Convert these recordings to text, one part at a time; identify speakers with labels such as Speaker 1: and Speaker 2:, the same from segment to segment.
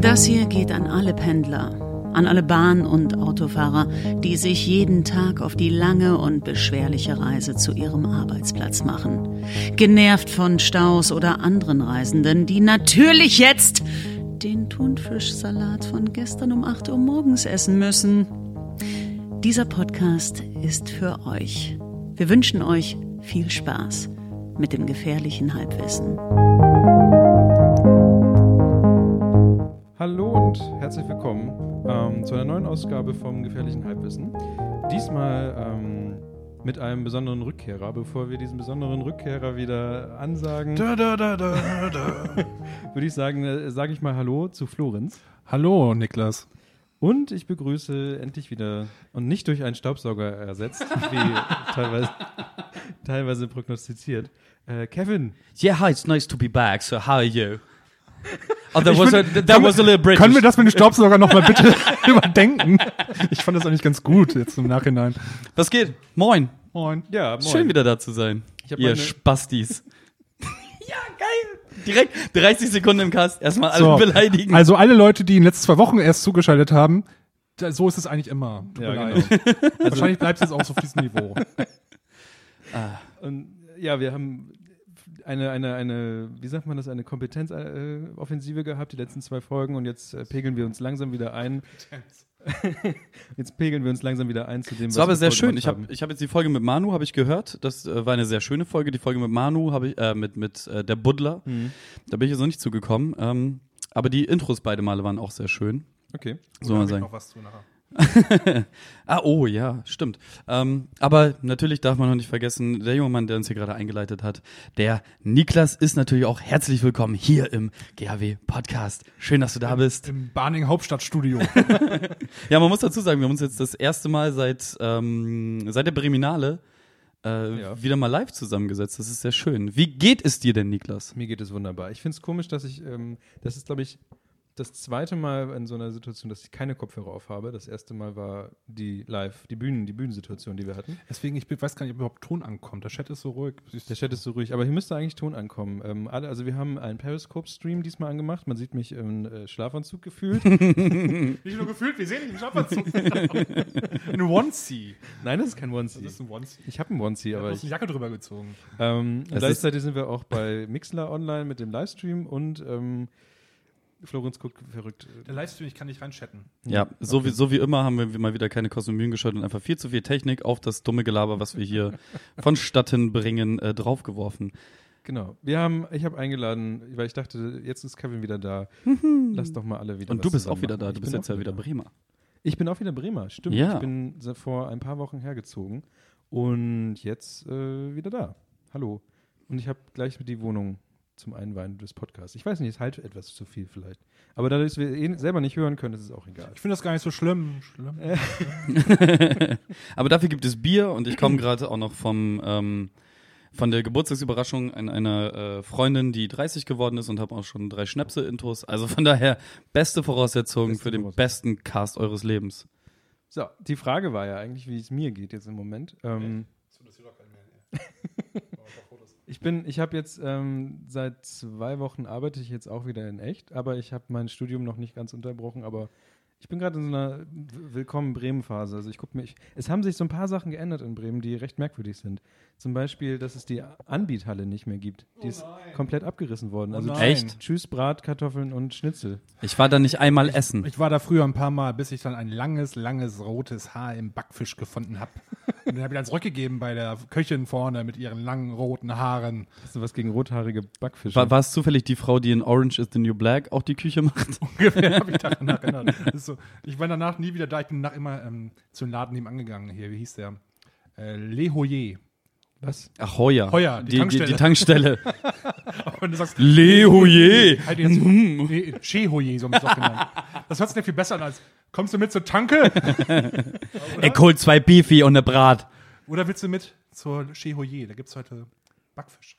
Speaker 1: Das hier geht an alle Pendler, an alle Bahn- und Autofahrer, die sich jeden Tag auf die lange und beschwerliche Reise zu ihrem Arbeitsplatz machen. Genervt von Staus oder anderen Reisenden, die natürlich jetzt den Thunfischsalat von gestern um 8 Uhr morgens essen müssen. Dieser Podcast ist für euch. Wir wünschen euch viel Spaß mit dem gefährlichen Halbwissen.
Speaker 2: Hallo und herzlich willkommen ähm, zu einer neuen Ausgabe vom Gefährlichen Halbwissen. Diesmal ähm, mit einem besonderen Rückkehrer. Bevor wir diesen besonderen Rückkehrer wieder ansagen,
Speaker 3: Da, da, da, da, da.
Speaker 2: würde ich sagen, äh, sage ich mal Hallo zu Florenz.
Speaker 3: Hallo, Niklas.
Speaker 2: Und ich begrüße endlich wieder und nicht durch einen Staubsauger ersetzt, wie teilweise, teilweise prognostiziert. Äh, Kevin,
Speaker 4: Yeah, hi, it's nice to be back. So, how are you? Oh, that was, a, that was a little British.
Speaker 3: Können wir das mit dem Staubsauger nochmal bitte überdenken? Ich fand das eigentlich ganz gut jetzt im Nachhinein.
Speaker 4: Was geht? Moin.
Speaker 3: Moin.
Speaker 2: ja, moin.
Speaker 4: Schön wieder da zu sein.
Speaker 2: Ich hab
Speaker 4: Ihr
Speaker 2: meine-
Speaker 4: Spastis. ja, geil. Direkt 30 Sekunden im Cast. Erstmal alle
Speaker 3: So,
Speaker 4: beleidigen.
Speaker 3: Also alle Leute, die in den letzten zwei Wochen erst zugeschaltet haben, da, so ist es eigentlich immer. Tut
Speaker 2: Ja,
Speaker 3: mir
Speaker 2: genau.
Speaker 3: leid. Wahrscheinlich bleibt es jetzt auch so auf diesem Niveau.
Speaker 2: Und ja, wir haben eine, eine, eine, wie sagt man das, eine Kompetenzoffensive äh, Offensive gehabt, die letzten zwei Folgen und jetzt äh, pegeln wir uns langsam wieder ein. jetzt pegeln wir uns langsam wieder ein zu dem,
Speaker 4: Es war aber
Speaker 2: wir
Speaker 4: sehr
Speaker 2: vorgemacht
Speaker 4: schön. Ich habe
Speaker 2: haben.
Speaker 4: ich hab jetzt die Folge mit Manu, habe ich gehört. Das äh, war eine sehr schöne Folge. Die Folge mit Manu habe ich, äh, mit, mit äh, der Buddler. Da bin ich jetzt noch nicht zugekommen. Ähm, aber die Intros beide Male waren auch sehr schön.
Speaker 2: Okay.
Speaker 4: So mal sagen.
Speaker 3: Noch was zu nachher.
Speaker 4: Ah, oh ja, stimmt. Ähm, aber natürlich darf man noch nicht vergessen, der junge Mann, der uns hier gerade eingeleitet hat, der Niklas ist natürlich auch herzlich willkommen hier im GHW Podcast. Schön, dass du da bist.
Speaker 3: Im Barning Hauptstadtstudio.
Speaker 4: Ja, man muss dazu sagen, wir haben uns jetzt das erste Mal seit, ähm, seit der Breminale äh,
Speaker 2: Ja.
Speaker 4: wieder mal live zusammengesetzt. Das ist sehr schön. Wie geht es dir denn, Niklas?
Speaker 2: Mir geht es wunderbar. Ich finde es komisch, dass ich, ähm, das ist, glaube ich, das zweite Mal in so einer Situation, dass ich keine Kopfhörer auf habe. Das erste Mal war die Live, die Bühnen, die Bühnensituation, die wir hatten.
Speaker 3: Deswegen, ich weiß gar nicht, ob überhaupt Ton ankommt. Der Chat ist so ruhig.
Speaker 2: Der Chat ist so ruhig, aber hier müsste eigentlich Ton ankommen. Ähm, alle, also wir haben einen Periscope-Stream diesmal angemacht. Man sieht mich im äh, Schlafanzug gefühlt.
Speaker 3: Nicht nur gefühlt, wir sehen dich im Schlafanzug. In Onesie.
Speaker 2: Nein, das ist kein Onesie.
Speaker 3: ein Onesie.
Speaker 2: Ich habe einen Onesie,
Speaker 3: Ich
Speaker 2: aber
Speaker 3: habe eine
Speaker 2: ich,
Speaker 3: Jacke drüber gezogen.
Speaker 2: ähm, und
Speaker 4: ist-
Speaker 2: gleichzeitig sind wir auch bei Mixler online mit dem Livestream und ähm, Florenz guckt verrückt.
Speaker 3: Der Livestream, ich kann nicht reinchatten.
Speaker 4: Ja, so, wie, so wie immer haben wir mal wieder keine Kosten und Mühen gescheut und einfach viel zu viel Technik auf das dumme Gelaber, was wir hier vonstatten bringen, äh, draufgeworfen.
Speaker 2: Genau. Wir haben, ich habe eingeladen, weil ich dachte, jetzt ist Kevin wieder da. Lass doch mal alle wieder.
Speaker 4: Und
Speaker 2: was
Speaker 4: du bist auch
Speaker 2: zusammen
Speaker 4: wieder
Speaker 2: machen.
Speaker 4: da.
Speaker 2: Ich
Speaker 4: Du bist
Speaker 2: bin
Speaker 4: jetzt
Speaker 2: auch
Speaker 4: ja wieder Bremer.
Speaker 2: Ich bin auch wieder Bremer, stimmt.
Speaker 4: Ja.
Speaker 2: Ich bin se- vor ein paar Wochen hergezogen und jetzt äh, wieder da. Hallo. Und ich habe gleich die Wohnung zum Einweihen des Podcasts. Ich weiß nicht, ist halt etwas zu viel vielleicht. Aber dadurch, dass wir eh selber nicht hören können, ist es auch egal.
Speaker 3: Ich finde das gar nicht so schlimm. Äh, schlimm.
Speaker 4: Aber dafür gibt es Bier und ich komme gerade auch noch vom, ähm, von der Geburtstagsüberraschung an einer äh, Freundin, die 30 geworden ist und habe auch schon drei Schnäpse-Intos. Also von daher, beste Voraussetzungen
Speaker 2: Beste
Speaker 4: für den
Speaker 2: Voraussetzungen.
Speaker 4: besten Cast eures Lebens.
Speaker 2: So, die Frage war ja eigentlich, wie es mir geht jetzt im Moment. Ähm, ich bin, ich habe jetzt ähm, seit zwei Wochen arbeite ich jetzt auch wieder in echt, aber ich habe mein Studium noch nicht ganz unterbrochen, aber ich bin gerade in so einer W- Willkommen Bremen Phase. Also ich gucke mich, es haben sich so ein paar Sachen geändert in Bremen, die recht merkwürdig sind. Zum Beispiel, dass es die Anbiethalle nicht mehr gibt. Die ist komplett abgerissen worden. Also
Speaker 3: Oh nein.
Speaker 4: Echt?
Speaker 2: tschüss Bratkartoffeln und Schnitzel.
Speaker 4: Ich war da nicht einmal essen.
Speaker 3: Ich war da früher ein paar Mal, bis ich dann ein langes, langes rotes Haar im Backfisch gefunden habe. Und den habe ich dann zurückgegeben bei der Köchin vorne mit ihren langen roten Haaren.
Speaker 2: Hast du was gegen rothaarige Backfische?
Speaker 4: War, war es zufällig die Frau, die in Orange is the New Black auch die Küche macht?
Speaker 3: Ungefähr habe ich daran erinnert. Das Ist so, ich war danach nie wieder da. Ich bin nach immer ähm, zu einem Laden nebenan gegangen. Hier, wie hieß der? Äh, Le Hoyer.
Speaker 2: was?
Speaker 4: Ach, Heuer.
Speaker 3: Heuer, die
Speaker 4: die, die, die,
Speaker 3: Tankstelle.
Speaker 4: Tankstelle.
Speaker 3: Und du sagst,
Speaker 4: Le Hoyer.
Speaker 3: halt jetzt. Nee, Che Hoyer, so haben wir es auch genannt. Das hört sich nicht viel besser an als, kommst du mit zur Tanke?
Speaker 4: Ich hol zwei Beefy und ne Brat.
Speaker 3: Oder willst du mit zur Che Hoyer? Da gibt es heute Backfisch.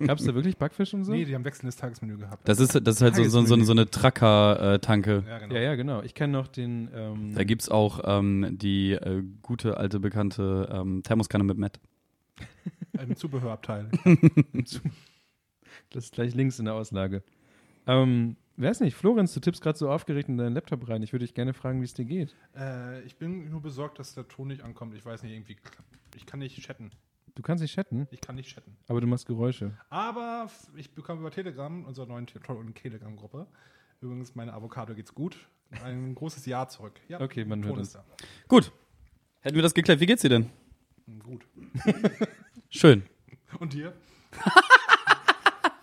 Speaker 2: Gab es da wirklich Backfisch und so?
Speaker 3: Nee, die haben wechselndes Tagesmenü gehabt.
Speaker 4: Das ist, das ist halt so, so, so, so eine äh, Tracker-Tanke.
Speaker 3: ja, genau.
Speaker 2: Ja, ja, genau. Ich kenne noch den. Ähm,
Speaker 4: Da gibt es auch ähm, die äh, gute, alte, bekannte ähm, Thermoskanne mit Matt.
Speaker 3: Im Zubehörabteil.
Speaker 2: das ist gleich links in der Auslage. Ähm, Weiß nicht, Florenz, du tippst gerade so aufgeregt in deinen Laptop rein. Ich würde dich gerne fragen, wie es dir geht.
Speaker 3: Äh, ich bin nur besorgt, dass der Ton nicht ankommt. Ich weiß nicht, irgendwie. Ich kann nicht chatten.
Speaker 2: Du kannst nicht chatten,
Speaker 3: Ich kann nicht chatten.
Speaker 2: aber du machst Geräusche.
Speaker 3: Aber f- ich bekomme über Telegram, unserer neuen Te- tollen Telegram-Gruppe, übrigens meine Avocado geht's gut, ein großes Ja zurück. Ja,
Speaker 2: Okay, man
Speaker 3: Ton
Speaker 2: hört
Speaker 3: ist
Speaker 2: es.
Speaker 4: Gut. Hätten wir das geklärt. Wie geht's dir denn?
Speaker 3: da. Mhm, Gut.
Speaker 4: Schön.
Speaker 3: Und dir?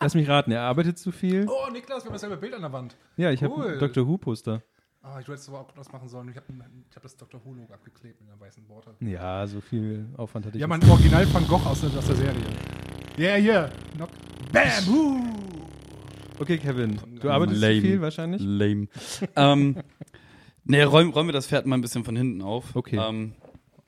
Speaker 2: Lass mich raten, er arbeitet zu viel?
Speaker 3: Oh, Niklas, wir haben dasselbe Bild an der Wand.
Speaker 2: Ja, ich habe
Speaker 3: cool.
Speaker 2: ein Dr. Who-Poster.
Speaker 3: Ah, ich hätte es aber auch das machen sollen. Ich habe ich hab das Dr. Who Logo abgeklebt mit einer weißen Borte.
Speaker 2: Ja, so viel Aufwand hatte ich.
Speaker 3: Ja,
Speaker 2: jetzt
Speaker 3: mein Original Van Gogh aus, der- aus der Serie. Yeah, yeah. Knock. Bam! Woo.
Speaker 2: Okay, Kevin, du arbeitest
Speaker 4: Lame.
Speaker 2: zu viel wahrscheinlich.
Speaker 4: Lame. ähm, nee, räumen räum wir das Pferd mal ein bisschen von hinten auf.
Speaker 2: Okay.
Speaker 4: Ähm,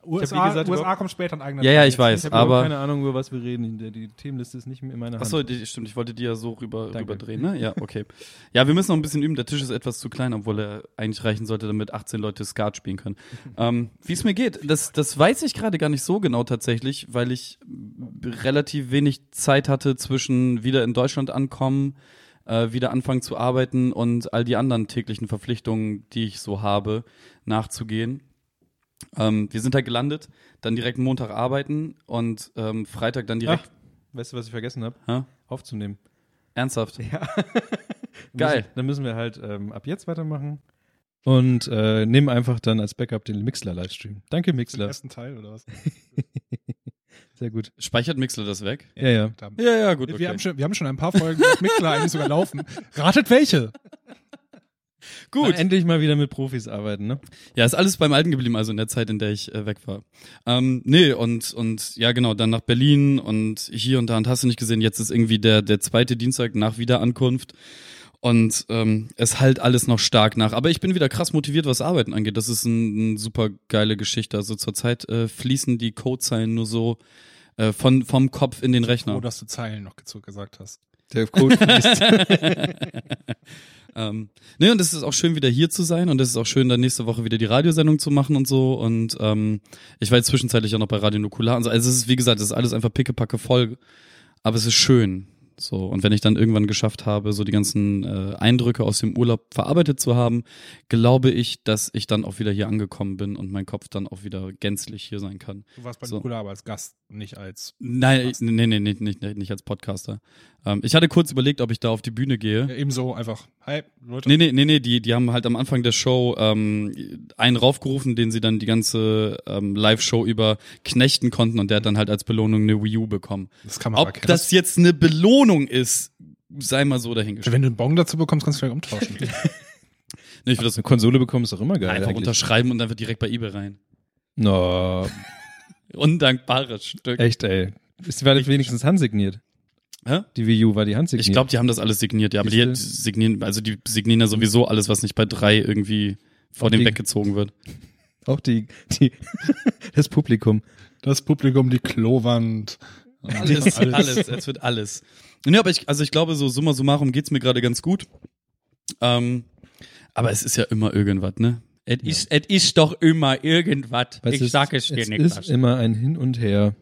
Speaker 3: USA,
Speaker 2: gesagt,
Speaker 3: USA
Speaker 2: überhaupt-
Speaker 3: kommt später ein eigener
Speaker 4: ja, ja, ich
Speaker 3: Teil.
Speaker 2: Ich
Speaker 4: weiß.
Speaker 2: habe überhaupt
Speaker 4: Aber
Speaker 2: keine Ahnung, über was wir reden. Die, die Themenliste ist nicht in meiner Hand.
Speaker 4: Achso, die, stimmt, ich wollte die ja so rüber,
Speaker 2: Danke.
Speaker 4: rüberdrehen, ne? Ja, okay. Ja, wir müssen noch ein bisschen üben. Der Tisch ist etwas zu klein, obwohl er eigentlich reichen sollte, damit 18 Leute Skat spielen können. ähm, Wie es mir geht, das, das weiß ich gerade gar nicht so genau tatsächlich, weil ich b- relativ wenig Zeit hatte zwischen wieder in Deutschland ankommen, äh, wieder anfangen zu arbeiten und all die anderen täglichen Verpflichtungen, die ich so habe, nachzugehen. Ähm, wir sind da gelandet, dann direkt Montag arbeiten und ähm, Freitag dann direkt.
Speaker 2: Ach, weißt du, was ich vergessen habe?
Speaker 4: Hä?
Speaker 2: Aufzunehmen.
Speaker 4: Ernsthaft.
Speaker 2: Dann
Speaker 4: Geil.
Speaker 2: Müssen, dann müssen wir halt ähm, ab jetzt weitermachen. Und äh, nehmen einfach dann als Backup den Mixler-Livestream. Danke,
Speaker 3: Den
Speaker 2: Mixler.
Speaker 3: ersten Teil oder was?
Speaker 2: Sehr gut.
Speaker 4: Speichert Mixler das weg?
Speaker 2: Ja, ja.
Speaker 3: Da-
Speaker 4: Ja, ja, gut.
Speaker 3: Wir, haben schon, wir haben schon ein paar Folgen mit Mixler eigentlich sogar laufen. Ratet welche?
Speaker 2: Gut.
Speaker 4: gut.
Speaker 2: endlich mal wieder mit Profis arbeiten, ne?
Speaker 4: Ja, ist alles beim Alten geblieben, also in der Zeit, in der ich äh, weg war. Ähm, nee, und, und ja, genau, dann nach Berlin und hier und da und hast du nicht gesehen, jetzt ist irgendwie der, der zweite Dienstag nach Wiederankunft. Und ähm, es halt alles noch stark nach. Aber ich bin wieder krass motiviert, was Arbeiten angeht. Das ist ein, ein super geile Geschichte. Also zurzeit äh, fließen die Codezeilen nur so äh, von, vom Kopf in den Rechner.
Speaker 3: Oh, dass du Zeilen noch gezu- gesagt hast.
Speaker 2: Der Code
Speaker 4: Ähm, ne, und es ist auch schön, wieder hier zu sein und es ist auch schön, dann nächste Woche wieder die Radiosendung zu machen und so. Und ähm, ich war jetzt zwischenzeitlich auch noch bei Radio Nukular. Und so. Also es ist, wie gesagt, es ist alles einfach pickepacke voll, aber es ist schön. So, und wenn ich dann irgendwann geschafft habe, so die ganzen äh, Eindrücke aus dem Urlaub verarbeitet zu haben, glaube ich, dass ich dann auch wieder hier angekommen bin und mein Kopf dann auch wieder gänzlich hier sein kann.
Speaker 3: Du warst bei
Speaker 4: So.
Speaker 3: Nikola aber als Gast, nicht als.
Speaker 4: Nein, ich- nee, nee, nee, nicht, nicht als Podcaster. Ähm, ich hatte kurz überlegt, ob ich da auf die Bühne gehe.
Speaker 3: Ja, ebenso einfach. Hi, Leute.
Speaker 4: Nee, nee, nee, nee, die, die haben halt am Anfang der Show ähm, einen raufgerufen, den sie dann die ganze ähm, Live-Show über knechten konnten und der hat dann halt als Belohnung eine Wii U bekommen.
Speaker 3: Das kann man
Speaker 4: Ob das jetzt eine Belohnung ist, sei mal so dahingestellt.
Speaker 3: Wenn du einen Bon dazu bekommst, kannst du vielleicht umtauschen.
Speaker 4: Nee, ich will das
Speaker 2: Eine Konsole bekommen ist doch immer geil.
Speaker 4: einfach
Speaker 2: eigentlich.
Speaker 4: unterschreiben und dann wird direkt bei eBay rein.
Speaker 2: No,
Speaker 4: Undankbares Stück.
Speaker 2: echt, ey. Ist die war das wenigstens handsigniert?
Speaker 4: Hä?
Speaker 2: Die Wii U war die handsigniert.
Speaker 4: Ich glaube, die haben das alles signiert, ja, aber die
Speaker 2: Siehste?
Speaker 4: signieren, also die signieren ja sowieso alles, was nicht bei drei irgendwie vor dem
Speaker 2: die-
Speaker 4: weggezogen wird.
Speaker 2: auch die, die das Publikum.
Speaker 3: das Publikum, die Klowand.
Speaker 4: Alles, alles, es wird alles. Ja, aber ich, also ich glaube, so summa summarum geht's mir gerade ganz gut. Ähm, aber es ist ja immer irgendwas, ne? Es ist, es ist doch immer irgendwas.
Speaker 2: Weißt du,
Speaker 4: ich sag es dir,
Speaker 2: ist
Speaker 4: Niklas.
Speaker 2: immer ein Hin und Her.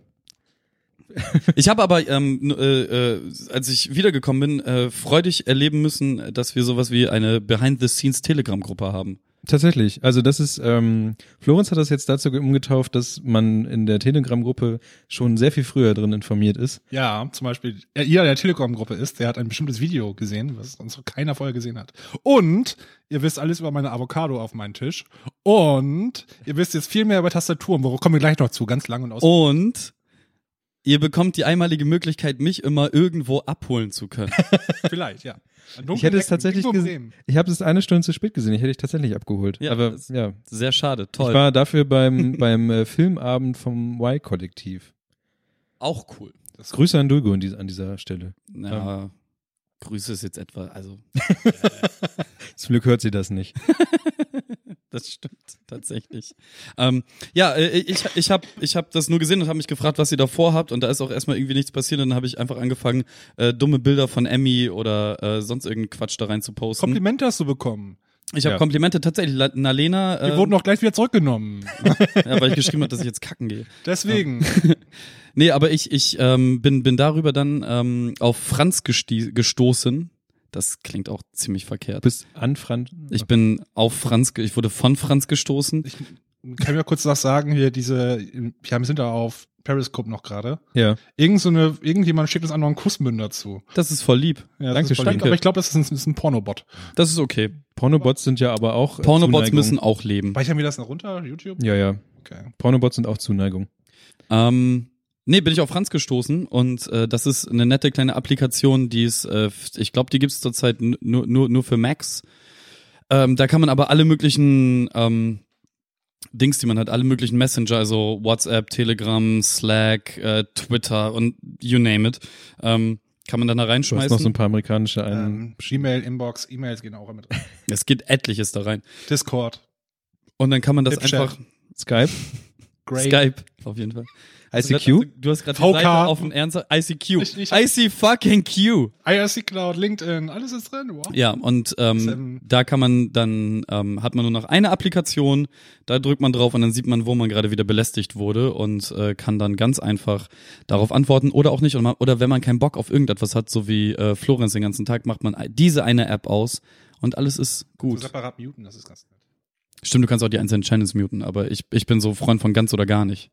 Speaker 4: Ich habe aber, ähm, n- äh, äh, als ich wiedergekommen bin, äh, freudig erleben müssen, dass wir sowas wie eine Behind-the-Scenes-Telegram-Gruppe haben.
Speaker 2: Tatsächlich. Also das ist, ähm, Florenz hat das jetzt dazu umgetauft, dass man in der Telegram-Gruppe schon sehr viel früher drin informiert ist.
Speaker 3: Ja, zum Beispiel, ja, ihr, der Telegram-Gruppe ist, der hat ein bestimmtes Video gesehen, was sonst keiner vorher gesehen hat. Und ihr wisst alles über meine Avocado auf meinen Tisch. Und ihr wisst jetzt viel mehr über Tastaturen, worauf kommen wir gleich noch zu, ganz lang und aus.
Speaker 2: Oh.
Speaker 4: Und ihr bekommt die einmalige Möglichkeit, mich immer irgendwo abholen zu können.
Speaker 3: Vielleicht, ja. An dunklen
Speaker 2: Ich hätte es
Speaker 3: Ecken,
Speaker 2: tatsächlich
Speaker 3: irgendwo in
Speaker 2: gesehen.
Speaker 3: Bremen.
Speaker 2: Ich habe es eine Stunde zu spät gesehen. Ich hätte ich tatsächlich abgeholt.
Speaker 4: Ja,
Speaker 2: Aber
Speaker 4: das-
Speaker 2: ja,
Speaker 4: Sehr schade,
Speaker 2: ich
Speaker 4: toll.
Speaker 2: war dafür beim beim äh, Filmabend vom Y-Kollektiv.
Speaker 4: Auch cool.
Speaker 3: Das Grüße.
Speaker 2: Grüße an Dulgo an dieser- an dieser Stelle.
Speaker 4: Ja, Ähm, Grüße ist jetzt etwa, also
Speaker 2: Zum Glück hört sie das nicht.
Speaker 4: Das stimmt tatsächlich. ähm, ja, äh, ich, ich habe ich hab das nur gesehen und habe mich gefragt, was ihr da vorhabt. Und da ist auch erstmal irgendwie nichts passiert. Und dann habe ich einfach angefangen, äh, dumme Bilder von Emmy oder äh, sonst irgendeinen Quatsch da rein zu posten.
Speaker 3: Komplimente hast du bekommen.
Speaker 4: ich habe
Speaker 2: Ja.
Speaker 4: Komplimente tatsächlich. La- Nalena,
Speaker 3: Die
Speaker 4: äh,
Speaker 3: wurden auch gleich wieder zurückgenommen.
Speaker 4: ja, weil ich geschrieben habe, dass ich jetzt kacken gehe.
Speaker 3: Deswegen.
Speaker 4: Nee, aber ich, ich ähm, bin, bin darüber dann ähm, auf Franz gestie- gestoßen, Das klingt auch ziemlich verkehrt.
Speaker 2: bist an Franz.
Speaker 4: Ich bin auf Franz, ge- ich wurde von Franz gestoßen.
Speaker 3: Ich kann mir kurz was sagen, hier diese, ja, wir sind da auf Periscope noch gerade.
Speaker 2: ja.
Speaker 3: Irgend so eine, irgendjemand schickt uns auch noch einen Kussmünder zu.
Speaker 4: Das ist voll lieb.
Speaker 3: Ja, das
Speaker 4: danke,
Speaker 3: ist voll lieb,
Speaker 4: danke.
Speaker 3: Aber ich glaube, das ist ein, das ist ein Pornobot.
Speaker 4: Das ist
Speaker 2: Äh,
Speaker 4: okay.
Speaker 2: Pornobots sind ja aber auch. äh,
Speaker 4: Pornobots
Speaker 2: Zuneigung.
Speaker 4: müssen auch leben.
Speaker 3: Speichern wir das noch runter, YouTube?
Speaker 2: Ja, ja.
Speaker 3: Okay.
Speaker 2: Pornobots sind auch Zuneigung.
Speaker 4: Ähm, nee, bin ich auf Franz gestoßen und äh, das ist eine nette kleine Applikation, die ist, äh, f- ich glaube, die gibt's zurzeit n- nur, nur, nur für Macs. Ähm, da kann man aber alle möglichen ähm, Dings, die man hat, alle möglichen Messenger, also WhatsApp, Telegram, Slack, äh, Twitter und you name it, ähm, kann man dann da
Speaker 2: Du hast noch so
Speaker 4: reinschmeißen.
Speaker 2: ein paar amerikanische ein.
Speaker 3: Ähm, Gmail, Inbox, E-Mails gehen auch mit.
Speaker 4: es geht etliches da rein.
Speaker 3: Discord.
Speaker 4: Und dann kann man das
Speaker 3: Hipchat.
Speaker 4: einfach
Speaker 2: Skype,
Speaker 3: Great.
Speaker 4: Skype auf jeden Fall. Also,
Speaker 2: ICQ.
Speaker 4: Du hast gerade die
Speaker 3: VK.
Speaker 4: Seite auf den Ernst ICQ.
Speaker 3: Ich- ich-
Speaker 4: IC fucking Q.
Speaker 3: IRC Ah Cloud, LinkedIn, alles ist drin. Wow.
Speaker 4: Ja, und ähm,
Speaker 3: Seven.
Speaker 4: da kann man dann, ähm, hat man nur noch eine Applikation, da drückt man drauf und dann sieht man, wo man gerade wieder belästigt wurde und äh, kann dann ganz einfach darauf antworten oder auch nicht. Oder, man, oder wenn man keinen Bock auf irgendetwas hat, so wie äh, Florenz den ganzen Tag, macht man diese eine App aus und alles ist
Speaker 3: So
Speaker 4: gut.
Speaker 3: separat muten, das ist ganz nett.
Speaker 4: Stimmt, du kannst auch die einzelnen Channels muten, aber ich, ich bin so Freund von ganz oder gar nicht.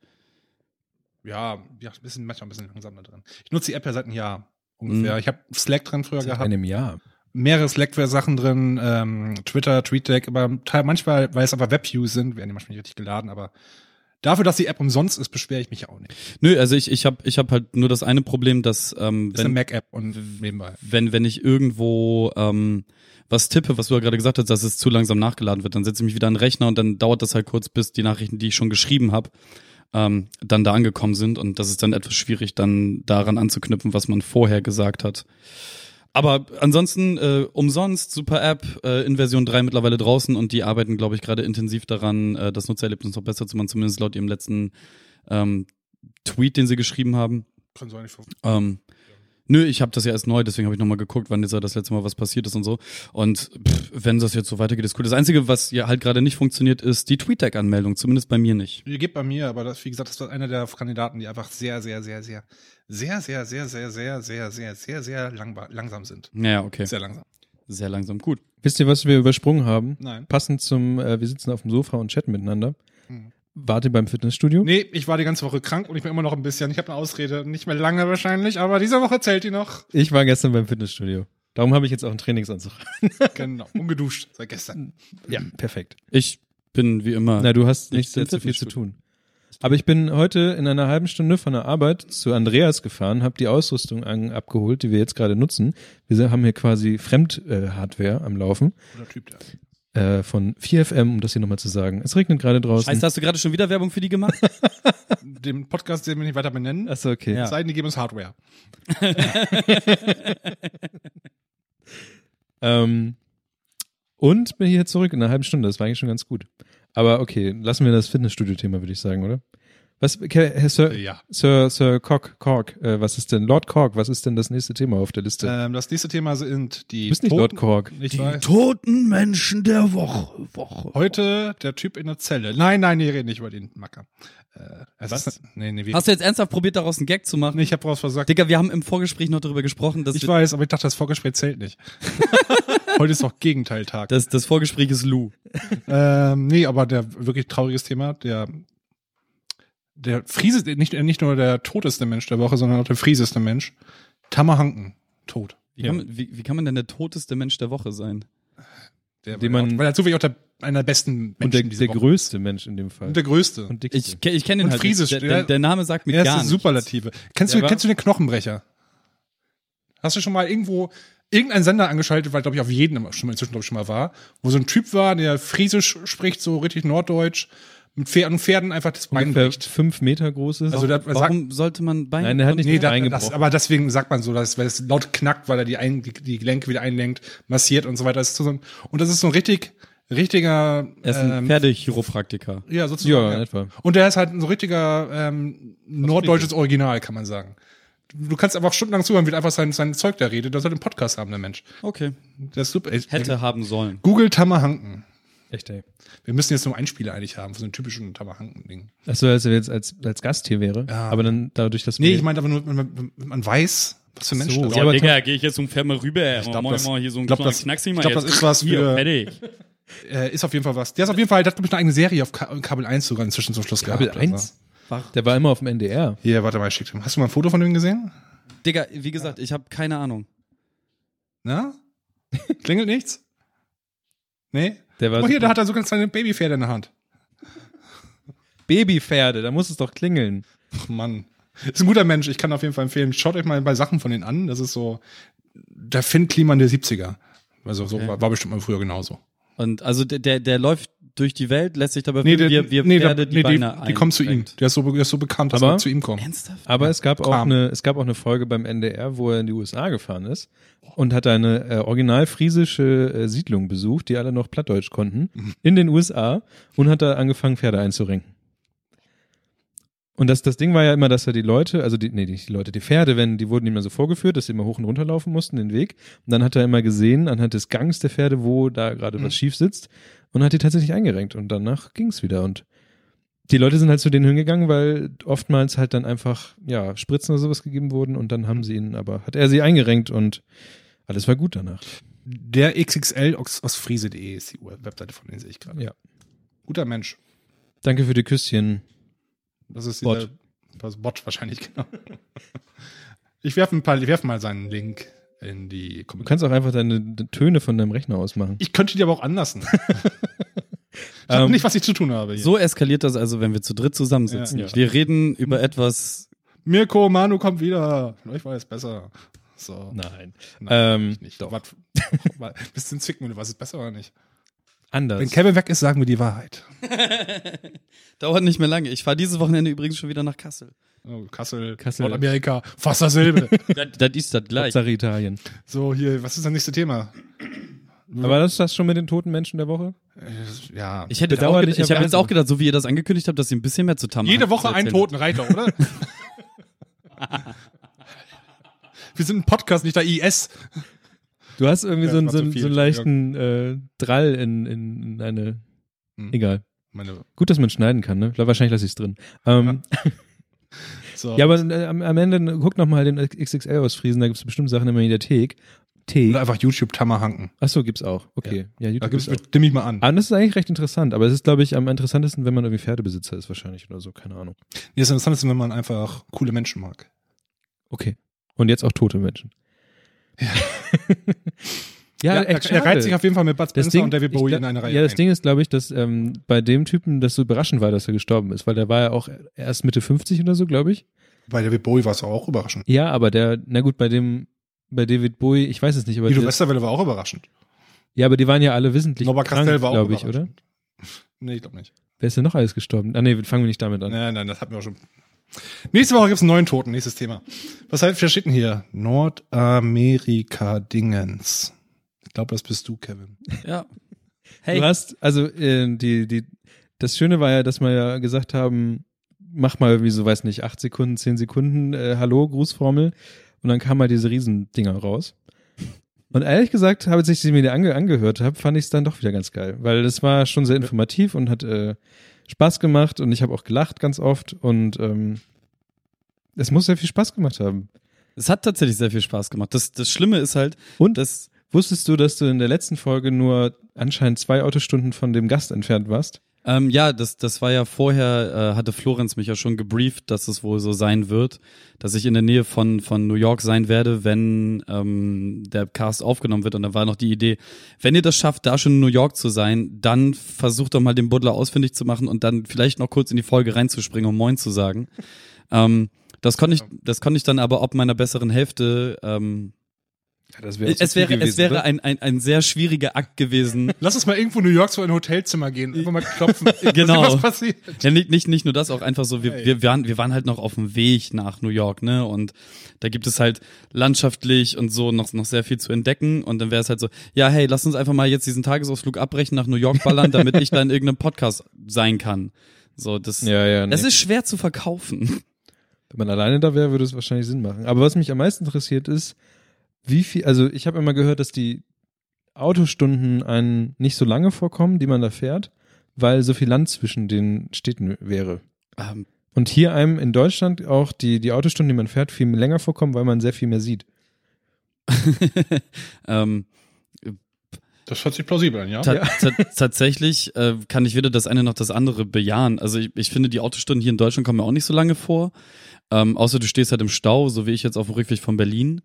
Speaker 3: Ja, ja, ein bisschen, manchmal ein bisschen langsamer drin. Ich nutze die App ja seit einem Jahr ungefähr.
Speaker 4: Mhm.
Speaker 3: Ich habe Slack drin früher
Speaker 2: Seit
Speaker 3: gehabt.
Speaker 2: einem Jahr.
Speaker 3: mehrere Slackware-Sachen drin, ähm, Twitter, TweetDeck, aber teil- manchmal, weil es einfach Webviews sind, werden die manchmal nicht richtig geladen, aber dafür, dass die App umsonst ist, beschwere ich mich auch nicht.
Speaker 4: Nö, also ich, ich habe ich hab halt nur das eine Problem, dass ähm,
Speaker 3: Ist
Speaker 4: wenn,
Speaker 3: eine Mac-App und nebenbei.
Speaker 4: wenn, wenn ich irgendwo ähm, was tippe, was du ja gerade gesagt hast, dass es zu langsam nachgeladen wird, dann setze ich mich wieder an den Rechner und dann dauert das halt kurz, bis die Nachrichten, die ich schon geschrieben habe, ähm, dann da angekommen sind. Und das ist dann etwas schwierig, dann daran anzuknüpfen, was man vorher gesagt hat. Aber ansonsten äh, umsonst, super App, äh, in Version 3 mittlerweile draußen und die arbeiten, glaube ich, gerade intensiv daran, äh, das Nutzererlebnis noch besser zu machen, zumindest laut ihrem letzten ähm, Tweet, den sie geschrieben haben.
Speaker 3: Kann so eigentlich vor-
Speaker 4: Ähm, nö, ich habe das ja erst neu, deswegen habe ich nochmal geguckt, wann jetzt das letzte Mal was passiert ist und so. Und pff, wenn das jetzt so weitergeht, ist cool. Das Einzige, was ja halt gerade nicht funktioniert, ist die TweetDeck-Anmeldung, zumindest bei mir nicht.
Speaker 3: Ihr gebt bei mir, aber das, wie gesagt, das war einer der Kandidaten, die einfach sehr, sehr, sehr, sehr, sehr, sehr, sehr, sehr, sehr, sehr, sehr, sehr, sehr langba- langsam sind.
Speaker 4: Naja, okay. Sehr,
Speaker 3: Sehr langsam.
Speaker 4: langsam. Gut.
Speaker 2: Wisst ihr, was wir übersprungen haben?
Speaker 3: Nein.
Speaker 2: Passend zum, äh, wir sitzen auf dem Sofa und chatten miteinander.
Speaker 3: Hm.
Speaker 2: Wart ihr beim Fitnessstudio?
Speaker 3: Nee, ich war die ganze Woche krank und ich bin immer noch ein bisschen. Ich habe eine Ausrede, nicht mehr lange wahrscheinlich, aber diese Woche zählt die noch.
Speaker 2: Ich war gestern beim Fitnessstudio. Darum habe ich jetzt auch einen Trainingsanzug.
Speaker 3: genau, ungeduscht seit
Speaker 2: Hm.
Speaker 3: gestern.
Speaker 2: Ja, perfekt.
Speaker 4: Ich bin wie immer.
Speaker 2: Na, du hast
Speaker 4: Ich
Speaker 2: nicht
Speaker 4: bin
Speaker 2: so viel zu
Speaker 4: Fitnessstudio.
Speaker 2: tun. Aber ich bin heute in einer halben Stunde von der Arbeit zu Andreas gefahren, habe die Ausrüstung an, abgeholt, die wir jetzt gerade nutzen. Wir se- haben hier quasi Fremdhardware äh, Hardware am Laufen
Speaker 3: Guter Typ der.
Speaker 2: äh, von 4FM, um das hier nochmal zu sagen. Es regnet gerade draußen.
Speaker 4: Scheiße, hast du gerade schon wieder Werbung für die gemacht?
Speaker 3: Dem Podcast, den wir nicht weiter benennen.
Speaker 2: Achso, okay.
Speaker 4: Ja.
Speaker 3: Es sei denn, die geben uns Hardware.
Speaker 2: Ähm, und bin hier zurück in einer halben Stunde. Das war eigentlich schon ganz gut. Aber okay, lassen wir das Fitnessstudio-Thema, würde ich sagen, oder? Was, Ke- Herr Sir,
Speaker 3: Ja.
Speaker 2: Sir, Sir Cock, Cork, äh, was ist denn, Lord Cork, was ist denn das nächste Thema auf der Liste?
Speaker 3: Ähm, das nächste Thema sind die.
Speaker 2: du bist nicht Lord
Speaker 3: Toten.
Speaker 2: Cork.
Speaker 3: Ich weiß.
Speaker 4: toten Menschen der Woche. Woche.
Speaker 3: Heute der Typ in der Zelle. Nein, nein, wir reden nicht über den Macker. Äh, es
Speaker 2: Was?
Speaker 3: Ist, nee, nee, wir,
Speaker 4: Hast du jetzt ernsthaft probiert, daraus einen Gag zu machen?
Speaker 3: nee, ich habe raus versagt.
Speaker 4: Digga, wir haben im Vorgespräch noch darüber gesprochen, dass
Speaker 3: Ich
Speaker 4: wir-
Speaker 3: weiß, aber ich dachte, das Vorgespräch zählt nicht. Heute ist doch Gegenteiltag.
Speaker 4: das, das Vorgespräch ist Lou.
Speaker 3: Ähm, nee, aber der wirklich trauriges Thema, der der Friese, nicht, äh, nicht nur der toteste Mensch der Woche, sondern auch der frieseste Mensch. Tammer Hanken, tot.
Speaker 4: Wie, kann, man- wie, wie kann man denn der toteste Mensch der Woche sein?
Speaker 3: Der,
Speaker 2: Den man-
Speaker 3: weil er zufällig auch der, einer der besten Menschen
Speaker 2: Und der,
Speaker 3: diese
Speaker 2: der
Speaker 3: Woche.
Speaker 2: größte Mensch in dem Fall.
Speaker 3: Und der größte.
Speaker 2: Und dickste.
Speaker 4: Ich, ke- ich kenne ihn
Speaker 3: Und
Speaker 4: halt.
Speaker 3: Friesisch,
Speaker 4: nicht. der,
Speaker 3: ja.
Speaker 4: der, der Name sagt mir
Speaker 3: Ja,
Speaker 4: gar
Speaker 3: es ist
Speaker 4: nichts.
Speaker 3: Superlative. Kennst
Speaker 2: Ja,
Speaker 3: du,
Speaker 2: aber-
Speaker 3: kennst du den Knochenbrecher? Hast du schon mal irgendwo irgendeinen Sender angeschaltet, weil glaube ich auf jeden immer schon mal inzwischen glaube ich schon mal war, wo so ein Typ war, der Friesisch spricht, so richtig Norddeutsch, mit Pferden, Pferden einfach das Bein
Speaker 2: Ungefähr
Speaker 3: bricht.
Speaker 2: fünf Meter groß ist.
Speaker 3: Also da sagt,
Speaker 4: Warum sollte man bei
Speaker 2: Nein, der hat nicht
Speaker 3: nee, da,
Speaker 2: eingebrochen.
Speaker 3: das, aber deswegen sagt man so, dass, weil es laut knackt, weil er die, ein, die, die Gelenke wieder einlenkt, massiert und so weiter. Das ist so ein, und das ist so ein richtig richtiger
Speaker 4: Er ist ein
Speaker 3: ähm,
Speaker 4: Pferdechropraktiker.
Speaker 3: ja
Speaker 2: ja,
Speaker 3: sozusagen
Speaker 2: in etwa.
Speaker 3: und der ist halt ein so richtiger ähm, norddeutsches Original, kann man sagen. Du kannst einfach stundenlang zuhören, wie er einfach sein, sein Zeug da redet. Der sollte einen Podcast haben, der Mensch.
Speaker 4: Okay.
Speaker 3: Das ist super. Ich-
Speaker 4: Hätte haben sollen.
Speaker 3: Google Tammerhanken.
Speaker 2: Echt, ey.
Speaker 3: Wir müssen jetzt nur Einspieler eigentlich haben von so einem typischen Tammerhanken-Ding.
Speaker 2: also Achso, als er jetzt als, als Gast hier wäre. Aber dann dadurch, dass
Speaker 3: Nee,
Speaker 2: wir-
Speaker 3: ich meine aber nur, man, man weiß, Was für ein Mensch das ist.
Speaker 4: ja,
Speaker 3: Aber
Speaker 4: Digga, gehe ich jetzt ungefähr mal rüber.
Speaker 3: Ich glaub,
Speaker 4: Moin,
Speaker 3: das-
Speaker 4: moin, hier so ein
Speaker 3: ich glaub,
Speaker 4: kleiner
Speaker 3: das-
Speaker 4: Knacksi
Speaker 3: ich
Speaker 4: mal
Speaker 3: glaub,
Speaker 4: jetzt.
Speaker 3: das ist was
Speaker 4: Hier,
Speaker 3: für-
Speaker 4: fertig.
Speaker 3: äh, ist auf jeden Fall was. Der ist auf jeden Fall, der hat glaube ich eine eigene Serie auf Ka Kabel 1 sogar inzwischen zum Schluss
Speaker 2: Kabel
Speaker 3: gehabt.
Speaker 2: 1? Der war immer auf dem NDR.
Speaker 3: Hier, warte mal, ich schick dir. Hast du mal ein Foto von dem gesehen?
Speaker 4: Digga, wie gesagt, ich habe keine Ahnung.
Speaker 3: Na? Klingelt nichts? Nee?
Speaker 2: Der war
Speaker 3: Guck mal hier,
Speaker 2: super.
Speaker 3: da hat er so ganz kleine Babypferde in der Hand.
Speaker 2: Babypferde, da muss es doch klingeln.
Speaker 3: Ach, Mann. Ist ein guter Mensch, ich kann auf jeden Fall empfehlen. Schaut euch mal bei Sachen von denen an. Das ist so der Finn Kliman der 70er. Also so
Speaker 4: Okay.
Speaker 3: war, war bestimmt mal früher genauso.
Speaker 4: Und also der, der, der läuft durch die Welt, lässt sich dabei filmen, wir, wir
Speaker 3: da-
Speaker 4: Pferde die
Speaker 3: nee,
Speaker 4: Beine
Speaker 3: die, die kommen zu ihm.
Speaker 4: einrenkt.
Speaker 3: Der ist so, be- der ist so bekannt, dass
Speaker 2: Aber-
Speaker 3: er zu ihm kommt.
Speaker 4: Ernsthaft?
Speaker 2: Aber es, gab auch
Speaker 3: kam.
Speaker 2: eine, es gab auch eine Folge beim NDR, wo er in die USA gefahren ist und hat eine äh, original friesische äh, Siedlung besucht, die alle noch Plattdeutsch konnten, in den USA und hat da angefangen, Pferde einzurenken. Und das, das Ding war ja immer, dass er die Leute, also die, nee, nicht die Leute, die Pferde, wenn, die wurden ihm ja so vorgeführt, dass sie immer hoch und runter laufen mussten, den Weg. Und dann hat er immer gesehen, anhand des Gangs der Pferde, wo da gerade was schief sitzt und hat die tatsächlich eingerenkt. Und danach ging's wieder. Und die Leute sind halt zu denen hingegangen, weil oftmals halt dann einfach, ja, Spritzen oder sowas gegeben wurden und dann haben sie ihn, aber hat er sie eingerenkt und alles war gut danach.
Speaker 3: Der XXL aus, aus Friese.de ist die Webseite von denen sehe ich gerade.
Speaker 2: Ja.
Speaker 3: Guter Mensch.
Speaker 2: Danke für die Küsschen.
Speaker 3: Das ist
Speaker 2: Bot.
Speaker 3: dieser, Das Bot wahrscheinlich, genau. Ich werfe ein paar, ich werf mal seinen Link in die
Speaker 2: Du
Speaker 3: Kommentare.
Speaker 2: kannst auch einfach deine d- Töne von deinem Rechner ausmachen.
Speaker 3: Ich könnte die aber auch anlassen. ich hab
Speaker 2: Ähm,
Speaker 3: nicht, was ich zu tun habe hier.
Speaker 4: So eskaliert das also, wenn wir zu dritt zusammensitzen.
Speaker 2: Ja. Ja.
Speaker 4: Wir reden über etwas.
Speaker 3: Mirko, Manu kommt wieder. Euch war es besser. So.
Speaker 2: Nein.
Speaker 3: Nein,
Speaker 2: ähm,
Speaker 3: nicht. Doch. Was, mal, bist du ein Zwickmühle? Was ist besser oder nicht?
Speaker 2: Anders.
Speaker 3: Wenn Kevin weg ist, sagen wir die Wahrheit.
Speaker 4: Dauert nicht mehr lange. Ich fahre dieses Wochenende übrigens schon wieder nach Kassel.
Speaker 3: Oh, Kassel,
Speaker 2: Kassel.
Speaker 3: Nordamerika, Wassersilbe.
Speaker 4: das, das ist das gleich.
Speaker 2: Hauptsache Italien.
Speaker 3: so, hier, was ist das nächste Thema?
Speaker 2: Aber das ist das schon mit den toten Menschen der Woche?
Speaker 3: Äh, Ja.
Speaker 4: Ich hätte jetzt auch, gedacht- ich hab jetzt
Speaker 2: Bedauerlicherweise.
Speaker 4: auch gedacht, so wie ihr das angekündigt habt, dass ihr ein bisschen mehr zu Tam
Speaker 3: Jede
Speaker 4: habt,
Speaker 3: Woche
Speaker 4: zu
Speaker 3: einen
Speaker 4: erzählen.
Speaker 3: Toten Reiter, oder? wir sind ein Podcast, nicht der IS.
Speaker 2: Du hast irgendwie
Speaker 3: Ja,
Speaker 2: so, einen-
Speaker 3: war
Speaker 2: so,
Speaker 3: zu
Speaker 2: einen-
Speaker 3: viel,
Speaker 2: so einen leichten äh, Drall in, in, in eine.
Speaker 3: Hm.
Speaker 2: Egal.
Speaker 3: Meine,
Speaker 2: Gut, dass man schneiden kann, ne? Wahrscheinlich lasse ich es drin. Ähm,
Speaker 3: so.
Speaker 2: Ja, aber äh, am, am Ende ne, guck noch mal den XXL aus Friesen, da gibt's bestimmt Sachen in der Mediathek. Thek.
Speaker 3: oder einfach YouTube Tammerhanken.
Speaker 2: Achso, gibt's auch. Okay. Ja,
Speaker 3: Da
Speaker 2: YouTube
Speaker 3: gibt's,
Speaker 2: gibt's auch.
Speaker 3: nehme ich mal an.
Speaker 2: Ah, das ist eigentlich recht interessant, aber es ist, glaube ich, am interessantesten, wenn man irgendwie Pferdebesitzer ist wahrscheinlich oder so, keine Ahnung.
Speaker 3: Nee, das Interessante ist, wenn man einfach coole Menschen mag.
Speaker 2: Okay. Und jetzt auch tote Menschen. Ja, echt
Speaker 3: er, er reiht
Speaker 2: schade.
Speaker 3: sich auf jeden Fall mit Bud
Speaker 2: das
Speaker 3: Spencer
Speaker 2: Ding,
Speaker 3: und David
Speaker 2: ich
Speaker 3: Bowie
Speaker 2: glaub-
Speaker 3: in eine Reihe
Speaker 2: ja, das
Speaker 3: ein.
Speaker 2: Ding ist, glaube ich, dass ähm, bei dem Typen das so überraschend war, dass er gestorben ist, weil der war ja auch erst Mitte 50 oder so, glaube ich.
Speaker 3: Bei David Bowie war es auch überraschend.
Speaker 2: Ja, aber der, na gut, bei dem, bei David Bowie, ich weiß es nicht, aber
Speaker 3: Guido
Speaker 2: der-
Speaker 3: Westerwelle war auch überraschend.
Speaker 2: Ja, aber die waren ja alle wissentlich
Speaker 3: Norbert Castell
Speaker 2: krank,
Speaker 3: war auch
Speaker 2: glaube ich, oder?
Speaker 3: überraschend. Nee, ich glaube nicht.
Speaker 2: Wer ist denn noch alles gestorben? Ah, nee, fangen wir nicht damit an.
Speaker 3: Nein, nein, das hatten wir auch schon. Nächste Woche gibt's einen neuen Toten, nächstes Thema. Was halt, steht denn hier? Nordamerika-Dingens. Ich glaube, das bist du, Kevin.
Speaker 4: Ja.
Speaker 2: Du
Speaker 4: Hey,
Speaker 2: hast, also, äh, die, die, das Schöne war ja, dass wir ja gesagt haben, mach mal, wie so, weiß nicht, acht Sekunden, zehn Sekunden, äh, Hallo, Grußformel. Und dann kamen mal diese Riesendinger raus. Und ehrlich gesagt, habe ich als ich sie mir ange angehört habe, fand ich es dann doch wieder ganz geil, weil das war schon sehr informativ und hat äh, Spaß gemacht und ich habe auch gelacht ganz oft und ähm, es muss sehr viel Spaß gemacht haben.
Speaker 4: es hat tatsächlich sehr viel Spaß gemacht. Das, das Schlimme ist halt,
Speaker 2: Und
Speaker 4: dass
Speaker 2: Wusstest du, dass du in der letzten Folge nur anscheinend zwei Autostunden von dem Gast entfernt warst?
Speaker 4: Ähm, ja, das, das war ja vorher, äh, hatte Florenz mich ja schon gebrieft, dass es wohl so sein wird, dass ich in der Nähe von, von New York sein werde, wenn ähm, der Cast aufgenommen wird. Und da war noch die Idee, wenn ihr das schafft, da schon in New York zu sein, dann versucht doch mal den Buddler ausfindig zu machen und dann vielleicht noch kurz in die Folge reinzuspringen, um Moin zu sagen. Ähm, das konnte ich, das konnte ich dann aber ob meiner besseren Hälfte. Ähm,
Speaker 2: Ja, das
Speaker 4: es wäre, es wäre ein, ein, ein sehr schwieriger Akt gewesen,
Speaker 3: Lass uns mal irgendwo in New York zu ein Hotelzimmer gehen. Einfach mal klopfen.
Speaker 4: Genau.
Speaker 3: Was passiert?
Speaker 4: Ja, nicht, nicht, nicht nur das, auch einfach so, wir,
Speaker 3: Ey.
Speaker 4: wir, waren, wir waren halt noch auf dem Weg nach New York, ne? Und da gibt es halt landschaftlich und so noch, noch sehr viel zu entdecken. Und dann wäre es halt so, ja, hey, lass uns einfach mal jetzt diesen Tagesausflug abbrechen nach New York ballern, damit ich da in irgendeinem Podcast sein kann. So, das,
Speaker 2: ja, ja, nee.
Speaker 4: das ist schwer zu verkaufen.
Speaker 2: Wenn man alleine da wäre, würde es wahrscheinlich Sinn machen. Aber was mich am meisten interessiert ist, wie viel, also ich habe immer gehört, dass die Autostunden einen nicht so lange vorkommen, die man da fährt, weil so viel Land zwischen den Städten wäre.
Speaker 4: Ähm,
Speaker 2: Und hier einem in Deutschland auch die, die Autostunden, die man fährt, viel länger vorkommen, weil man sehr viel mehr sieht.
Speaker 4: ähm,
Speaker 3: Das hört sich plausibel an, ja?
Speaker 4: ta ta tatsächlich äh, kann ich weder das eine noch das andere bejahen. Also ich, ich finde, die Autostunden hier in Deutschland kommen mir auch nicht so lange vor. Ähm, außer du stehst halt im Stau, so wie ich jetzt auf dem Rückweg von Berlin.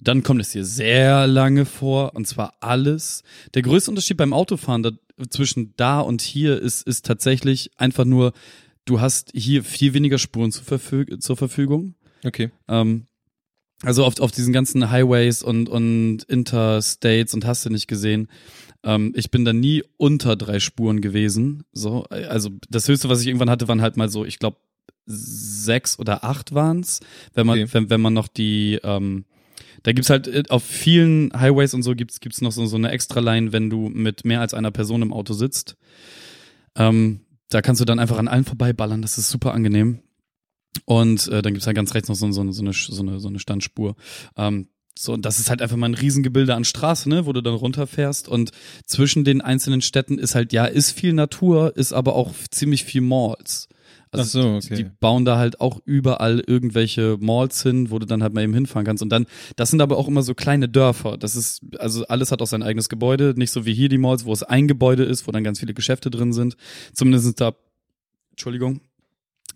Speaker 4: Dann kommt es dir sehr lange vor, und zwar alles. Der größte Unterschied beim Autofahren da, zwischen da und hier ist, ist tatsächlich einfach nur, du hast hier viel weniger Spuren zur, Verfüg zur Verfügung.
Speaker 2: Okay.
Speaker 4: Ähm, also auf, auf diesen ganzen Highways und, und Interstates und hast du nicht gesehen. Ähm, ich bin da nie unter drei Spuren gewesen. So, also das höchste, was ich irgendwann hatte, waren halt mal so, ich glaube, sechs oder acht waren's, wenn man,
Speaker 2: Okay.
Speaker 4: wenn, wenn man noch die, ähm, da gibt's halt äh, auf vielen Highways und so gibt's, gibt's noch so, so eine Extraline, wenn du mit mehr als einer Person im Auto sitzt. Ähm, da kannst du dann einfach an allen vorbeiballern, das ist super angenehm. Und äh, dann gibt's halt ganz rechts noch so, so, so, eine, Sch- so, eine, so eine Standspur. Ähm, so, und das ist halt einfach mal ein Riesengebilde an Straße, ne, wo du dann runterfährst. Und zwischen den einzelnen Städten ist halt, ja, ist viel Natur, ist aber auch ziemlich viel Malls. Also
Speaker 2: Ach so, okay.
Speaker 4: Die bauen da halt auch überall irgendwelche Malls hin, wo du dann halt mal eben hinfahren kannst. Und dann, das sind aber auch immer so kleine Dörfer. Das ist, also alles hat auch sein eigenes Gebäude. Nicht so wie hier die Malls, wo es ein Gebäude ist, wo dann ganz viele Geschäfte drin sind. Zumindest da, Entschuldigung,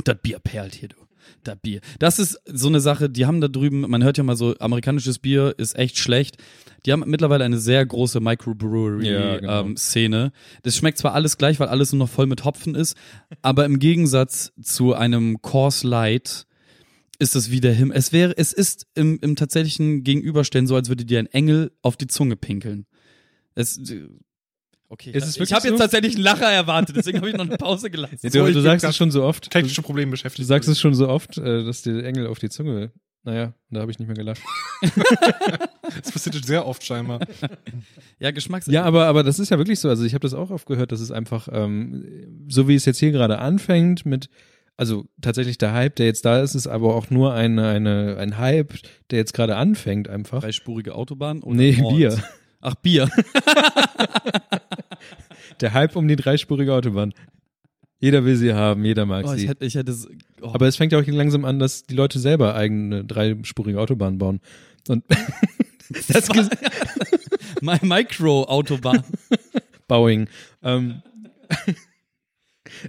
Speaker 4: das Bier perlt hier, du. Das Bier. Das ist so eine Sache, die haben da drüben, man hört ja mal so, amerikanisches Bier ist echt schlecht. Die haben mittlerweile eine sehr große
Speaker 2: Ja, genau.
Speaker 4: Microbrewery-Szene. das schmeckt zwar alles gleich, weil alles nur noch voll mit Hopfen ist, aber im Gegensatz zu einem Coors Light ist es wieder Himmel. Es wäre, es ist im, im tatsächlichen Gegenüberstellen so, als würde dir ein Engel auf die Zunge pinkeln. Es, äh, okay.
Speaker 2: Ist es
Speaker 4: ich
Speaker 2: wirklich
Speaker 4: habe jetzt
Speaker 2: so?
Speaker 4: tatsächlich einen Lacher erwartet, deswegen habe ich noch eine Pause gelassen.
Speaker 2: Du,
Speaker 3: Ruhig,
Speaker 2: du sagst
Speaker 3: Lukas.
Speaker 2: es schon so oft. Du,
Speaker 3: Technische Probleme
Speaker 2: du
Speaker 3: beschäftigt.
Speaker 2: sagst es schon so oft, äh, dass dir der Engel auf die Zunge will. Naja, da habe ich nicht mehr gelacht.
Speaker 3: Das passiert sehr oft scheinbar.
Speaker 4: Ja, Geschmacks.
Speaker 2: Ja, aber, aber das ist ja wirklich so. Also ich habe das auch oft gehört, dass es einfach, ähm, so wie es jetzt hier gerade anfängt, mit, also tatsächlich der Hype, der jetzt da ist, ist aber auch nur eine, eine, ein Hype, der jetzt gerade anfängt einfach.
Speaker 4: Dreispurige Autobahn oder
Speaker 2: Nee,
Speaker 4: Malls?
Speaker 2: Bier.
Speaker 4: Ach, Bier.
Speaker 2: Der Hype um die dreispurige Autobahn. Jeder will sie haben, jeder mag
Speaker 4: Oh, ich
Speaker 2: sie.
Speaker 4: hätte, ich hätte es- oh.
Speaker 2: Aber es fängt ja auch langsam an, dass die Leute selber eigene dreispurige Autobahnen bauen. Und das ges-
Speaker 4: My Micro-Autobahn.
Speaker 2: Bowing. Ähm,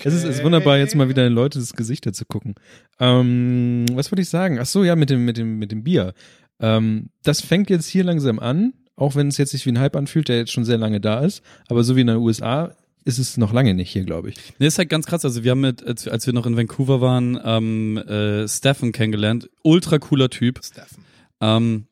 Speaker 2: Es ist, es ist wunderbar, jetzt mal wieder in Leute das Gesichter zu gucken. Ähm, was wollte ich sagen? Ach so, ja, mit dem, mit dem, mit dem Bier. Ähm, das fängt jetzt hier langsam an, auch wenn es jetzt sich wie ein Hype anfühlt, der jetzt schon sehr lange da ist. Aber so wie in den USA ist es noch lange nicht hier, glaube ich.
Speaker 4: Nee, ist halt ganz krass. Also wir haben mit, als, als wir noch in Vancouver waren, ähm, äh, Stefan kennengelernt. Ultra cooler Typ.
Speaker 3: Steffen.
Speaker 4: Ähm,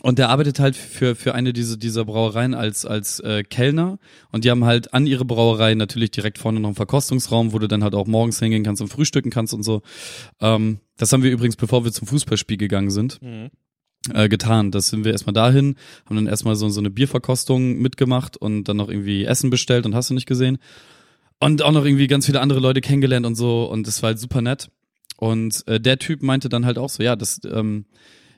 Speaker 4: und der arbeitet halt für, für eine diese, dieser Brauereien als, als äh, Kellner. Und die haben halt an ihre Brauerei natürlich direkt vorne noch einen Verkostungsraum, wo du dann halt auch morgens hingehen kannst und frühstücken kannst und so. Ähm, das haben wir übrigens, bevor wir zum Fußballspiel gegangen sind, äh, getan. Das sind wir erstmal dahin, haben dann erstmal so, so eine Bierverkostung mitgemacht und dann noch irgendwie Essen bestellt und hast du nicht gesehen. Und auch noch irgendwie ganz viele andere Leute kennengelernt und so. Und das war halt super nett. Und äh, der Typ meinte dann halt auch so, ja, das, ähm,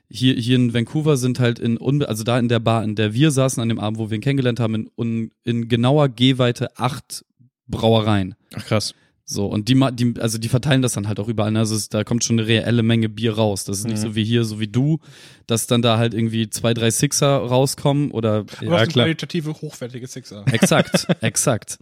Speaker 4: hier, hier in Vancouver sind halt in, unbe also da in der Bar, in der wir saßen an dem Abend, wo wir ihn kennengelernt haben, in, un in genauer Gehweite acht Brauereien.
Speaker 2: Ach krass.
Speaker 4: So, und die, ma- die, also die verteilen das dann halt auch überall. ne? Also es, da kommt schon eine reelle Menge Bier raus. Das ist nicht so wie hier, so wie du, dass dann da halt irgendwie zwei, drei Sixer rauskommen oder.
Speaker 3: Aber
Speaker 2: Ja,
Speaker 3: das sind
Speaker 2: klar.
Speaker 3: qualitative, hochwertige Sixer.
Speaker 4: Exakt, exakt.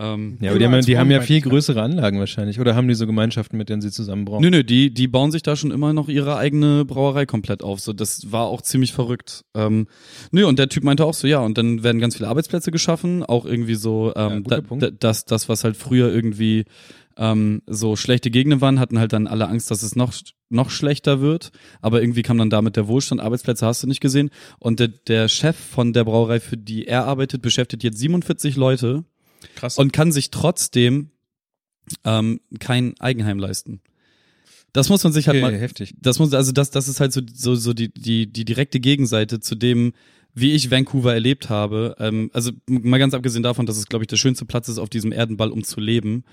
Speaker 4: Ähm,
Speaker 2: Ja, aber die haben, ja- die haben ja viel
Speaker 3: Überall
Speaker 2: größere Anlagen wahrscheinlich. Oder haben die so Gemeinschaften, mit denen sie zusammenbrauchen?
Speaker 4: Nö, nö, die, die bauen sich da schon immer noch ihre eigene Brauerei komplett auf. So, das war auch ziemlich verrückt. Ähm, nö, und der Typ meinte auch so, ja, und dann werden ganz viele Arbeitsplätze geschaffen, auch irgendwie so,
Speaker 2: Ja,
Speaker 4: ähm,
Speaker 2: guter
Speaker 4: da,
Speaker 2: Punkt.
Speaker 4: da, das, das, was halt früher irgendwie ähm, so schlechte Gegenden waren, hatten halt dann alle Angst, dass es noch, noch schlechter wird. Aber irgendwie kam dann damit der Wohlstand, Arbeitsplätze hast du nicht gesehen. Und der, der Chef von der Brauerei, für die er arbeitet, beschäftigt jetzt 47 Leute
Speaker 2: krass.
Speaker 4: und kann sich trotzdem ähm, kein Eigenheim leisten. Das muss man sich halt
Speaker 2: okay,
Speaker 4: mal.
Speaker 2: heftig.
Speaker 4: Das muss also das das ist halt so so, so die, die die direkte Gegenseite zu dem, wie ich Vancouver erlebt habe. Ähm, also m- mal ganz abgesehen davon, dass es glaube ich der schönste Platz ist auf diesem Erdenball, um zu leben.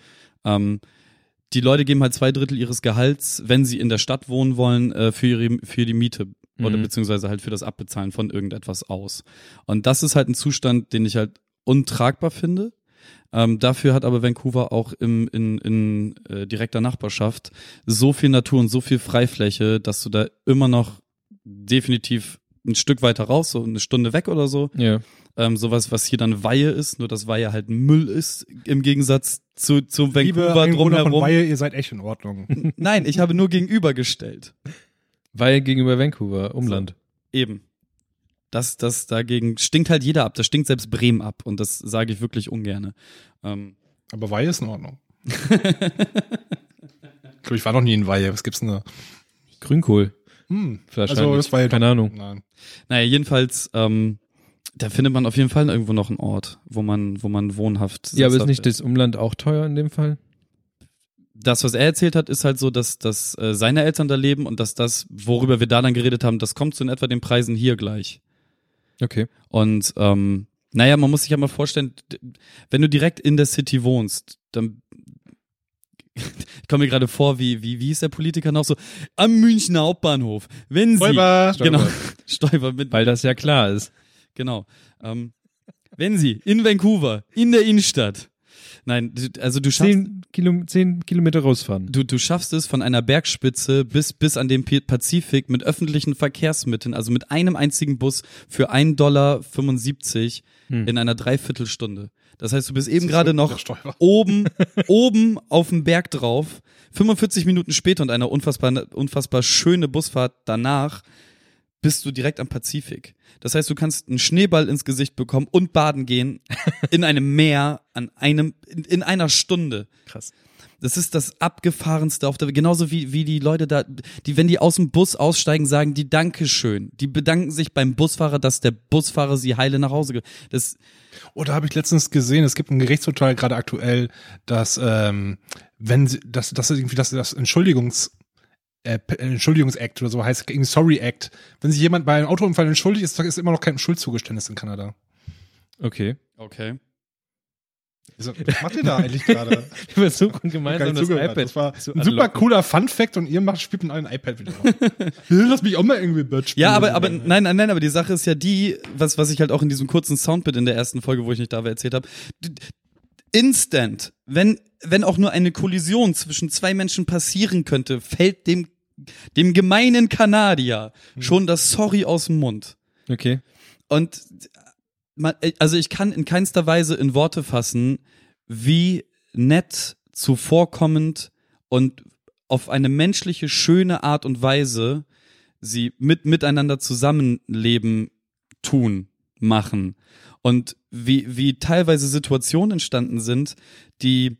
Speaker 4: Ähm, die Leute geben halt zwei Drittel ihres Gehalts, wenn sie in der Stadt wohnen wollen, äh, für ihre für die Miete oder
Speaker 2: Mhm.
Speaker 4: beziehungsweise halt für das Abbezahlen von irgendetwas aus. Und das ist halt ein Zustand, den ich halt untragbar finde. Ähm, dafür hat aber Vancouver auch im, in, in äh, direkter Nachbarschaft so viel Natur und so viel Freifläche, dass du da immer noch definitiv ein Stück weiter raus, so eine Stunde weg oder so,
Speaker 5: Ja.
Speaker 4: ähm, sowas, was hier dann Weihe ist, nur dass Weihe halt Müll ist, im Gegensatz zu, zu Vancouver
Speaker 3: Einwohner von
Speaker 4: drumherum.
Speaker 3: Weihe, ihr seid echt in Ordnung.
Speaker 4: Nein, ich habe nur gegenübergestellt.
Speaker 5: Weil gegenüber Vancouver, Umland.
Speaker 4: Eben. Das, das dagegen stinkt halt jeder ab. Das stinkt selbst Bremen ab. Und das sage ich wirklich ungerne. Ähm,
Speaker 3: Aber Weihe ist in Ordnung. ich glaube, ich war noch nie in Weihe. Was gibt's denn da?
Speaker 5: Grünkohl.
Speaker 3: Hm.
Speaker 5: Wahrscheinlich.
Speaker 3: Also, das war ja
Speaker 5: Keine Ahnung.
Speaker 3: Nein.
Speaker 4: naja, jedenfalls, ähm, da findet man auf jeden Fall irgendwo noch einen Ort, wo man, wo man wohnhaft
Speaker 5: Ja, aber ist
Speaker 4: sesshaft
Speaker 5: nicht das Umland auch teuer in dem Fall?
Speaker 4: das, was er erzählt hat, ist halt so, dass, dass äh, seine Eltern da leben und dass das, worüber wir da dann geredet haben, das kommt so in etwa den Preisen hier gleich.
Speaker 5: Okay.
Speaker 4: Und ähm, naja, man muss sich ja mal vorstellen, d- wenn du direkt in der City wohnst, dann ich komme mir gerade vor, wie, wie, wie ist der Politiker noch so? Am Münchner Hauptbahnhof. Wenn sie.
Speaker 3: Räuber.
Speaker 4: Genau. Stäuber mit.
Speaker 5: Weil das ja klar ist.
Speaker 4: Genau. Ähm, wenn sie in Vancouver, in der Innenstadt. Nein, du- also du schaffst.
Speaker 5: Zehn, Kilo, zehn Kilometer rausfahren.
Speaker 4: Du, du schaffst es von einer Bergspitze bis, bis an den Pi- Pazifik mit öffentlichen Verkehrsmitteln, also mit einem einzigen Bus für 1,75 Dollar in einer Dreiviertelstunde. Das heißt, du bist eben gerade noch
Speaker 3: Stäuber.
Speaker 4: oben, oben auf dem Berg drauf. 45 Minuten später und einer unfassbar, unfassbar schöne Busfahrt danach bist du direkt am Pazifik. Das heißt, du kannst einen Schneeball ins Gesicht bekommen und baden gehen in einem Meer an einem, in, in einer Stunde.
Speaker 5: Krass.
Speaker 4: Das ist das abgefahrenste auf der Welt. Genauso wie, wie die Leute da, die, wenn die aus dem Bus aussteigen, sagen die Dankeschön. Die bedanken sich beim Busfahrer, dass der Busfahrer sie heile nach Hause ge Das,
Speaker 3: Oh, da habe ich letztens gesehen, es gibt ein Gerichtsurteil gerade aktuell, dass ähm, wenn sie, dass, dass irgendwie das, das Entschuldigungs äh, P- Entschuldigungsakt oder so heißt, irgendwie Sorry Act. Wenn sich jemand bei einem Autounfall entschuldigt, ist, ist immer noch kein Schuldzugeständnis in Kanada.
Speaker 5: Okay.
Speaker 4: okay.
Speaker 3: Also, Was macht ihr da eigentlich gerade?
Speaker 5: Wir versuchen
Speaker 3: Ich hab gar
Speaker 5: gemeinsam
Speaker 3: nicht
Speaker 5: das
Speaker 3: zugehört.
Speaker 5: iPad
Speaker 3: das war
Speaker 5: zu
Speaker 3: ein
Speaker 4: Also
Speaker 3: super
Speaker 5: unlocken.
Speaker 3: cooler Fun Fact und ihr macht, spielt mit allen iPad wieder. Lass mich auch mal irgendwie Bird spielen.
Speaker 4: Ja, aber, aber nein, nein, nein, aber die Sache ist ja die, was, was ich halt auch in diesem kurzen Soundbit in der ersten Folge, wo ich nicht da war, erzählt habe. D- d- Instant, wenn, wenn auch nur eine Kollision zwischen zwei Menschen passieren könnte, fällt dem, dem gemeinen Kanadier schon das Sorry aus dem Mund.
Speaker 5: Okay.
Speaker 4: Und man, also ich kann in keinster Weise in Worte fassen, wie nett, zuvorkommend und auf eine menschliche, schöne Art und Weise sie mit miteinander zusammenleben, tun, machen. Und wie, wie teilweise Situationen entstanden sind, die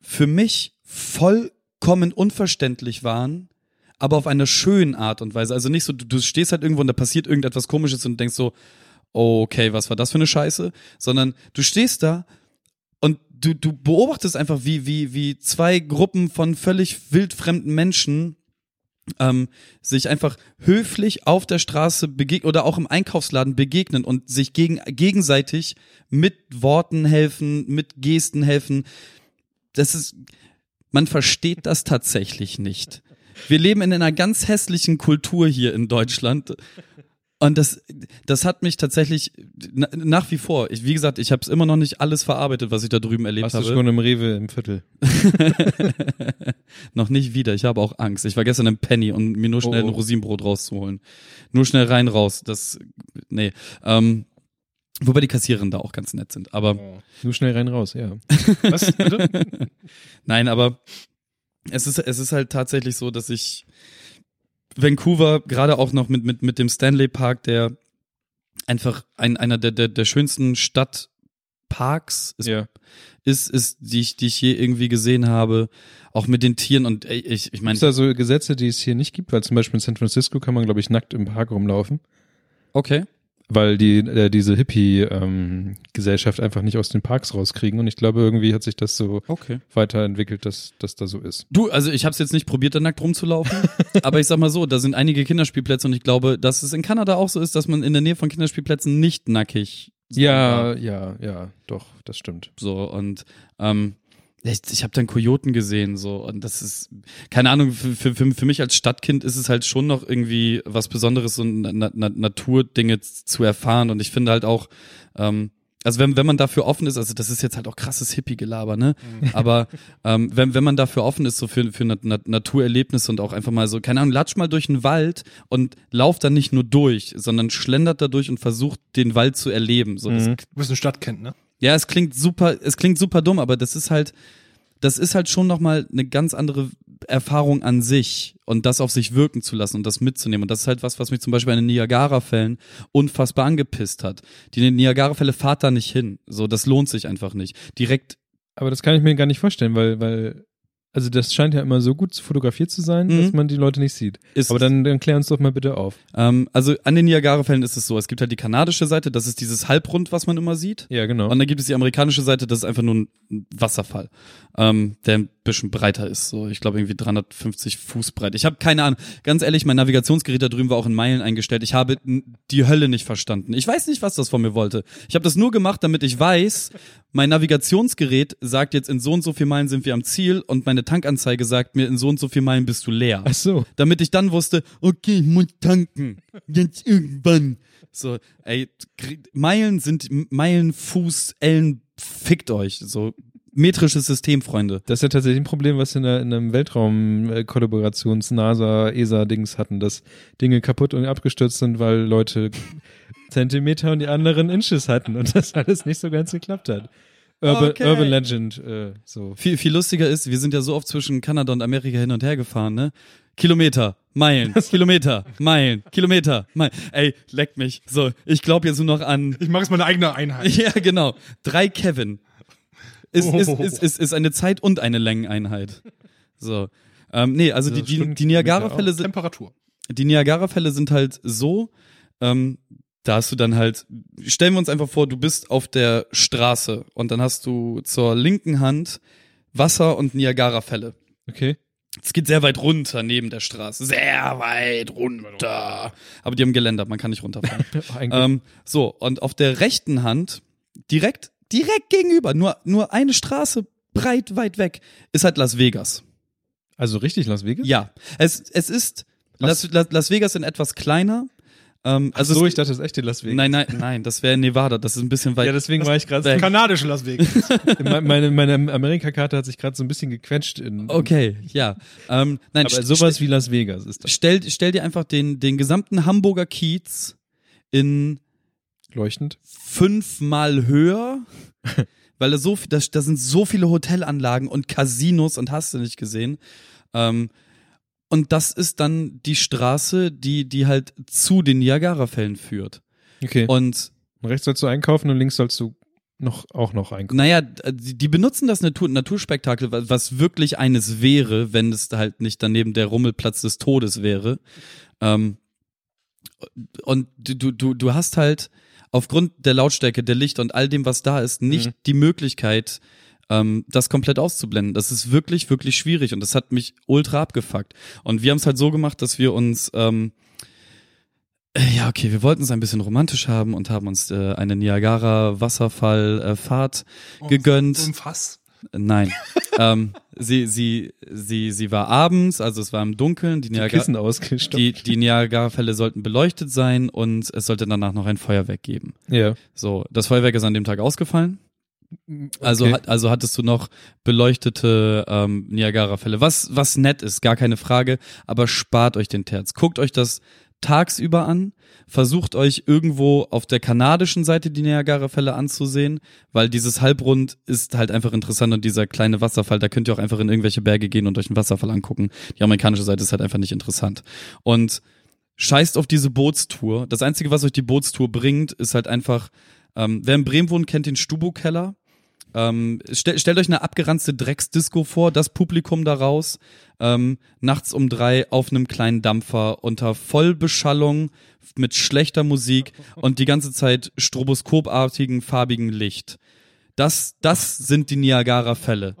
Speaker 4: für mich vollkommen unverständlich waren, aber auf einer schönen Art und Weise. Also nicht so, du, du stehst halt irgendwo und da passiert irgendetwas komisches und denkst so, okay, was war das für eine Scheiße? Sondern du stehst da und du, du beobachtest einfach, wie, wie, wie zwei Gruppen von völlig wildfremden Menschen ähm, sich einfach höflich auf der Straße begegnen oder auch im Einkaufsladen begegnen und sich gegen, gegenseitig mit Worten helfen, mit Gesten helfen. Das ist, man versteht das tatsächlich nicht. Wir leben in einer ganz hässlichen Kultur hier in Deutschland. Und das, das hat mich tatsächlich na, nach wie vor, ich, wie gesagt, ich habe es immer noch nicht alles verarbeitet, was ich da drüben erlebt
Speaker 5: Hast du
Speaker 4: habe.
Speaker 5: schon im Rewe im Viertel?
Speaker 4: Noch nicht wieder, ich habe auch Angst. Ich war gestern im Penny, um mir nur schnell
Speaker 5: Oh, oh.
Speaker 4: ein Rosinenbrot rauszuholen. Nur schnell rein, raus. Das, nee. Ähm, wobei die Kassiererin da auch ganz nett sind. Aber
Speaker 5: Nur schnell rein raus, ja.
Speaker 3: Was? Bitte?
Speaker 4: nein, aber es ist, es ist halt tatsächlich so, dass ich Vancouver gerade auch noch mit, mit, mit dem Stanley Park, der einfach ein, einer der, der, der schönsten Stadtparks ist
Speaker 5: ja.
Speaker 4: ist, ist die, ich, die ich je irgendwie gesehen habe, auch mit den Tieren und ey, ich, ich
Speaker 5: Gibt
Speaker 4: meine,
Speaker 5: es da so Gesetze, die es hier nicht gibt? Weil zum Beispiel in San Francisco kann man, glaube ich, nackt im Park rumlaufen,
Speaker 4: okay.
Speaker 5: weil die äh, diese Hippie-Gesellschaft einfach nicht aus den Parks rauskriegen. Und ich glaube, irgendwie hat sich das so
Speaker 4: Okay.
Speaker 5: weiterentwickelt, dass das da so ist.
Speaker 4: Du, also ich habe es jetzt nicht probiert, da nackt rumzulaufen, aber ich sag mal so, da sind einige Kinderspielplätze und ich glaube, dass es in Kanada auch so ist, dass man in der Nähe von Kinderspielplätzen nicht nackig sein
Speaker 5: Ja,
Speaker 4: darf.
Speaker 5: ja, ja, doch, das stimmt.
Speaker 4: so und ähm, ich, ich habe dann Kojoten gesehen so und das ist keine Ahnung für, für, für für mich als Stadtkind ist es halt schon noch irgendwie was Besonderes so na, na, Naturdinge z- zu erfahren und ich finde halt auch ähm, Also wenn, wenn man dafür offen ist, also das ist jetzt halt auch krasses Hippie-Gelaber, ne? Aber ähm, wenn, wenn man dafür offen ist, so für, für Nat Nat Naturerlebnisse und auch einfach mal so, keine Ahnung, latsch mal durch den Wald und lauf dann nicht nur durch, sondern schlendert da durch und versucht, den Wald zu erleben. So, das,
Speaker 3: Du bist eine ne? Stadtkenntner.
Speaker 4: ja, es klingt super, es klingt super dumm, aber das ist halt, das ist halt schon nochmal eine ganz andere Erfahrung an sich und das auf sich wirken zu lassen und das mitzunehmen. Und das ist halt was, was mich zum Beispiel an den Niagara-Fällen unfassbar angepisst hat. Die Niagara-Fälle fahrt da nicht hin. So, das lohnt sich einfach nicht. Direkt,
Speaker 5: Aber das kann ich mir gar nicht vorstellen, weil, weil, also das scheint ja immer so gut fotografiert zu sein,
Speaker 4: Mhm.
Speaker 5: dass man die Leute nicht sieht.
Speaker 4: Ist
Speaker 5: Aber
Speaker 4: es.
Speaker 5: dann, dann klär uns doch mal bitte auf.
Speaker 4: ähm, also an den Niagara-Fällen ist es so. Es gibt halt die kanadische Seite, das ist dieses Halbrund, was man immer sieht.
Speaker 5: Ja, genau.
Speaker 4: Und dann gibt es die amerikanische Seite, das ist einfach nur ein Wasserfall, ähm, der ein bisschen breiter ist. So, ich glaube irgendwie 350 Fuß breit. Ich habe keine Ahnung. Ganz ehrlich, mein Navigationsgerät da drüben war auch in Meilen eingestellt. Ich habe n- die Hölle nicht verstanden. Ich weiß nicht, was das von mir wollte. Ich habe das nur gemacht, damit ich weiß, mein Navigationsgerät sagt jetzt in so und so viel Meilen sind wir am Ziel und meine Tankanzeige sagt mir in so und so viel Meilen bist du leer
Speaker 5: Ach so.
Speaker 4: damit ich dann wusste, okay, ich muss tanken. Jetzt irgendwann. So, ey, krie- Meilen sind Meilen, Fuß, Ellen, fickt euch. So, metrisches System, Freunde.
Speaker 5: Das ist ja tatsächlich ein Problem, was wir in, der, in einem Weltraum-Kollaborations-NASA-ESA-Dings hatten, dass Dinge kaputt und abgestürzt sind, weil Leute Zentimeter und die anderen Inches hatten und das alles nicht so ganz geklappt hat. Urban,
Speaker 4: Okay.
Speaker 5: Urban Legend, äh, so.
Speaker 4: Viel, viel lustiger ist, wir sind ja so oft zwischen Kanada und Amerika hin und her gefahren, ne? Kilometer, Meilen, Kilometer, Meilen, Kilometer, Meilen. Ey, leck mich. So, ich glaube jetzt nur noch an.
Speaker 3: Ich mache jetzt meine eigene Einheit.
Speaker 4: Ja, genau. Drei Kevin. Ist, ist,
Speaker 3: Oh.
Speaker 4: ist, ist, ist eine Zeit und eine Längeneinheit. So. Ähm, nee, also
Speaker 5: Also
Speaker 4: die, die, die
Speaker 5: Stundenkilometer
Speaker 4: Niagara-Fälle sind,
Speaker 3: Temperatur.
Speaker 4: die Niagara-Fälle sind halt so, ähm, da hast du dann halt, stellen wir uns einfach vor, du bist auf der Straße und dann hast du zur linken Hand Wasser und Niagara-Fälle.
Speaker 5: Okay.
Speaker 4: Es geht sehr weit runter neben der Straße. Sehr weit runter. Aber die haben Geländer, man kann nicht runterfahren.
Speaker 5: Ein Glück.
Speaker 4: ähm, so, und auf der rechten Hand, direkt, direkt gegenüber, nur, nur eine Straße breit weit weg, ist halt Las Vegas.
Speaker 5: also richtig Las Vegas?
Speaker 4: Ja, es, es ist Las, Las, Las Vegas in etwas kleiner. Ähm, also
Speaker 5: so,
Speaker 4: es,
Speaker 5: ich dachte, das ist echte Las Vegas.
Speaker 4: nein, nein, nein, das wäre Nevada. Das ist ein bisschen weit.
Speaker 5: ja, deswegen war ich
Speaker 4: Äh,
Speaker 5: gerade.
Speaker 3: Kanadische Las Vegas.
Speaker 5: Me- Meine, meine Amerika-Karte hat sich gerade so ein bisschen gequetscht in.
Speaker 4: okay, ja. Ähm, nein,
Speaker 5: Aber
Speaker 4: st-
Speaker 5: sowas wie Las Vegas ist
Speaker 4: st-
Speaker 5: das.
Speaker 4: Stell, stell dir einfach den, den gesamten Hamburger Kiez in
Speaker 5: Leuchtend.
Speaker 4: fünfmal höher, weil da so viel, da, da sind so viele Hotelanlagen und Casinos und hast du nicht gesehen. Ähm, und das ist dann die Straße, die, die halt zu den Niagara-Fällen führt.
Speaker 5: Okay. Und
Speaker 4: Und
Speaker 5: rechts sollst du einkaufen und links sollst du noch, auch noch einkaufen.
Speaker 4: Naja, d- äh, die die benutzen das Natur Naturspektakel, wa- was wirklich eines wäre, wenn es halt nicht daneben der Rummelplatz des Todes wäre. Ähm, und du, du, du hast halt aufgrund der Lautstärke, der Licht und all dem, was da ist, nicht
Speaker 5: Mhm.
Speaker 4: die Möglichkeit, ähm, das komplett auszublenden. Das ist wirklich, wirklich schwierig und das hat mich ultra abgefuckt. Und wir haben es halt so gemacht, dass wir uns ähm, äh, ja, okay, wir wollten es ein bisschen romantisch haben und haben uns äh, eine äh, Niagara-Wasserfall-Fahrt gegönnt.
Speaker 3: Im Um Fass.
Speaker 4: Nein. ähm, sie, sie, sie, sie war abends, also es war im Dunkeln. Die,
Speaker 5: Die
Speaker 4: Niagara
Speaker 5: Kissen ausgestopft.
Speaker 4: die, die Niagara-Fälle sollten beleuchtet sein und es sollte danach noch ein Feuerwerk geben.
Speaker 5: ja.
Speaker 4: So, das Feuerwerk ist an dem Tag ausgefallen. Also,
Speaker 5: Okay.
Speaker 4: hat, also hattest du noch beleuchtete ähm, Niagara-Fälle. Was, was nett ist, gar keine Frage, aber spart euch den Terz. Guckt euch das tagsüber an, versucht euch irgendwo auf der kanadischen Seite die Niagara-Fälle anzusehen, weil dieses Halbrund ist halt einfach interessant und dieser kleine Wasserfall, da könnt ihr auch einfach in irgendwelche Berge gehen und euch einen Wasserfall angucken. Die amerikanische Seite ist halt einfach nicht interessant. Und scheißt auf diese Bootstour. Das Einzige, was euch die Bootstour bringt, ist halt einfach, ähm, wer in Bremen wohnt, kennt den Stubo-Keller. Ähm, stell, stellt euch eine abgeranzte Drecksdisco vor, das Publikum daraus, ähm, nachts um drei auf einem kleinen Dampfer unter Vollbeschallung mit schlechter Musik und die ganze Zeit stroboskopartigen farbigen Licht. Das, das sind die Niagara-Fälle.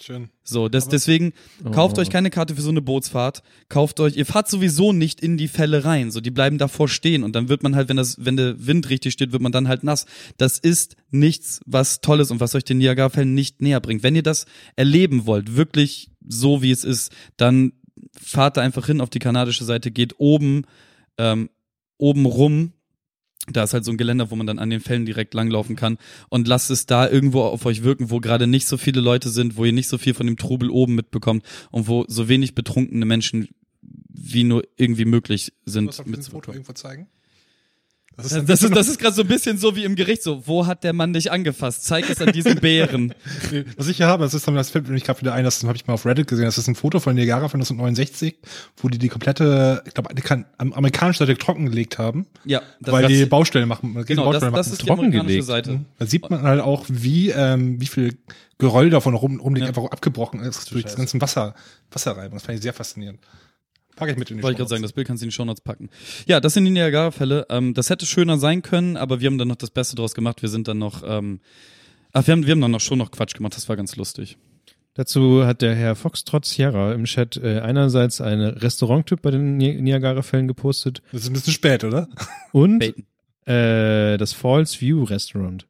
Speaker 3: Schön.
Speaker 4: So, das, deswegen kauft euch keine Karte für so eine Bootsfahrt. Kauft euch, ihr fahrt sowieso nicht in die Fälle rein. So, die bleiben davor stehen und dann wird man halt, wenn das, wenn der Wind richtig steht, wird man dann halt nass. Das ist nichts, was Tolles und was euch den Niagara-Fällen nicht näher bringt. Wenn ihr das erleben wollt, wirklich so wie es ist, dann fahrt da einfach hin auf die kanadische Seite, geht oben, ähm, oben rum Da ist halt so ein Geländer, wo man dann an den Fällen direkt langlaufen kann. Und lasst es da irgendwo auf euch wirken, wo gerade nicht so viele Leute sind, wo ihr nicht so viel von dem Trubel oben mitbekommt und wo so wenig betrunkene Menschen wie nur irgendwie möglich
Speaker 3: Was
Speaker 4: sind.
Speaker 3: auf diesem
Speaker 4: mitzubekommen.
Speaker 3: Foto irgendwo zeigen?
Speaker 4: Das, das ist, das ist gerade so ein bisschen so wie im Gericht, so, wo hat der Mann dich angefasst? Zeig es an diesen Bären.
Speaker 3: Nee, Was ich hier habe, das ist dann, das fällt mir nämlich gerade wieder ein, das habe ich mal auf Reddit gesehen, das ist ein Foto von Niagara von 1969, wo die die komplette, ich glaube, die kann, am amerikanischen Seite trockengelegt haben,
Speaker 4: Ja, das,
Speaker 3: weil
Speaker 4: das,
Speaker 3: die Baustellen machen, die
Speaker 4: genau, das,
Speaker 3: Baustellen
Speaker 4: das ist die
Speaker 3: trocken.
Speaker 4: amerikanische
Speaker 5: trockengelegt.
Speaker 4: Seite.
Speaker 3: Da sieht man halt auch, wie, ähm, wie viel Geröll davon rum, rumliegt,
Speaker 4: Ja.
Speaker 3: einfach abgebrochen ist durch das
Speaker 5: Scheiße.
Speaker 3: ganze Wasser, Wasserreiben. Das fand ich sehr faszinierend. Packe ich mit in die
Speaker 4: Wollte ich gerade sagen,
Speaker 3: Shownotes.
Speaker 4: das Bild kannst du in die Shownotes packen. Ja, das sind die Niagara-Fälle. Ähm, das hätte schöner sein können, aber wir haben dann noch das Beste draus gemacht. Wir sind dann noch, ähm, ach, wir haben, wir haben dann noch schon noch Quatsch gemacht. Das war ganz lustig.
Speaker 2: Dazu hat der Herr Foxtrot Sierra im Chat äh, einerseits einen Restauranttyp bei den Ni- Niagara-Fällen gepostet
Speaker 3: Das ist ein bisschen spät, oder?
Speaker 2: und
Speaker 4: Baten.
Speaker 2: äh, das Falls View Restaurant.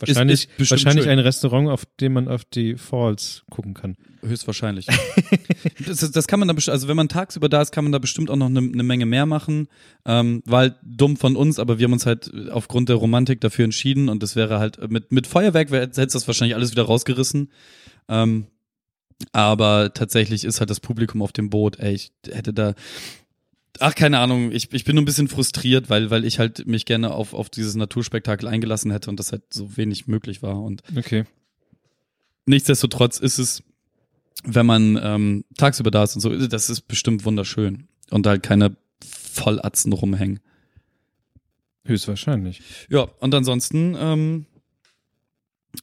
Speaker 2: Wahrscheinlich,
Speaker 4: ist bestimmt
Speaker 2: wahrscheinlich
Speaker 4: schön.
Speaker 2: ein Restaurant, auf dem man auf die Falls gucken kann.
Speaker 4: Höchstwahrscheinlich. das, ist- das kann man da bestimmt, also wenn man tagsüber da ist, kann man da bestimmt auch noch eine eine Menge mehr machen. Ähm, war halt dumm von uns, aber wir haben uns halt aufgrund der Romantik dafür entschieden und das wäre halt, mit, mit Feuerwerk wär- hätte das wahrscheinlich alles wieder rausgerissen. Ähm, aber tatsächlich ist halt das Publikum auf dem Boot, ey, ich hätte da. Ach, keine Ahnung, ich, ich bin nur ein bisschen frustriert, weil, weil ich halt mich gerne auf, auf dieses Naturspektakel eingelassen hätte und das halt so wenig möglich war. Und
Speaker 2: Okay.
Speaker 4: nichtsdestotrotz ist es, wenn man ähm, tagsüber da ist und so, das ist bestimmt wunderschön. Und da halt keine Vollatzen rumhängen.
Speaker 2: Höchstwahrscheinlich.
Speaker 4: Ja, und ansonsten ähm,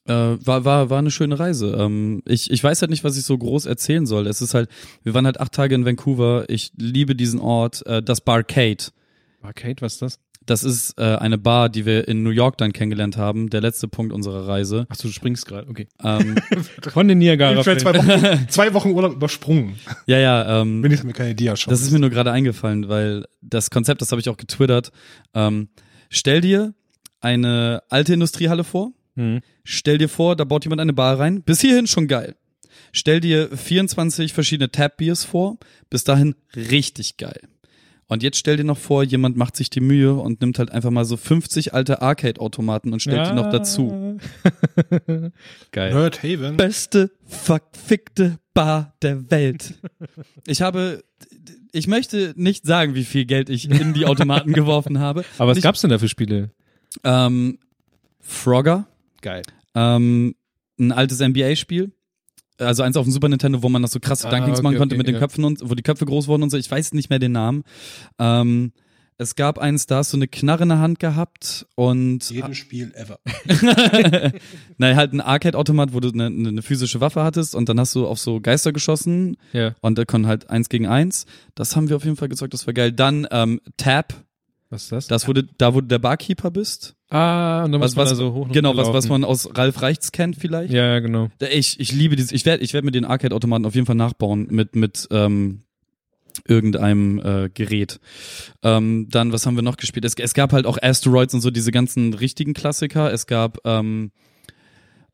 Speaker 4: äh, war, war, war eine schöne Reise. Ähm, ich, ich weiß halt nicht, was ich so groß erzählen soll. Es ist halt, wir waren halt acht Tage in Vancouver. Ich liebe diesen Ort. Äh, das Barcade.
Speaker 2: Arcade, was ist das?
Speaker 4: Das ist äh, eine Bar, die wir in New York dann kennengelernt haben. Der letzte Punkt unserer Reise.
Speaker 2: Achso, du springst gerade, okay.
Speaker 4: Ähm,
Speaker 2: Von den
Speaker 3: Ich werde zwei
Speaker 2: Niagara-Fällen.
Speaker 3: Wochen, zwei Wochen Urlaub übersprungen.
Speaker 4: ja, ja. Ähm,
Speaker 3: Wenn ich mir keine Dia schaue.
Speaker 4: Das ist mir nur gerade eingefallen, weil das Konzept, das habe ich auch getwittert. Ähm, stell dir eine alte Industriehalle vor.
Speaker 2: Hm.
Speaker 4: Stell dir vor, da baut jemand eine Bar rein. Bis hierhin schon geil. Stell dir 24 verschiedene Tap-Beers vor. Bis dahin richtig geil. Und jetzt stell dir noch vor, jemand macht sich die Mühe und nimmt halt einfach mal so 50 alte Arcade-Automaten und stellt die noch dazu.
Speaker 2: Geil.
Speaker 3: Nerd Haven.
Speaker 4: Beste verfickte Bar der Welt. Ich habe, ich möchte nicht sagen, wie viel Geld ich in die Automaten geworfen habe.
Speaker 2: Aber was
Speaker 4: Nicht-
Speaker 2: gab's denn da für Spiele?
Speaker 4: Ähm, Frogger,
Speaker 2: Geil.
Speaker 4: ähm, ein altes NBA-Spiel. Also eins auf dem Super Nintendo, wo man das so krasse
Speaker 2: Ah,
Speaker 4: Dunkings
Speaker 2: okay,
Speaker 4: machen konnte
Speaker 2: okay,
Speaker 4: mit den
Speaker 2: ja.
Speaker 4: Köpfen und wo die Köpfe groß wurden und so. Ich weiß nicht mehr den Namen. Ähm, es gab eins, da hast du eine Knarre in der Hand gehabt und
Speaker 3: Spiel ever.
Speaker 4: nein, halt ein Arcade-Automat, wo du eine, eine physische Waffe hattest und dann hast du auf so Geister geschossen
Speaker 2: Ja.
Speaker 4: Und da konnten halt eins gegen eins. Das haben wir auf jeden Fall gezockt, das war geil. Dann ähm, Tap,
Speaker 2: Was ist das?
Speaker 4: das wurde, da wo du der Barkeeper bist.
Speaker 2: Ah, und dann
Speaker 4: Was,
Speaker 2: muss man
Speaker 4: was,
Speaker 2: da so hoch und
Speaker 4: genau, was,
Speaker 2: runter
Speaker 4: was
Speaker 2: laufen.
Speaker 4: man aus Ralf Reichts kennt vielleicht.
Speaker 2: Ja, ja, genau.
Speaker 4: Da- Ich, ich liebe dieses, ich werde ich werd mir den Arcade-Automaten auf jeden Fall nachbauen mit, mit ähm, irgendeinem äh, Gerät. Ähm, dann, was haben wir noch gespielt? Es, es gab halt auch Asteroids und so diese ganzen richtigen Klassiker. Es gab, ähm,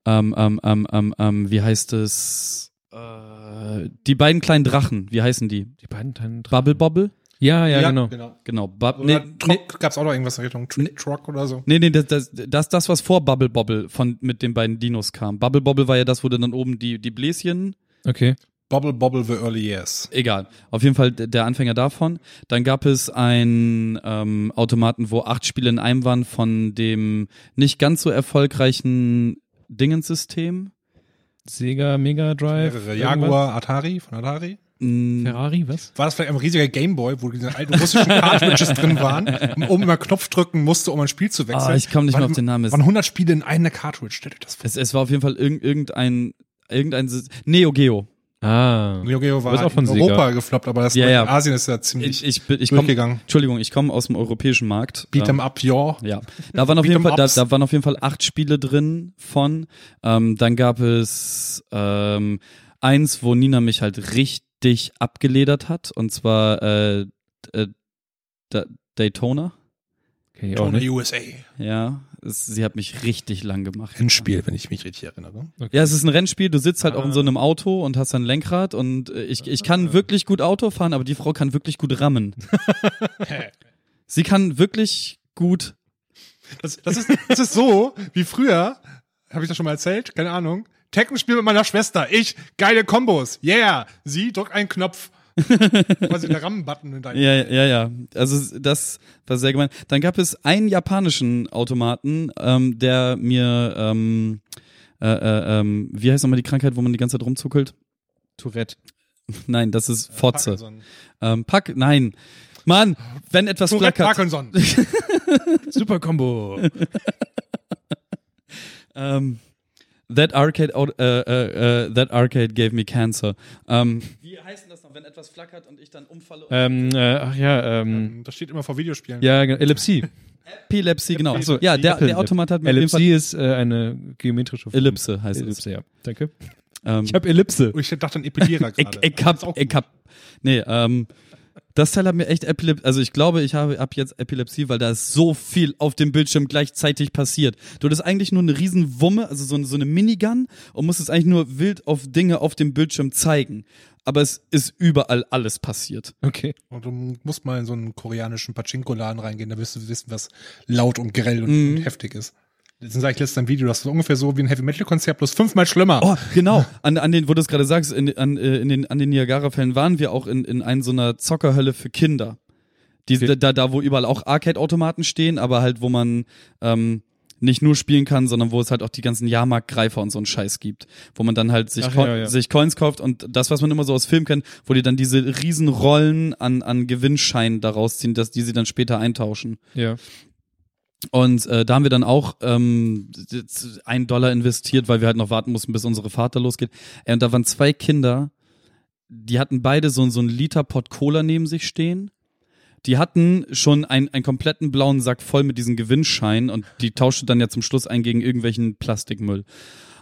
Speaker 4: ähm, ähm, ähm, ähm, ähm, wie heißt es? Äh, die beiden kleinen Drachen, wie heißen die?
Speaker 2: Die beiden Tannen.
Speaker 4: Bubble Bobble?
Speaker 2: Ja, ja, genau.
Speaker 4: Genau. Bub nee,
Speaker 3: Oder
Speaker 4: nee,
Speaker 3: Also Truck, gab's auch noch irgendwas in Richtung Tr
Speaker 4: Nee.
Speaker 3: Truck oder so?
Speaker 4: nee, nee, das, das, das, das, was vor Bubble Bobble von, mit den beiden Dinos kam. Bubble Bobble war ja das, wo du dann oben die, die Bläschen.
Speaker 2: Okay.
Speaker 3: Bobble Bobble the Early Years.
Speaker 4: Egal. Auf jeden Fall d- der Anfänger davon. Dann gab es einen ähm, Automaten, wo acht Spiele in einem waren von dem nicht ganz so erfolgreichen Dingenssystem.
Speaker 2: Sega Mega
Speaker 4: Äh,
Speaker 2: Drive.
Speaker 3: Mehrere.
Speaker 2: irgendwas.
Speaker 3: Jaguar, Atari von Atari.
Speaker 4: Mm,
Speaker 2: Ferrari, was?
Speaker 3: War das vielleicht ein riesiger Gameboy, wo diese alten russischen Cartridges drin waren, und oben immer Knopf drücken musste, um ein Spiel zu wechseln?
Speaker 4: Ah, ich komm nicht mehr auf den Namen. Es-
Speaker 3: Es waren 100 Spiele in einer Cartridge, stellt euch das vor.
Speaker 4: Es, es war auf jeden Fall irg irgendein, irgendein Sys- Neo Geo.
Speaker 2: Ah.
Speaker 3: Neo Geo war
Speaker 2: Aber ist auch von
Speaker 3: in
Speaker 2: Sega.
Speaker 3: Europa gefloppt, aber das
Speaker 4: Ja, ja.
Speaker 3: in Asien ist ja ziemlich
Speaker 4: Ich, ich, bin- ich komm,
Speaker 3: durchgegangen.
Speaker 4: Entschuldigung, ich komme aus dem europäischen Markt. Ähm,
Speaker 3: Beat'em up, ja.
Speaker 4: Ja, da waren auf
Speaker 3: Beat
Speaker 4: jeden
Speaker 3: 'em
Speaker 4: Fall, da,
Speaker 3: ups.
Speaker 4: da waren auf jeden Fall acht Spiele drin von. Ähm, dann gab es ähm, eins, wo Nina mich halt richtig abgeledert hat, und zwar äh, äh, da, Daytona.
Speaker 2: Okay, auch
Speaker 3: Tony
Speaker 2: nicht.
Speaker 3: USA.
Speaker 4: Ja, es, sie hat mich richtig lang gemacht.
Speaker 3: Endspiel, wenn ich mich richtig erinnere.
Speaker 4: Ja, es ist ein Rennspiel. Du sitzt halt auch in so einem Auto und hast ein Lenkrad und äh, ich, ich kann wirklich gut Auto fahren, aber die Frau kann wirklich gut rammen. Sie kann wirklich gut.
Speaker 3: Das, das, ist, das ist so, wie früher, habe ich das schon mal erzählt, keine Ahnung. Tekken spiel mit meiner Schwester, ich, geile Kombos, yeah. Sie drückt einen Knopf. Quasi der RAM-Button in deinem.
Speaker 4: Ja, ja, ja. Also das war sehr gemein. Dann gab es einen japanischen Automaten, ähm, der mir, ähm, äh, äh, ähm, wie heißt nochmal die Krankheit, wo man die ganze Zeit rumzuckelt?
Speaker 2: Tourette.
Speaker 4: Nein, das ist Fotze.
Speaker 3: Äh, Parkinson.
Speaker 4: Ähm, Pack, nein. Mann, wenn etwas
Speaker 3: Tourette
Speaker 4: flackert.
Speaker 3: Parkinson.
Speaker 2: Super Combo.
Speaker 4: Ähm, that arcade, out- äh, äh, äh, that arcade gave me cancer. Ähm, Wie heißt denn das noch, wenn etwas flackert und ich dann umfalle?
Speaker 2: ähm, äh, ach ja, ähm,
Speaker 3: Hm, Das steht immer vor Videospielen.
Speaker 2: ja, genau, Ellipsie.
Speaker 4: Epilepsie, genau.
Speaker 2: Ach so,
Speaker 4: ja, der,
Speaker 2: Apple-
Speaker 4: der Automat hat mir auf jeden Fall-
Speaker 2: Ellipsie ist äh, eine geometrische Form.
Speaker 4: Ellipse heißt es.
Speaker 2: Ellipse, ja. Danke.
Speaker 4: Ähm,
Speaker 2: Ich habe Ellipse.
Speaker 3: Oh, Ich dachte an Epilierer
Speaker 4: ich,
Speaker 3: gerade.
Speaker 4: ich hab, ich hab, nee, ähm, das Teil hat mir echt Epilepsie, also ich glaube, ich habe ab jetzt Epilepsie, weil da ist so viel auf dem Bildschirm gleichzeitig passiert. Du hattest eigentlich nur eine riesen Wumme, also so, eine- so eine Minigun und musstest eigentlich nur wild auf Dinge auf dem Bildschirm zeigen. Aber es ist überall alles passiert.
Speaker 2: Okay.
Speaker 3: Und Also, du musst mal in so einen koreanischen Pachinko-Laden reingehen, da wirst du wissen, was laut und grell und,
Speaker 4: Mhm.
Speaker 3: und heftig ist. Letztens sah ich letztens ein Video, das ist ungefähr so wie ein Heavy-Metal-Konzert, bloß fünfmal schlimmer.
Speaker 4: Oh, genau. An, an den, wo du es gerade sagst, in, an, äh, in den, an den Niagara-Fällen waren wir auch in, in einer so einer Zockerhölle für Kinder. Die, da, da, wo überall auch Arcade-Automaten stehen, aber halt, wo man ähm, nicht nur spielen kann, sondern wo es halt auch die ganzen Jahrmarktgreifer und so einen Scheiß gibt. Wo man dann halt sich,
Speaker 2: Ach,
Speaker 4: Coin-
Speaker 2: ja, ja.
Speaker 4: sich Coins kauft und das, was man immer so aus Film kennt, wo die dann diese riesen Rollen an, an Gewinnscheinen daraus ziehen, dass die sie dann später eintauschen.
Speaker 2: Ja.
Speaker 4: Und äh, da haben wir dann auch ähm, jetzt einen Dollar investiert, weil wir halt noch warten mussten, bis unsere Fahrt da losgeht. Äh, und da waren zwei Kinder, die hatten beide so, so einen Liter Pott Cola neben sich stehen. Die hatten schon einen, einen kompletten blauen Sack voll mit diesen Gewinnscheinen und die tauschte dann ja zum Schluss ein gegen irgendwelchen Plastikmüll.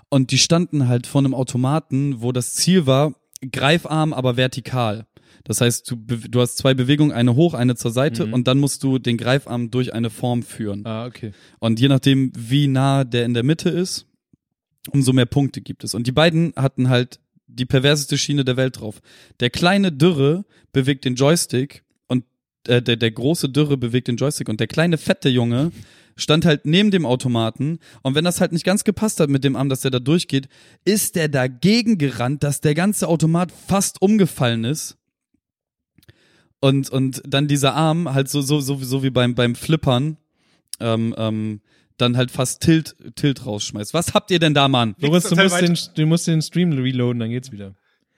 Speaker 4: Und die standen halt vor einem Automaten, wo das Ziel war, Greifarm, aber vertikal. Das heißt, du, be- du hast zwei Bewegungen, eine hoch, eine zur Seite und dann musst du den Greifarm durch eine Form führen.
Speaker 2: Ah, okay.
Speaker 4: Und je nachdem, wie nah der in der Mitte ist, umso mehr Punkte gibt es. Und die beiden hatten halt die perverseste Schiene der Welt drauf. Der kleine Dürre bewegt den Joystick und äh, der, der große Dürre bewegt den Joystick und der kleine fette Junge stand halt neben dem Automaten und wenn das halt nicht ganz gepasst hat mit dem Arm, dass der da durchgeht, ist der dagegen gerannt, dass der ganze Automat fast umgefallen ist und, und dann dieser Arm halt so, so, so, so wie beim, beim Flippern ähm, ähm, dann halt fast Tilt, Tilt rausschmeißt. Was habt ihr denn da, Mann?
Speaker 2: Lorenz, du
Speaker 3: Teil
Speaker 2: musst,
Speaker 3: weiter.
Speaker 2: den, du musst den Stream reloaden, dann geht's wieder.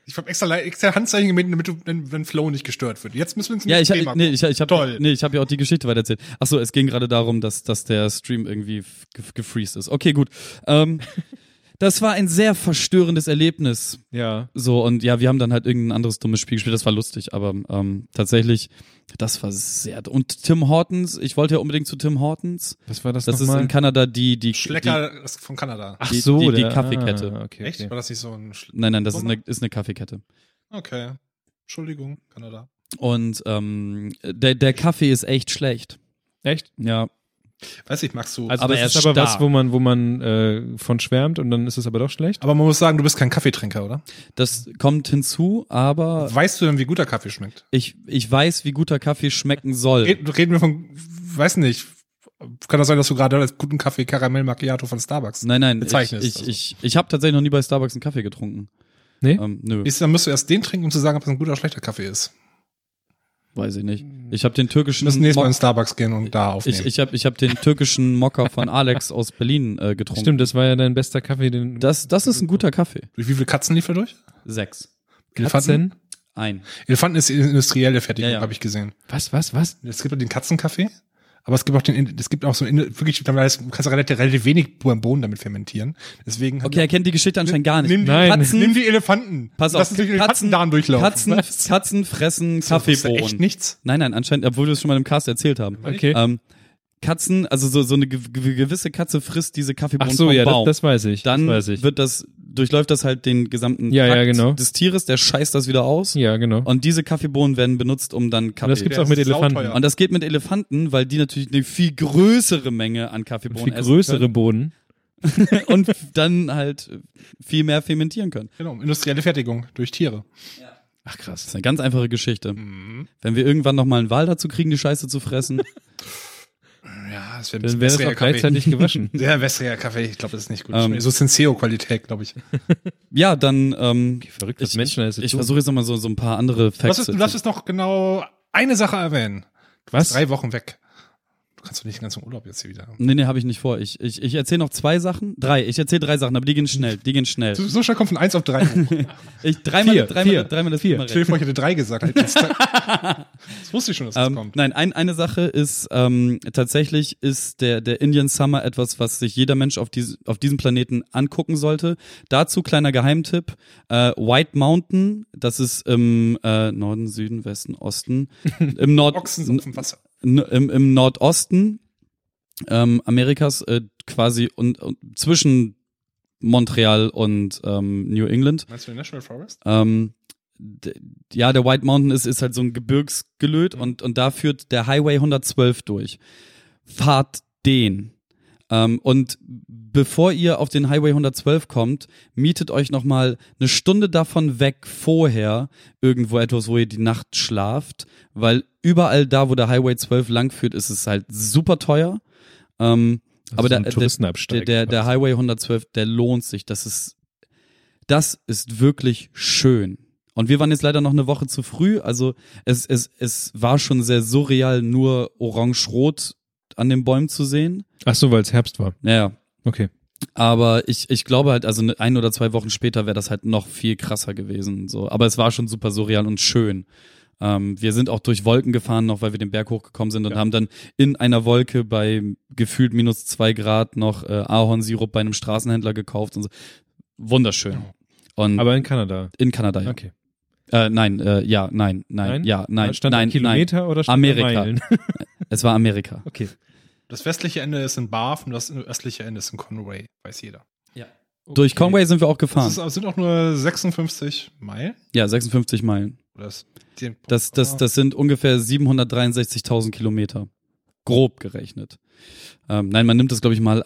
Speaker 3: Ich habe extra, Le- extra Handzeichen gemacht, damit du, wenn, wenn Flow nicht gestört wird. Jetzt müssen wir ins
Speaker 4: Ja, ich,
Speaker 3: nächste
Speaker 4: hab- nee, ich, ich habe
Speaker 3: Toll.
Speaker 4: nee, ich hab ja auch die Geschichte weitererzählt. Ach so, es ging gerade darum, dass, dass der Stream irgendwie f- ge gefreezed ist. Okay, gut. Ähm, das war ein sehr verstörendes Erlebnis.
Speaker 2: Ja.
Speaker 4: So, und ja, wir haben dann halt irgendein anderes dummes Spiel gespielt. Das war lustig, aber ähm, tatsächlich, das war sehr. Und Tim Hortons, ich wollte ja unbedingt zu Tim Hortons.
Speaker 2: Was war das,
Speaker 4: Das ist
Speaker 2: nochmal?
Speaker 4: in Kanada die, die, die Ah,
Speaker 3: Schlecker das ist von Kanada.
Speaker 2: Ach
Speaker 4: die-
Speaker 2: so,
Speaker 4: die- die
Speaker 2: der-
Speaker 4: Kaffeekette.
Speaker 2: Ah, okay,
Speaker 3: Echt?
Speaker 2: okay.
Speaker 3: War das nicht so ein... Schl
Speaker 4: Nein, nein, das ist eine, ist eine Kaffeekette.
Speaker 3: okay. Entschuldigung, Kanada.
Speaker 4: Und ähm, der, der Kaffee ist echt schlecht.
Speaker 2: Echt?
Speaker 4: Ja.
Speaker 3: Weiß ich, magst du...
Speaker 2: Also
Speaker 4: Aber
Speaker 2: aber
Speaker 4: er
Speaker 2: das
Speaker 4: ist
Speaker 2: ist aber
Speaker 4: stark.
Speaker 2: was, wo man, wo man äh, von schwärmt und dann ist es aber doch schlecht.
Speaker 3: aber man muss sagen, du bist kein Kaffeetrinker, oder?
Speaker 4: Das kommt hinzu, aber
Speaker 3: Weißt du denn, wie guter Kaffee schmeckt?
Speaker 4: ich, ich weiß, wie guter Kaffee schmecken soll.
Speaker 3: Red- Reden wir von, weiß nicht, kann das sein, dass du gerade als guten Kaffee Karamell Macchiato von Starbucks
Speaker 4: Nein, nein, ich, ich,
Speaker 3: bezeichnest?
Speaker 4: ich,
Speaker 3: also.
Speaker 4: ich, habe tatsächlich noch nie bei Starbucks einen Kaffee getrunken.
Speaker 2: Nee?
Speaker 4: Ähm, nö,
Speaker 3: Siehst du, dann musst du erst den trinken, um zu sagen, ob das ein guter oder schlechter Kaffee ist.
Speaker 4: weiß ich nicht. Ich habe den
Speaker 3: Wir
Speaker 4: türkischen
Speaker 3: müssen nächstes Mal
Speaker 4: Hm, Mo-
Speaker 3: in Starbucks gehen und da aufnehmen.
Speaker 4: ich, ich habe ich hab den türkischen Mocker von Alex aus Berlin äh, getrunken.
Speaker 2: Stimmt, das war ja dein bester Kaffee, den
Speaker 4: Das, das ist ein guter Kaffee.
Speaker 3: Durch wie viele Katzen lief er durch?
Speaker 4: Sechs.
Speaker 2: Katzen.
Speaker 4: Ein.
Speaker 3: Elefanten ist die industrielle Fertigung,
Speaker 4: Ja, ja.
Speaker 3: habe ich gesehen.
Speaker 2: Was, was, was?
Speaker 3: Es gibt ja den Katzenkaffee, aber es gibt auch den, es gibt auch so einen, wirklich, da kannst du relativ, relativ wenig Bohnen damit fermentieren. Deswegen
Speaker 4: Okay, er kennt die Geschichte anscheinend gar nicht.
Speaker 3: nimm, die,
Speaker 2: Nein.
Speaker 3: Katzen, nimm die Elefanten.
Speaker 4: Pass auf,
Speaker 3: Lass uns durch den Katzendarm durchlaufen.
Speaker 4: Katzen,
Speaker 3: Was?
Speaker 4: Katzen fressen
Speaker 3: Das ist
Speaker 4: Kaffeebohnen.
Speaker 3: Echt nichts?
Speaker 4: Nein, nein, anscheinend, obwohl wir es schon mal im Cast erzählt haben.
Speaker 2: Okay.
Speaker 4: Ähm, Katzen, also so, so eine gew- gew- gewisse Katze frisst diese Kaffeebohnen
Speaker 2: Ach so,
Speaker 4: vom
Speaker 2: ja, das,
Speaker 4: Baum.
Speaker 2: das weiß ich.
Speaker 4: Dann
Speaker 2: das weiß ich.
Speaker 4: wird das, durchläuft das halt den gesamten
Speaker 2: Ja, ja,
Speaker 4: Trakt
Speaker 2: genau.
Speaker 4: des Tieres, der scheißt das wieder aus.
Speaker 2: ja, genau. Und
Speaker 4: Und diese Kaffeebohnen werden benutzt, um dann Kaffee.
Speaker 2: das gibt's
Speaker 3: Der
Speaker 2: auch mit
Speaker 3: ist
Speaker 2: Elefanten.
Speaker 3: sauteuer.
Speaker 4: Und das geht mit Elefanten, weil die natürlich eine viel größere Menge an
Speaker 2: Und
Speaker 4: Kaffeebohnen
Speaker 2: viel größere Bohnen.
Speaker 4: essen können und dann halt viel mehr fermentieren können.
Speaker 3: Genau, industrielle Fertigung durch Tiere.
Speaker 4: Ach krass. Das ist eine ganz einfache Geschichte. Wenn wir irgendwann nochmal einen Wal dazu kriegen, die Scheiße zu fressen,
Speaker 3: das wäre
Speaker 2: Dann wäre das auch gleichzeitig gewaschen.
Speaker 3: Der wässriger Kaffee, ich glaube, das ist nicht gut.
Speaker 4: Ähm.
Speaker 3: so Senseo-Qualität, glaube ich.
Speaker 4: Ja, dann ähm,
Speaker 2: verrückt, was
Speaker 4: ich,
Speaker 2: Menschen alles
Speaker 4: ich,
Speaker 2: so
Speaker 4: ich
Speaker 2: tun.
Speaker 4: versuche jetzt nochmal so, so ein paar andere
Speaker 3: Lass
Speaker 4: Facts.
Speaker 3: es, lass es noch genau eine Sache erwähnen.
Speaker 2: Was?
Speaker 3: Drei Wochen weg. Du kannst doch nicht den ganzen Urlaub jetzt hier wieder haben.
Speaker 4: Nee, nee, habe ich nicht vor. Ich, ich, ich erzähle noch zwei Sachen. Drei. Ich erzähle drei Sachen, aber die gehen schnell. Die gehen schnell.
Speaker 3: So, so schnell kommt von eins auf drei hoch.
Speaker 4: Ich, dreimal,
Speaker 2: Vier,
Speaker 4: dreimal,
Speaker 2: vier,
Speaker 4: dreimal das
Speaker 2: vier.
Speaker 4: Thema recht.
Speaker 3: Stell dir vor, ich hätte drei gesagt. dann hätte ich Das das wusste ich schon, dass das
Speaker 4: Ähm,
Speaker 3: kommt.
Speaker 4: nein, ein, eine Sache ist, ähm, tatsächlich ist der, der Indian Summer etwas, was sich jeder Mensch auf, dies, auf diesem Planeten angucken sollte. Dazu kleiner Geheimtipp, äh, White Mountain, das ist im äh, Norden, Süden, Westen, Osten, im, Nord,
Speaker 3: Ochsen sind auf dem Wasser.
Speaker 4: n- im, im Nordosten ähm, Amerikas, äh, quasi und, und zwischen Montreal und ähm, New England.
Speaker 3: Meinst du den National Forest?
Speaker 4: Ähm, d- ja, der White Mountain ist, ist halt so ein Gebirgsgelöt und, und da führt der Highway 112 durch. Fahrt den. Ähm, und bevor ihr auf den Highway 112 kommt, mietet euch nochmal eine Stunde davon weg vorher irgendwo etwas, wo ihr die Nacht schlaft, weil überall da, wo der Highway 12 langführt, ist es halt super teuer. Ähm,
Speaker 2: Also so
Speaker 4: aber der,
Speaker 2: ein
Speaker 4: der, der,
Speaker 2: Touristenabsteig.
Speaker 4: der, der Highway 112, der lohnt sich. Das ist, das ist wirklich schön. Und wir waren jetzt leider noch eine Woche zu früh. Also es, es, es war schon sehr surreal, nur orange-rot an den Bäumen zu sehen.
Speaker 2: Ach so, weil es Herbst war.
Speaker 4: Naja,
Speaker 2: Okay.
Speaker 4: aber ich, ich glaube halt, also ne- ein oder zwei Wochen später wäre das halt noch viel krasser gewesen. So. Aber es war schon super surreal und schön. Ähm, wir sind auch durch Wolken gefahren, noch weil wir den Berg hochgekommen sind und haben dann in einer Wolke bei gefühlt minus zwei Grad noch äh, Ahornsirup bei einem Straßenhändler gekauft und so. Wunderschön. Und
Speaker 2: Aber in Kanada.
Speaker 4: in Kanada. ja.
Speaker 2: Okay.
Speaker 4: Äh, nein, äh, ja, nein, nein, ja, nein,
Speaker 2: Stand
Speaker 4: nein, nein.
Speaker 2: Kilometer oder stand da
Speaker 4: Amerika.
Speaker 2: Meilen?
Speaker 4: Es war Amerika.
Speaker 2: Okay.
Speaker 3: Das westliche Ende ist in Bath und das östliche Ende ist in Conway. Weiß jeder.
Speaker 4: Durch Conway sind wir auch
Speaker 3: Das
Speaker 4: gefahren.
Speaker 3: ist, das sind auch nur 56 Meilen.
Speaker 4: ja, 56 Meilen.
Speaker 3: Oder ist die-
Speaker 4: Das, das, das sind ungefähr 763.000 Kilometer. Grob gerechnet. Ähm, nein, man nimmt das, glaube ich, mal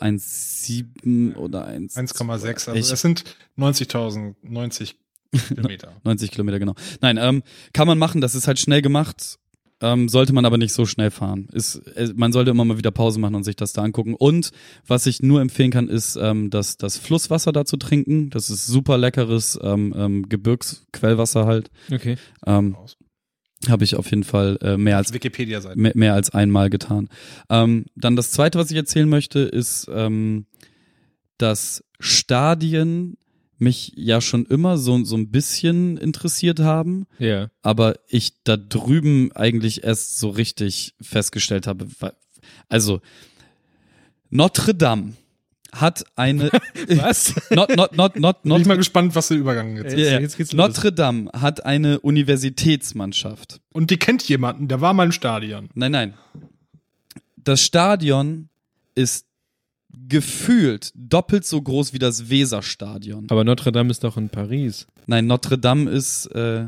Speaker 4: 1,7 oder 1,
Speaker 3: 1,6.
Speaker 4: Ich-
Speaker 3: Also das sind 90.000, 90 Kilometer.
Speaker 4: 90 Kilometer, genau. Nein, ähm, kann man machen, das ist halt schnell gemacht. Ähm, sollte man aber nicht so schnell fahren. Ist, äh, man sollte immer mal wieder Pause machen und sich das da angucken. Und was ich nur empfehlen kann, ist ähm, das, das Flusswasser da zu trinken. Das ist super leckeres ähm, ähm, Gebirgsquellwasser halt.
Speaker 2: Okay.
Speaker 4: Ähm, Habe ich auf jeden Fall äh, mehr als
Speaker 3: Wikipedia-Seite.
Speaker 4: mehr, mehr als einmal getan. Ähm, dann das zweite, was ich erzählen möchte, ist, ähm, dass Stadien mich ja schon immer so, so ein bisschen interessiert haben,
Speaker 2: Ja.
Speaker 4: aber ich da drüben eigentlich erst so richtig festgestellt habe. wa- Also, Notre Dame hat eine.
Speaker 2: Was?
Speaker 4: Not, not, not,
Speaker 3: Bin ich
Speaker 4: not, not,
Speaker 3: mal gespannt, was der Übergang
Speaker 2: Jetzt,
Speaker 3: jetzt ist.
Speaker 4: Ja, ja.
Speaker 2: jetzt geht's los.
Speaker 4: Notre Dame hat eine Universitätsmannschaft.
Speaker 3: Und die kennt jemanden, der war mal im Stadion.
Speaker 4: Nein, nein. Das Stadion ist gefühlt doppelt so groß wie das Weserstadion.
Speaker 2: Aber Notre Dame ist doch in Paris.
Speaker 4: Nein, Notre Dame ist äh,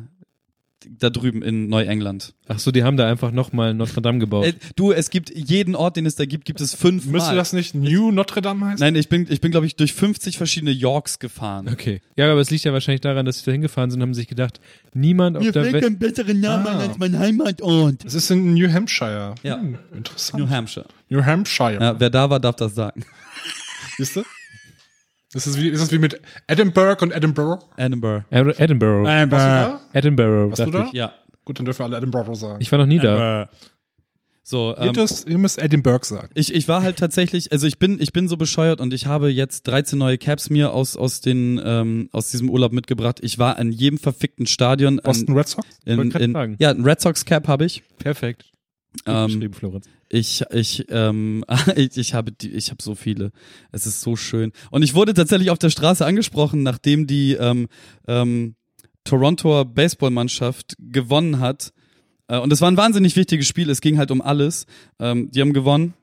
Speaker 4: da drüben in Neuengland.
Speaker 2: Ach so, die haben da einfach nochmal Notre Dame gebaut.
Speaker 4: Äh, du, es gibt jeden Ort, den es da gibt, gibt es fünfmal.
Speaker 3: Müsste das nicht New Notre Dame heißen?
Speaker 4: Nenein, ich bin, ich bin glaube ich, durch 50 verschiedene Yorks gefahren.
Speaker 2: okay. Ja, aber es liegt ja wahrscheinlich daran, dass sie da hingefahren sind und haben sich gedacht, niemand auf der Welt.
Speaker 4: besseren Namen
Speaker 3: Ah. als
Speaker 4: mein Heimatort.
Speaker 3: Das ist in New Hampshire.
Speaker 4: Ja.
Speaker 3: Hm, interessant.
Speaker 4: New Hampshire.
Speaker 3: New Hampshire.
Speaker 4: Ja, wer da war, darf das sagen.
Speaker 3: Siehst du? Das ist, wie, ist das wie mit Edinburgh und Edinburgh?
Speaker 4: Edinburgh.
Speaker 2: Ed- Edinburgh.
Speaker 3: Warst
Speaker 4: Äh.
Speaker 3: du da?
Speaker 2: Edinburgh.
Speaker 3: Warst du
Speaker 2: dachte
Speaker 3: da?
Speaker 2: Ich.
Speaker 4: Ja.
Speaker 3: Gut, dann dürfen wir alle Edinburgh sagen.
Speaker 2: ich war noch nie da.
Speaker 4: So,
Speaker 3: ihr,
Speaker 4: ähm,
Speaker 3: müsst, ihr müsst Edinburgh sagen.
Speaker 4: Ich, ich war halt tatsächlich, also ich bin, ich bin so bescheuert und ich habe jetzt 13 neue Caps mir aus, aus, den, ähm, aus diesem Urlaub mitgebracht. Ich war an jedem verfickten Stadion.
Speaker 3: Boston Red Sox?
Speaker 4: an, in,
Speaker 2: wollte grad
Speaker 4: in,
Speaker 2: fragen.
Speaker 4: ja, ein Red Sox Cap habe ich.
Speaker 2: Perfekt. Gut
Speaker 4: Ähm,
Speaker 2: geschrieben, Florenz.
Speaker 4: ich, ich, ähm, ich, ich habe die, ich habe so viele. Es ist so schön. Und ich wurde tatsächlich auf der Straße angesprochen, nachdem die ähm, ähm, Torontoer Baseballmannschaft gewonnen hat. Äh, und es war ein wahnsinnig wichtiges Spiel. Es ging halt um alles. Ähm, die haben gewonnen.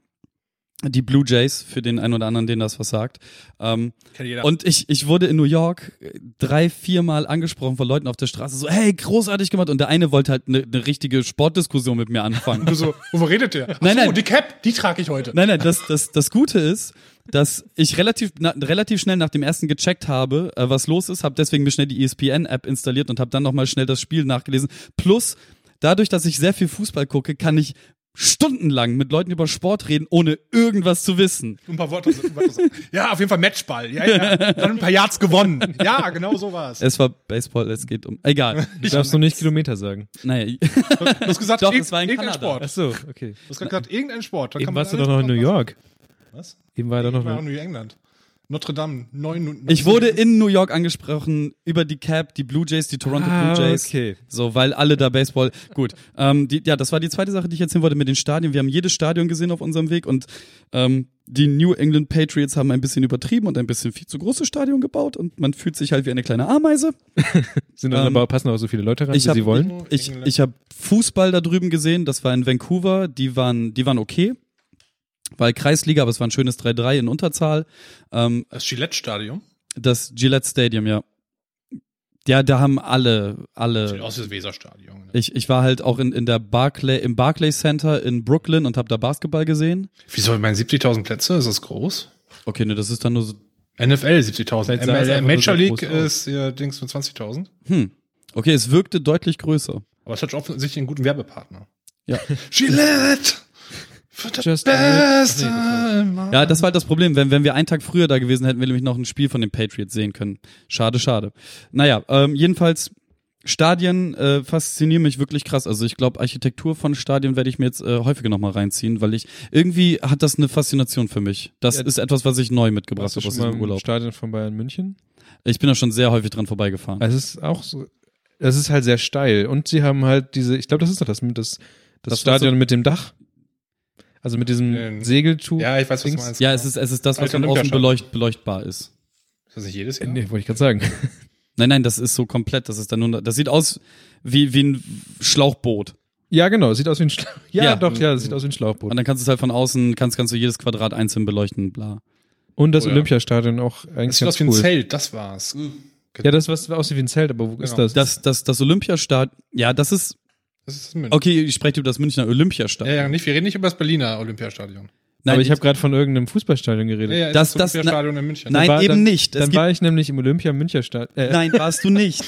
Speaker 4: Die Blue Jays, für den einen oder anderen, den das was sagt. Ähm,
Speaker 3: Kennt jeder.
Speaker 4: und ich, ich wurde in New York drei, viermal angesprochen von Leuten auf der Straße, so, hey, großartig gemacht. Und der eine wollte halt eine ne richtige Sportdiskussion mit mir anfangen.
Speaker 3: du so, wovon redet ihr? Ach
Speaker 4: Nein,
Speaker 3: so,
Speaker 4: nein.
Speaker 3: die Cap, die trage ich heute.
Speaker 4: Nein, nein, das, das, das Gute ist, dass ich relativ, na, relativ schnell nach dem ersten gecheckt habe, äh, was los ist, habe deswegen mir schnell die E ESPN-App installiert und habe dann nochmal schnell das Spiel nachgelesen. Plus, dadurch, dass ich sehr viel Fußball gucke, kann ich stundenlang mit Leuten über Sport reden, ohne irgendwas zu wissen.
Speaker 3: Um Ein paar Worte. ein paar Worte sagen. ja, auf jeden Fall Matchball. Ja, ja. Dann ein paar Yards gewonnen. Ja, genau so war es.
Speaker 4: Es war Baseball, es geht um. Egal.
Speaker 2: Du darfst noch nicht Kilometer sagen.
Speaker 4: Naja,
Speaker 3: Du hast gesagt,
Speaker 4: Doch,
Speaker 3: irg-
Speaker 4: es war in
Speaker 3: irgendein
Speaker 4: Kanada.
Speaker 3: Sport.
Speaker 2: Ach so, okay.
Speaker 3: Du hast gerade gesagt, irgendein Sport. Da
Speaker 2: Eben
Speaker 3: kann man
Speaker 2: warst du
Speaker 3: alles
Speaker 2: doch noch in New
Speaker 3: drauf
Speaker 2: York.
Speaker 3: machen. Was?
Speaker 2: Eben war er doch
Speaker 3: Ich war
Speaker 2: noch.
Speaker 3: in New England. Notre Dame. Neun,
Speaker 4: ich wurde in New York angesprochen über die Cap, die Blue Jays, die Toronto
Speaker 2: Ah,
Speaker 4: Blue Jays.
Speaker 2: okay.
Speaker 4: So, weil alle da Baseball. Gut. Ähm, die, ja, das war die zweite Sache, die ich erzählen wollte mit den Stadien. Wir haben jedes Stadion gesehen auf unserem Weg und ähm, die New England Patriots haben ein bisschen übertrieben und ein bisschen viel zu großes Stadion gebaut und man fühlt sich halt wie eine kleine Ameise.
Speaker 2: Sind dann
Speaker 4: Ähm,
Speaker 2: aber passen auch so viele Leute rein,
Speaker 4: ich
Speaker 2: wie
Speaker 4: hab-
Speaker 2: sie wollen.
Speaker 4: Ich, ich habe Fußball da drüben gesehen, das war in Vancouver, die waren, die waren okay. Weil Kreisliga, aber es war ein schönes 3-3 in Unterzahl. Ähm,
Speaker 3: Das Gillette-Stadion.
Speaker 4: das Gillette Stadium, ja. Ja, da haben alle,
Speaker 3: Sieht
Speaker 4: alle.
Speaker 3: aus wie das Weserstadion. ne?
Speaker 4: Ich, ich war halt auch in, in der Barclay, im Barclay Center in Brooklyn und habe da Basketball gesehen.
Speaker 3: Wieso? Ich meine, 70.000 Plätze, ist das groß?
Speaker 4: Okay, ne, das ist dann nur so.
Speaker 3: NFL 70.000.
Speaker 2: Vielleicht sah es
Speaker 3: ML,
Speaker 2: einfach nur
Speaker 3: Major
Speaker 2: sehr
Speaker 3: League
Speaker 2: groß aus.
Speaker 3: ist ja Dings mit 20.000.
Speaker 4: Hm. Okay, es wirkte deutlich größer.
Speaker 3: Aber es hat schon offensichtlich einen guten Werbepartner.
Speaker 4: Ja.
Speaker 3: Gillette! Für das
Speaker 2: Just
Speaker 3: Beste!
Speaker 4: Ja, das war halt das Problem. Wenn, wenn wir einen Tag früher da gewesen hätten, wir nämlich noch ein Spiel von den Patriots sehen können. Schade, schade. Naja, ähm, jedenfalls, Stadien äh, faszinieren mich wirklich krass. Also ich glaube, Architektur von Stadien werde ich mir jetzt äh, häufiger nochmal reinziehen, weil ich irgendwie hat das eine Faszination für mich. Das
Speaker 2: Ja.
Speaker 4: ist etwas, was ich neu mitgebracht
Speaker 2: Warst du
Speaker 4: habe aus
Speaker 2: schon mal
Speaker 4: diesem
Speaker 2: im
Speaker 4: Urlaub.
Speaker 2: Stadion von Bayern München?
Speaker 4: Ich bin da schon sehr häufig dran vorbeigefahren.
Speaker 2: Es ist auch so, es ist halt sehr steil und sie haben halt diese, ich glaube, das ist doch das mit das, das,
Speaker 4: Das war so-
Speaker 2: Stadion mit dem Dach. Also mit diesem
Speaker 3: Ähm,
Speaker 2: Segeltuch.
Speaker 3: Ja, ich weiß, was du
Speaker 2: Dings.
Speaker 3: meinst.
Speaker 4: ja, es ist, es ist das, was
Speaker 3: Alter
Speaker 4: von außen
Speaker 3: Olympiastadion.
Speaker 4: beleucht, beleuchtbar ist.
Speaker 3: Ist das nicht jedes Jahr?
Speaker 2: Äh, Nee, wollte ich gerade sagen.
Speaker 4: Nein, nein, das ist so komplett. Das ist dann nur, das sieht aus wie, wie ein Schlauchboot.
Speaker 2: Ja, genau, es sieht aus wie ein Schlauch. Ja,
Speaker 4: Ja.
Speaker 2: doch, ja, es sieht aus wie ein Schlauchboot.
Speaker 4: Und dann kannst du es halt von außen, kannst, kannst du jedes Quadrat einzeln beleuchten, bla.
Speaker 2: Und das
Speaker 3: Oh ja.
Speaker 2: Olympiastadion auch
Speaker 3: Das
Speaker 2: eigentlich
Speaker 3: sieht aus
Speaker 2: ganz
Speaker 3: wie ein
Speaker 2: cool.
Speaker 3: Zelt, das war's.
Speaker 2: Ja, das was aussieht wie ein Zelt, aber wo ist
Speaker 3: Genau.
Speaker 2: das?
Speaker 4: Das, das, das Olympiastadion, ja, das ist,
Speaker 3: Das ist München.
Speaker 4: okay, ich spreche über das Münchner
Speaker 3: Ja,
Speaker 4: Olympiastadion.
Speaker 3: ja, nicht, wir reden nicht über das Berliner Olympiastadion.
Speaker 4: Nein,
Speaker 2: Äh, aber ich habe gerade von irgendeinem Fußballstadion geredet.
Speaker 3: Ja, ja,
Speaker 4: Das-
Speaker 3: ist
Speaker 4: das-
Speaker 3: Olympiastadion in München.
Speaker 4: nein,
Speaker 2: war-
Speaker 4: eben
Speaker 2: dann-
Speaker 4: nicht. Es
Speaker 2: Dann
Speaker 4: gibt-
Speaker 2: war ich nämlich im Olympia Müncher Stadion. Äh,
Speaker 4: nein, warst du nicht.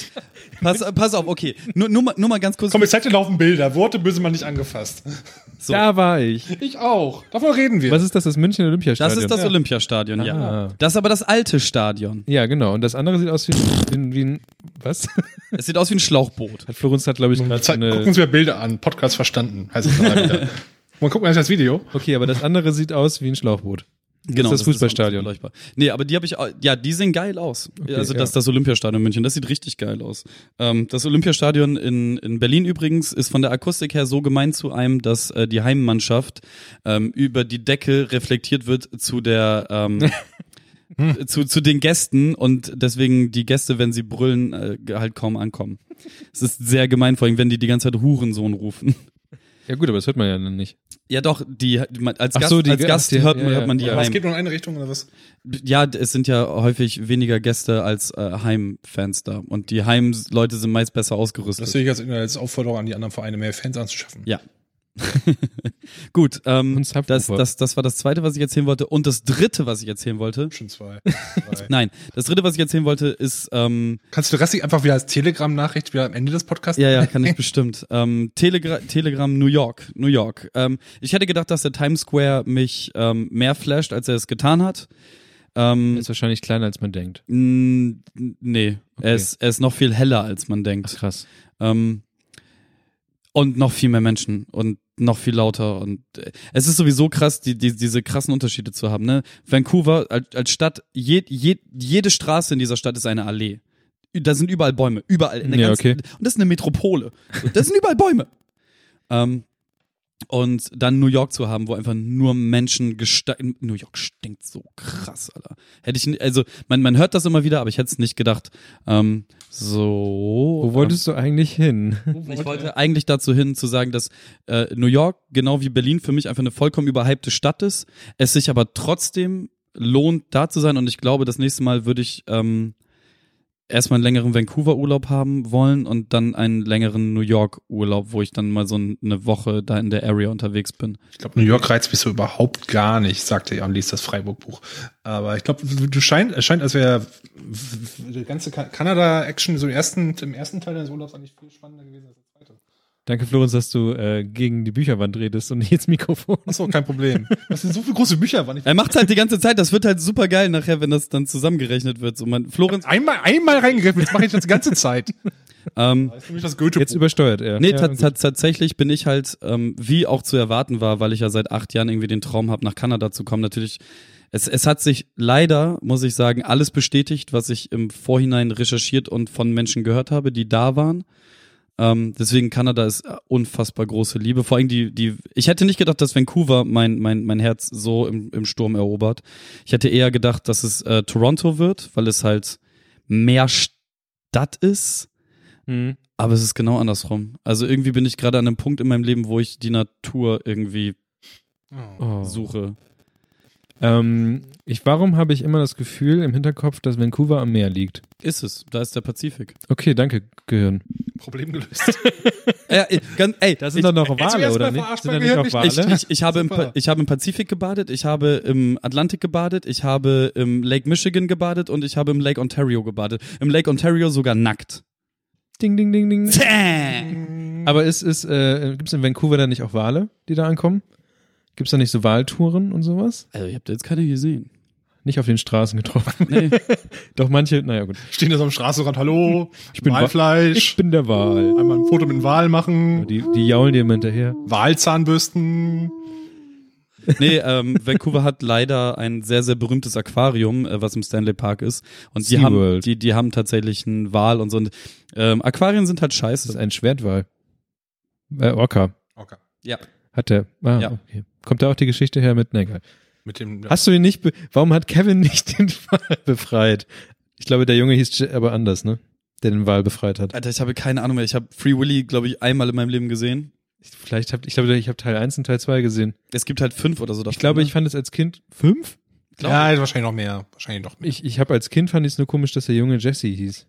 Speaker 4: pass, pass auf, okay. Nur, nur, mal, nur mal ganz kurz.
Speaker 3: Komm, ich zeig dir einen Haufen Bilder. Worte böse man nicht angefasst.
Speaker 4: so.
Speaker 2: Da war ich.
Speaker 3: Ich auch. Davon reden wir.
Speaker 2: Was ist das? Das München Olympiastadion.
Speaker 4: das ist das
Speaker 3: Ja.
Speaker 4: Olympiastadion, ja.
Speaker 2: Ah.
Speaker 4: Das ist aber das alte Stadion.
Speaker 2: Ja, genau. Und das andere sieht aus wie, wie, wie ein. Was?
Speaker 4: Es sieht aus wie ein Schlauchboot.
Speaker 2: Hat Florenz hat, glaube ich, gerade so
Speaker 3: Zeig,
Speaker 4: äh,
Speaker 3: gucken
Speaker 2: eine.
Speaker 3: Sie mir Bilder an. Podcast verstanden, heißt es dann wieder. Man guckt mal erst das Video.
Speaker 2: Okay, aber das andere sieht aus wie ein Schlauchboot.
Speaker 4: Genau,
Speaker 2: das Fußballstadion.
Speaker 4: auch nicht beleuchtbar. Nee, aber die habe ich, au- ja, die sehen geil aus. also das,
Speaker 2: ja.
Speaker 4: das Olympiastadion München, das sieht richtig geil aus. Ähm, das Olympiastadion in, in Berlin übrigens ist von der Akustik her so gemein zu einem, dass äh, die Heimmannschaft ähm, über die Decke reflektiert wird zu der ähm, zu, zu den Gästen und deswegen die Gäste, wenn sie brüllen, äh, halt kaum ankommen. Es ist sehr gemein, vor allem wenn die die ganze Zeit Hurensohn rufen.
Speaker 2: Ja, gut, aber das hört man ja dann nicht.
Speaker 4: Ja doch, die als
Speaker 2: Ach
Speaker 4: Gast,
Speaker 2: so, die
Speaker 4: als
Speaker 2: Gä-
Speaker 4: Gast
Speaker 2: die-
Speaker 4: hört, man,
Speaker 2: ja, ja.
Speaker 4: hört man die
Speaker 2: Ja,
Speaker 4: heim.
Speaker 3: Was geht nur in eine Richtung oder was?
Speaker 4: Ja, es sind ja häufig weniger Gäste als äh, Heimfans da. Und die Heimleute sind meist besser
Speaker 3: Das
Speaker 4: ausgerüstet.
Speaker 3: sehe ich als, als Aufforderung an die anderen Vereine, mehr Fans anzuschaffen.
Speaker 4: Ja. Gut, ähm,
Speaker 2: Und Subwoofer.
Speaker 4: das, das, das war das zweite, was ich erzählen wollte. Und das dritte, was ich erzählen wollte.
Speaker 3: Schon zwei.
Speaker 4: Nein, das dritte, was ich erzählen wollte, ist, ähm,
Speaker 3: Kannst du Rassi einfach wieder als Telegram-Nachricht wieder am Ende des Podcasts?
Speaker 4: ja, ja, kann ich bestimmt. Ähm, Telegra Telegram New York, New York. Ähm, ich hätte gedacht, dass der Times Square mich ähm, mehr flasht, als er es getan hat. Ähm,
Speaker 2: Ist wahrscheinlich kleiner, als man denkt.
Speaker 4: n- nee, er, ist, er ist noch viel heller, als man denkt.
Speaker 2: Ach, krass.
Speaker 4: Ähm, und noch viel mehr Menschen und noch viel lauter. Und äh, es ist sowieso krass, die, die, diese krassen Unterschiede zu haben. Ne? Vancouver als, als Stadt, je, je, jede Straße in dieser Stadt ist eine Allee. Da sind überall Bäume, überall. In der
Speaker 2: Ja,
Speaker 4: ganzen,
Speaker 2: okay.
Speaker 4: Und das ist eine Metropole. So, Da sind überall Bäume. Ähm, und dann New York zu haben, wo einfach nur Menschen gestalten. New York stinkt so krass, Alter. Hätte ich, n- also man, man hört das immer wieder, aber ich hätte es nicht gedacht. Ähm, so.
Speaker 2: Wo wolltest du eigentlich hin?
Speaker 4: Ich wollte eigentlich dazu hin, zu sagen, dass äh, New York, genau wie Berlin, für mich einfach eine vollkommen überhypte Stadt ist. Es sich aber trotzdem lohnt, da zu sein. Und ich glaube, das nächste Mal würde ich ähm, erstmal einen längeren Vancouver-Urlaub haben wollen und dann einen längeren New York-Urlaub, wo ich dann mal so ein- eine Woche da in der Area unterwegs bin.
Speaker 3: Ich glaube, New York reizt mich so überhaupt gar nicht, sagte er und liest das Freiburg-Buch. Aber ich glaube, du du scheint, es scheint, als wäre die ganze Ka- Kanada-Action so im ersten, im ersten Teil deines Urlaubs eigentlich viel spannender gewesen als der zweite.
Speaker 2: Danke, Florenz, dass du äh, gegen die Bücherwand redest und nicht ins Mikrofon.
Speaker 3: Achso, kein Problem. Das sind so viele große Bücher, wann ich.
Speaker 2: Äh,
Speaker 4: Er macht halt die ganze Zeit, das wird halt super geil nachher, wenn das dann zusammengerechnet wird. So man, Florenz,
Speaker 3: Einmal, einmal reingegriffen, das mache ich jetzt die ganze Zeit.
Speaker 4: ähm,
Speaker 3: Das ist nämlich das goethe
Speaker 2: Jetzt übersteuert er.
Speaker 4: nee,
Speaker 2: ja,
Speaker 4: tats-
Speaker 2: gut.
Speaker 4: tats- tatsächlich bin ich halt, ähm, wie auch zu erwarten war, weil ich ja seit acht Jahren irgendwie den Traum habe, nach Kanada zu kommen. Natürlich, es, es hat sich leider, muss ich sagen, alles bestätigt, was ich im Vorhinein recherchiert und von Menschen gehört habe, die da waren. Ähm, deswegen Kanada ist äh, unfassbar große Liebe. Vor allem die, die, ich hätte nicht gedacht, dass Vancouver mein, mein, mein Herz so im, im Sturm erobert. Ich hätte eher gedacht, dass es äh, Toronto wird, weil es halt mehr Stadt ist.
Speaker 2: Mhm.
Speaker 4: Aber es ist genau andersrum. Also irgendwie bin ich gerade an einem Punkt in meinem Leben, wo ich die Natur irgendwie
Speaker 2: Oh.
Speaker 4: suche.
Speaker 2: Ähm, ich, warum habe ich immer das Gefühl im Hinterkopf, dass Vancouver am Meer liegt?
Speaker 4: Ist es. Da ist der Pazifik.
Speaker 2: Okay, danke, Gehirn.
Speaker 3: Problem gelöst.
Speaker 4: Äh, äh, ganz, ey,
Speaker 2: Da sind
Speaker 4: ich,
Speaker 2: doch noch
Speaker 3: Hättest du
Speaker 2: Wale,
Speaker 3: erst
Speaker 2: oder
Speaker 3: mal
Speaker 2: nicht?
Speaker 3: verarscht,
Speaker 2: Sind da
Speaker 3: mein
Speaker 2: nicht
Speaker 3: Gehirn
Speaker 2: auch
Speaker 3: nicht-
Speaker 4: ich,
Speaker 2: Wale?
Speaker 4: ich, ich, habe im, Pa-
Speaker 3: Super.
Speaker 4: ich habe im Pazifik gebadet, ich habe im Atlantik gebadet, ich habe im Lake Michigan gebadet und ich habe im Lake Ontario gebadet. Im Lake Ontario sogar nackt.
Speaker 2: Ding, ding, ding, ding.
Speaker 4: Bäh.
Speaker 2: Aber ist, ist, äh, gibt es in Vancouver da nicht auch Wale, die da ankommen? Gibt es da nicht so Waltouren und sowas?
Speaker 4: Also ich habe da jetzt keine gesehen.
Speaker 2: Nicht auf den Straßen getroffen.
Speaker 4: Nee.
Speaker 2: Doch manche, naja gut.
Speaker 3: Stehen da so am Straßenrand, hallo, ich
Speaker 2: bin
Speaker 3: Walfleisch.
Speaker 2: Ich bin der Wal.
Speaker 3: Einmal ein Foto mit dem Wal machen.
Speaker 2: Die, die jaulen dir immer hinterher.
Speaker 3: Walzahnbürsten.
Speaker 4: Nee, ähm, Vancouver hat leider ein sehr, sehr berühmtes Aquarium, äh, was im Stanley Park ist. Und die haben,
Speaker 2: SeaWorld.
Speaker 4: die, die haben tatsächlich einen Wal und so. Und, ähm, Aquarien sind halt
Speaker 2: Das ist
Speaker 4: scheiße.
Speaker 2: ein Schwertwal. Äh, Orca.
Speaker 3: Okay.
Speaker 4: Ja.
Speaker 2: Hat der. Ah,
Speaker 4: Ja.
Speaker 2: okay. Kommt da auch die Geschichte her mit? Na egal.
Speaker 3: Mit dem. Ja.
Speaker 2: Hast du ihn nicht. Be Warum hat Kevin nicht den Wal befreit? Ich glaube, der Junge hieß J- aber anders, ne? Der den Wal befreit hat.
Speaker 4: Alter, ich habe keine Ahnung mehr. Ich habe Free Willy, glaube ich, einmal in meinem Leben gesehen.
Speaker 2: Ich, vielleicht hab, ich glaube, ich habe Teil 1 und Teil 2 gesehen.
Speaker 4: Es gibt halt fünf oder so davon.
Speaker 2: Ich glaube,
Speaker 4: ne?
Speaker 2: ich fand es als Kind fünf.
Speaker 4: Glaub
Speaker 3: ja, wahrscheinlich noch mehr. Wahrscheinlich noch mehr.
Speaker 2: Ich, ich habe als Kind fand ich es nur komisch, dass der Junge Jesse hieß.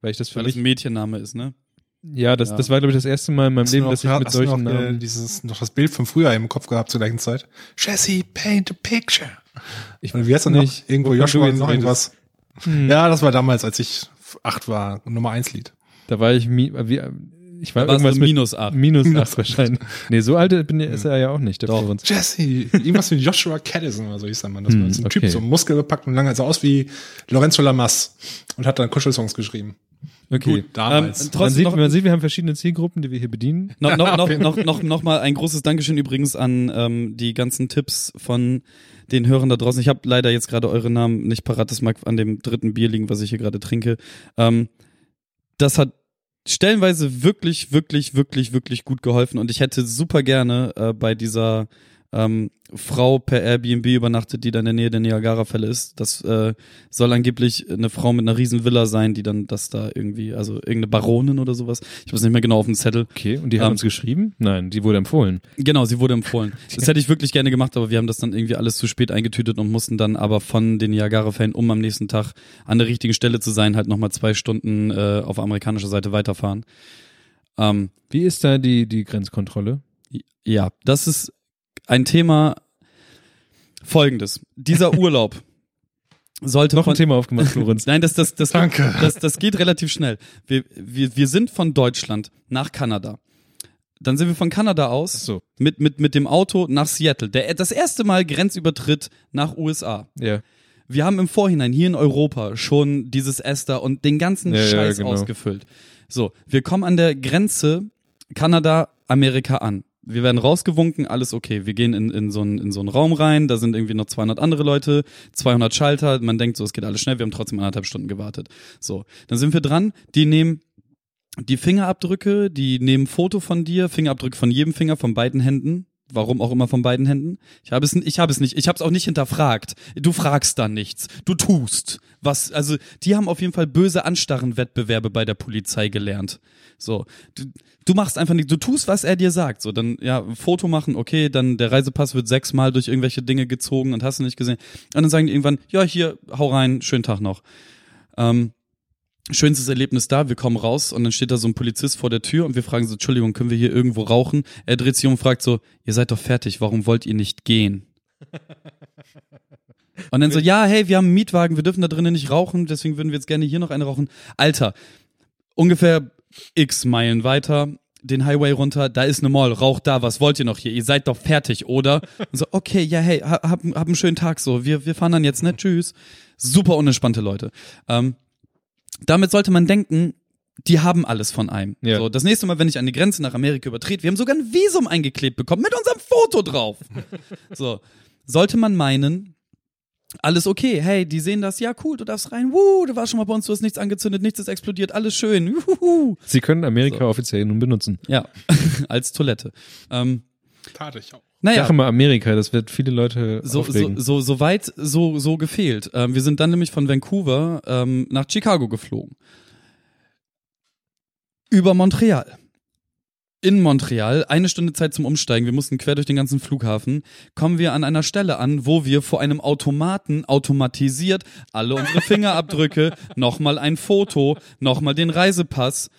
Speaker 2: Weil ich das für
Speaker 4: weil das
Speaker 2: mich.
Speaker 4: ein Mädchenname ist, ne?
Speaker 2: Ja, das,
Speaker 4: Ja.
Speaker 2: das war, glaube ich, das erste Mal in meinem
Speaker 3: Hast du
Speaker 2: Leben,
Speaker 3: noch-
Speaker 2: dass ich mit
Speaker 3: hast du
Speaker 2: solchen
Speaker 3: noch, äh,
Speaker 2: Namen.
Speaker 3: Dieses, noch das Bild von früher im Kopf gehabt zur gleichen Zeit. Jesse, paint a picture. Ich meine, wie heißt er
Speaker 2: nicht,
Speaker 3: noch? Irgendwo
Speaker 2: wovon
Speaker 3: Joshua
Speaker 2: du jetzt
Speaker 3: noch irgendwas.
Speaker 2: Hm.
Speaker 3: Ja, das war damals, als ich acht war und Nummer eins Lied.
Speaker 2: Da war ich. mi- Wie, ich war
Speaker 4: Da warst du
Speaker 2: irgendwas mit
Speaker 4: minus acht.
Speaker 2: Minus
Speaker 3: Minus
Speaker 2: 8 wahrscheinlich. Nee, so alt bin, ist er ja auch nicht, der Florenz.
Speaker 3: Jesse, irgendwas wie Joshua Caddison oder so hieß der Mann. Das war
Speaker 2: Hm,
Speaker 3: so ein
Speaker 2: okay.
Speaker 3: Typ, so muskelbepackt und lange, sah aus wie Lorenzo Lamas und hat dann Kuschelsongs geschrieben.
Speaker 2: Okay.
Speaker 3: Gut, damals.
Speaker 4: Ähm,
Speaker 2: Man
Speaker 4: trotzdem
Speaker 2: sieht,
Speaker 4: noch,
Speaker 2: man sieht, wir haben verschiedene Zielgruppen, die wir hier bedienen.
Speaker 4: noch, noch, noch, noch, noch, noch mal ein großes Dankeschön übrigens an ähm, die ganzen Tipps von den Hörern da draußen. Ich habe leider jetzt gerade eure Namen nicht parat. Das mag an dem dritten Bier liegen, was ich hier gerade trinke. Ähm, das hat stellenweise wirklich, wirklich, wirklich, wirklich gut geholfen. Und ich hätte super gerne äh, bei dieser ähm, Frau per Airbnb übernachtet, die dann in der Nähe der Niagara-Fälle ist. Das äh, soll angeblich eine Frau mit einer riesen Villa sein, die dann das da irgendwie, also irgendeine Baronin oder sowas. Ich weiß nicht mehr genau auf dem Zettel.
Speaker 2: Okay, und die haben
Speaker 4: Ähm,
Speaker 2: uns geschrieben? Nein, die wurde empfohlen.
Speaker 4: Genau, sie wurde empfohlen. Das hätte ich wirklich gerne gemacht, aber wir haben das dann irgendwie alles zu spät eingetütet und mussten dann aber von den Niagara-Fällen, um am nächsten Tag an der richtigen Stelle zu sein, halt nochmal zwei Stunden äh, auf amerikanischer Seite weiterfahren. Ähm,
Speaker 2: Wie ist da die, die Grenzkontrolle?
Speaker 4: ja, das ist ein Thema. Folgendes. Dieser Urlaub sollte
Speaker 2: Noch ein
Speaker 4: von,
Speaker 2: Thema aufgemacht, Florenz.
Speaker 4: Nein, das, das, das,
Speaker 3: Danke.
Speaker 4: Das, das geht relativ schnell. Wir, wir, wir sind von Deutschland nach Kanada. Dann sind wir von Kanada aus
Speaker 2: Ach so.
Speaker 4: mit, mit, mit dem Auto nach Seattle. Der, das erste Mal Grenzübertritt nach USA.
Speaker 2: Ja.
Speaker 4: Wir haben im Vorhinein hier in Europa schon dieses Ester und den ganzen
Speaker 2: Ja, ja,
Speaker 4: Scheiß
Speaker 2: genau.
Speaker 4: ausgefüllt. So, wir kommen an der Grenze Kanada, Amerika an. Wir werden rausgewunken, alles okay. Wir gehen in, in, so einen, in so einen Raum rein, da sind irgendwie noch 200 andere Leute, 200 Schalter. Man denkt so, es geht alles schnell. Wir haben trotzdem anderthalb Stunden gewartet. So, dann sind wir dran. Die nehmen die Fingerabdrücke, die nehmen Foto von dir, Fingerabdrücke von jedem Finger, von beiden Händen. Warum auch immer von beiden Händen? Ich habe es, n- ich habe es nicht, ich habe es auch nicht hinterfragt. Du fragst dann nichts, du tust. Was, also die haben auf jeden Fall böse Anstarren-Wettbewerbe bei der Polizei gelernt. So, du, du machst einfach nicht, du tust, was er dir sagt. So, dann ja, ein Foto machen, okay, dann der Reisepass wird sechsmal durch irgendwelche Dinge gezogen und hast du nicht gesehen. Und dann sagen die irgendwann, ja hier, hau rein, schönen Tag noch. Ähm, schönstes Erlebnis da, wir kommen raus und dann steht da so ein Polizist vor der Tür und wir fragen so, Entschuldigung, können wir hier irgendwo rauchen? Er dreht sich um und fragt so, ihr seid doch fertig, warum wollt ihr nicht gehen? Und dann so, ja, hey, wir haben einen Mietwagen, wir dürfen da drinnen nicht rauchen, deswegen würden wir jetzt gerne hier noch eine rauchen. Alter, ungefähr x Meilen weiter den Highway runter, da ist eine Mall, raucht da, was wollt ihr noch hier? Ihr seid doch fertig, oder? Und so, okay, ja, hey, ha- hab, hab einen schönen Tag so, wir, wir fahren dann jetzt, ne? Tschüss. Super unentspannte Leute. Ähm, damit sollte man denken, die haben alles von einem.
Speaker 2: Ja.
Speaker 4: So, das nächste Mal, wenn ich eine Grenze nach Amerika übertrete, wir haben sogar ein Visum eingeklebt bekommen mit unserem Foto drauf. so, sollte man meinen, alles okay, hey, die sehen das, ja cool, du darfst rein, wuh, du warst schon mal bei uns, du hast nichts angezündet, nichts ist explodiert, alles schön, juhu.
Speaker 2: Sie können Amerika
Speaker 4: So.
Speaker 2: offiziell nun benutzen.
Speaker 4: Ja, als Toilette. Ähm,
Speaker 3: Tat ich auch.
Speaker 4: naja,
Speaker 2: Sag mal Amerika, das wird viele Leute
Speaker 4: Ah, so, so,
Speaker 2: aufregen.
Speaker 4: so, so weit, so, so gefehlt. Ähm, wir sind dann nämlich von Vancouver ähm, nach Chicago geflogen. Über Montreal. In Montreal, eine Stunde Zeit zum Umsteigen, wir mussten quer durch den ganzen Flughafen, kommen wir an einer Stelle an, wo wir vor einem Automaten automatisiert alle unsere Fingerabdrücke, nochmal ein Foto, nochmal den Reisepass,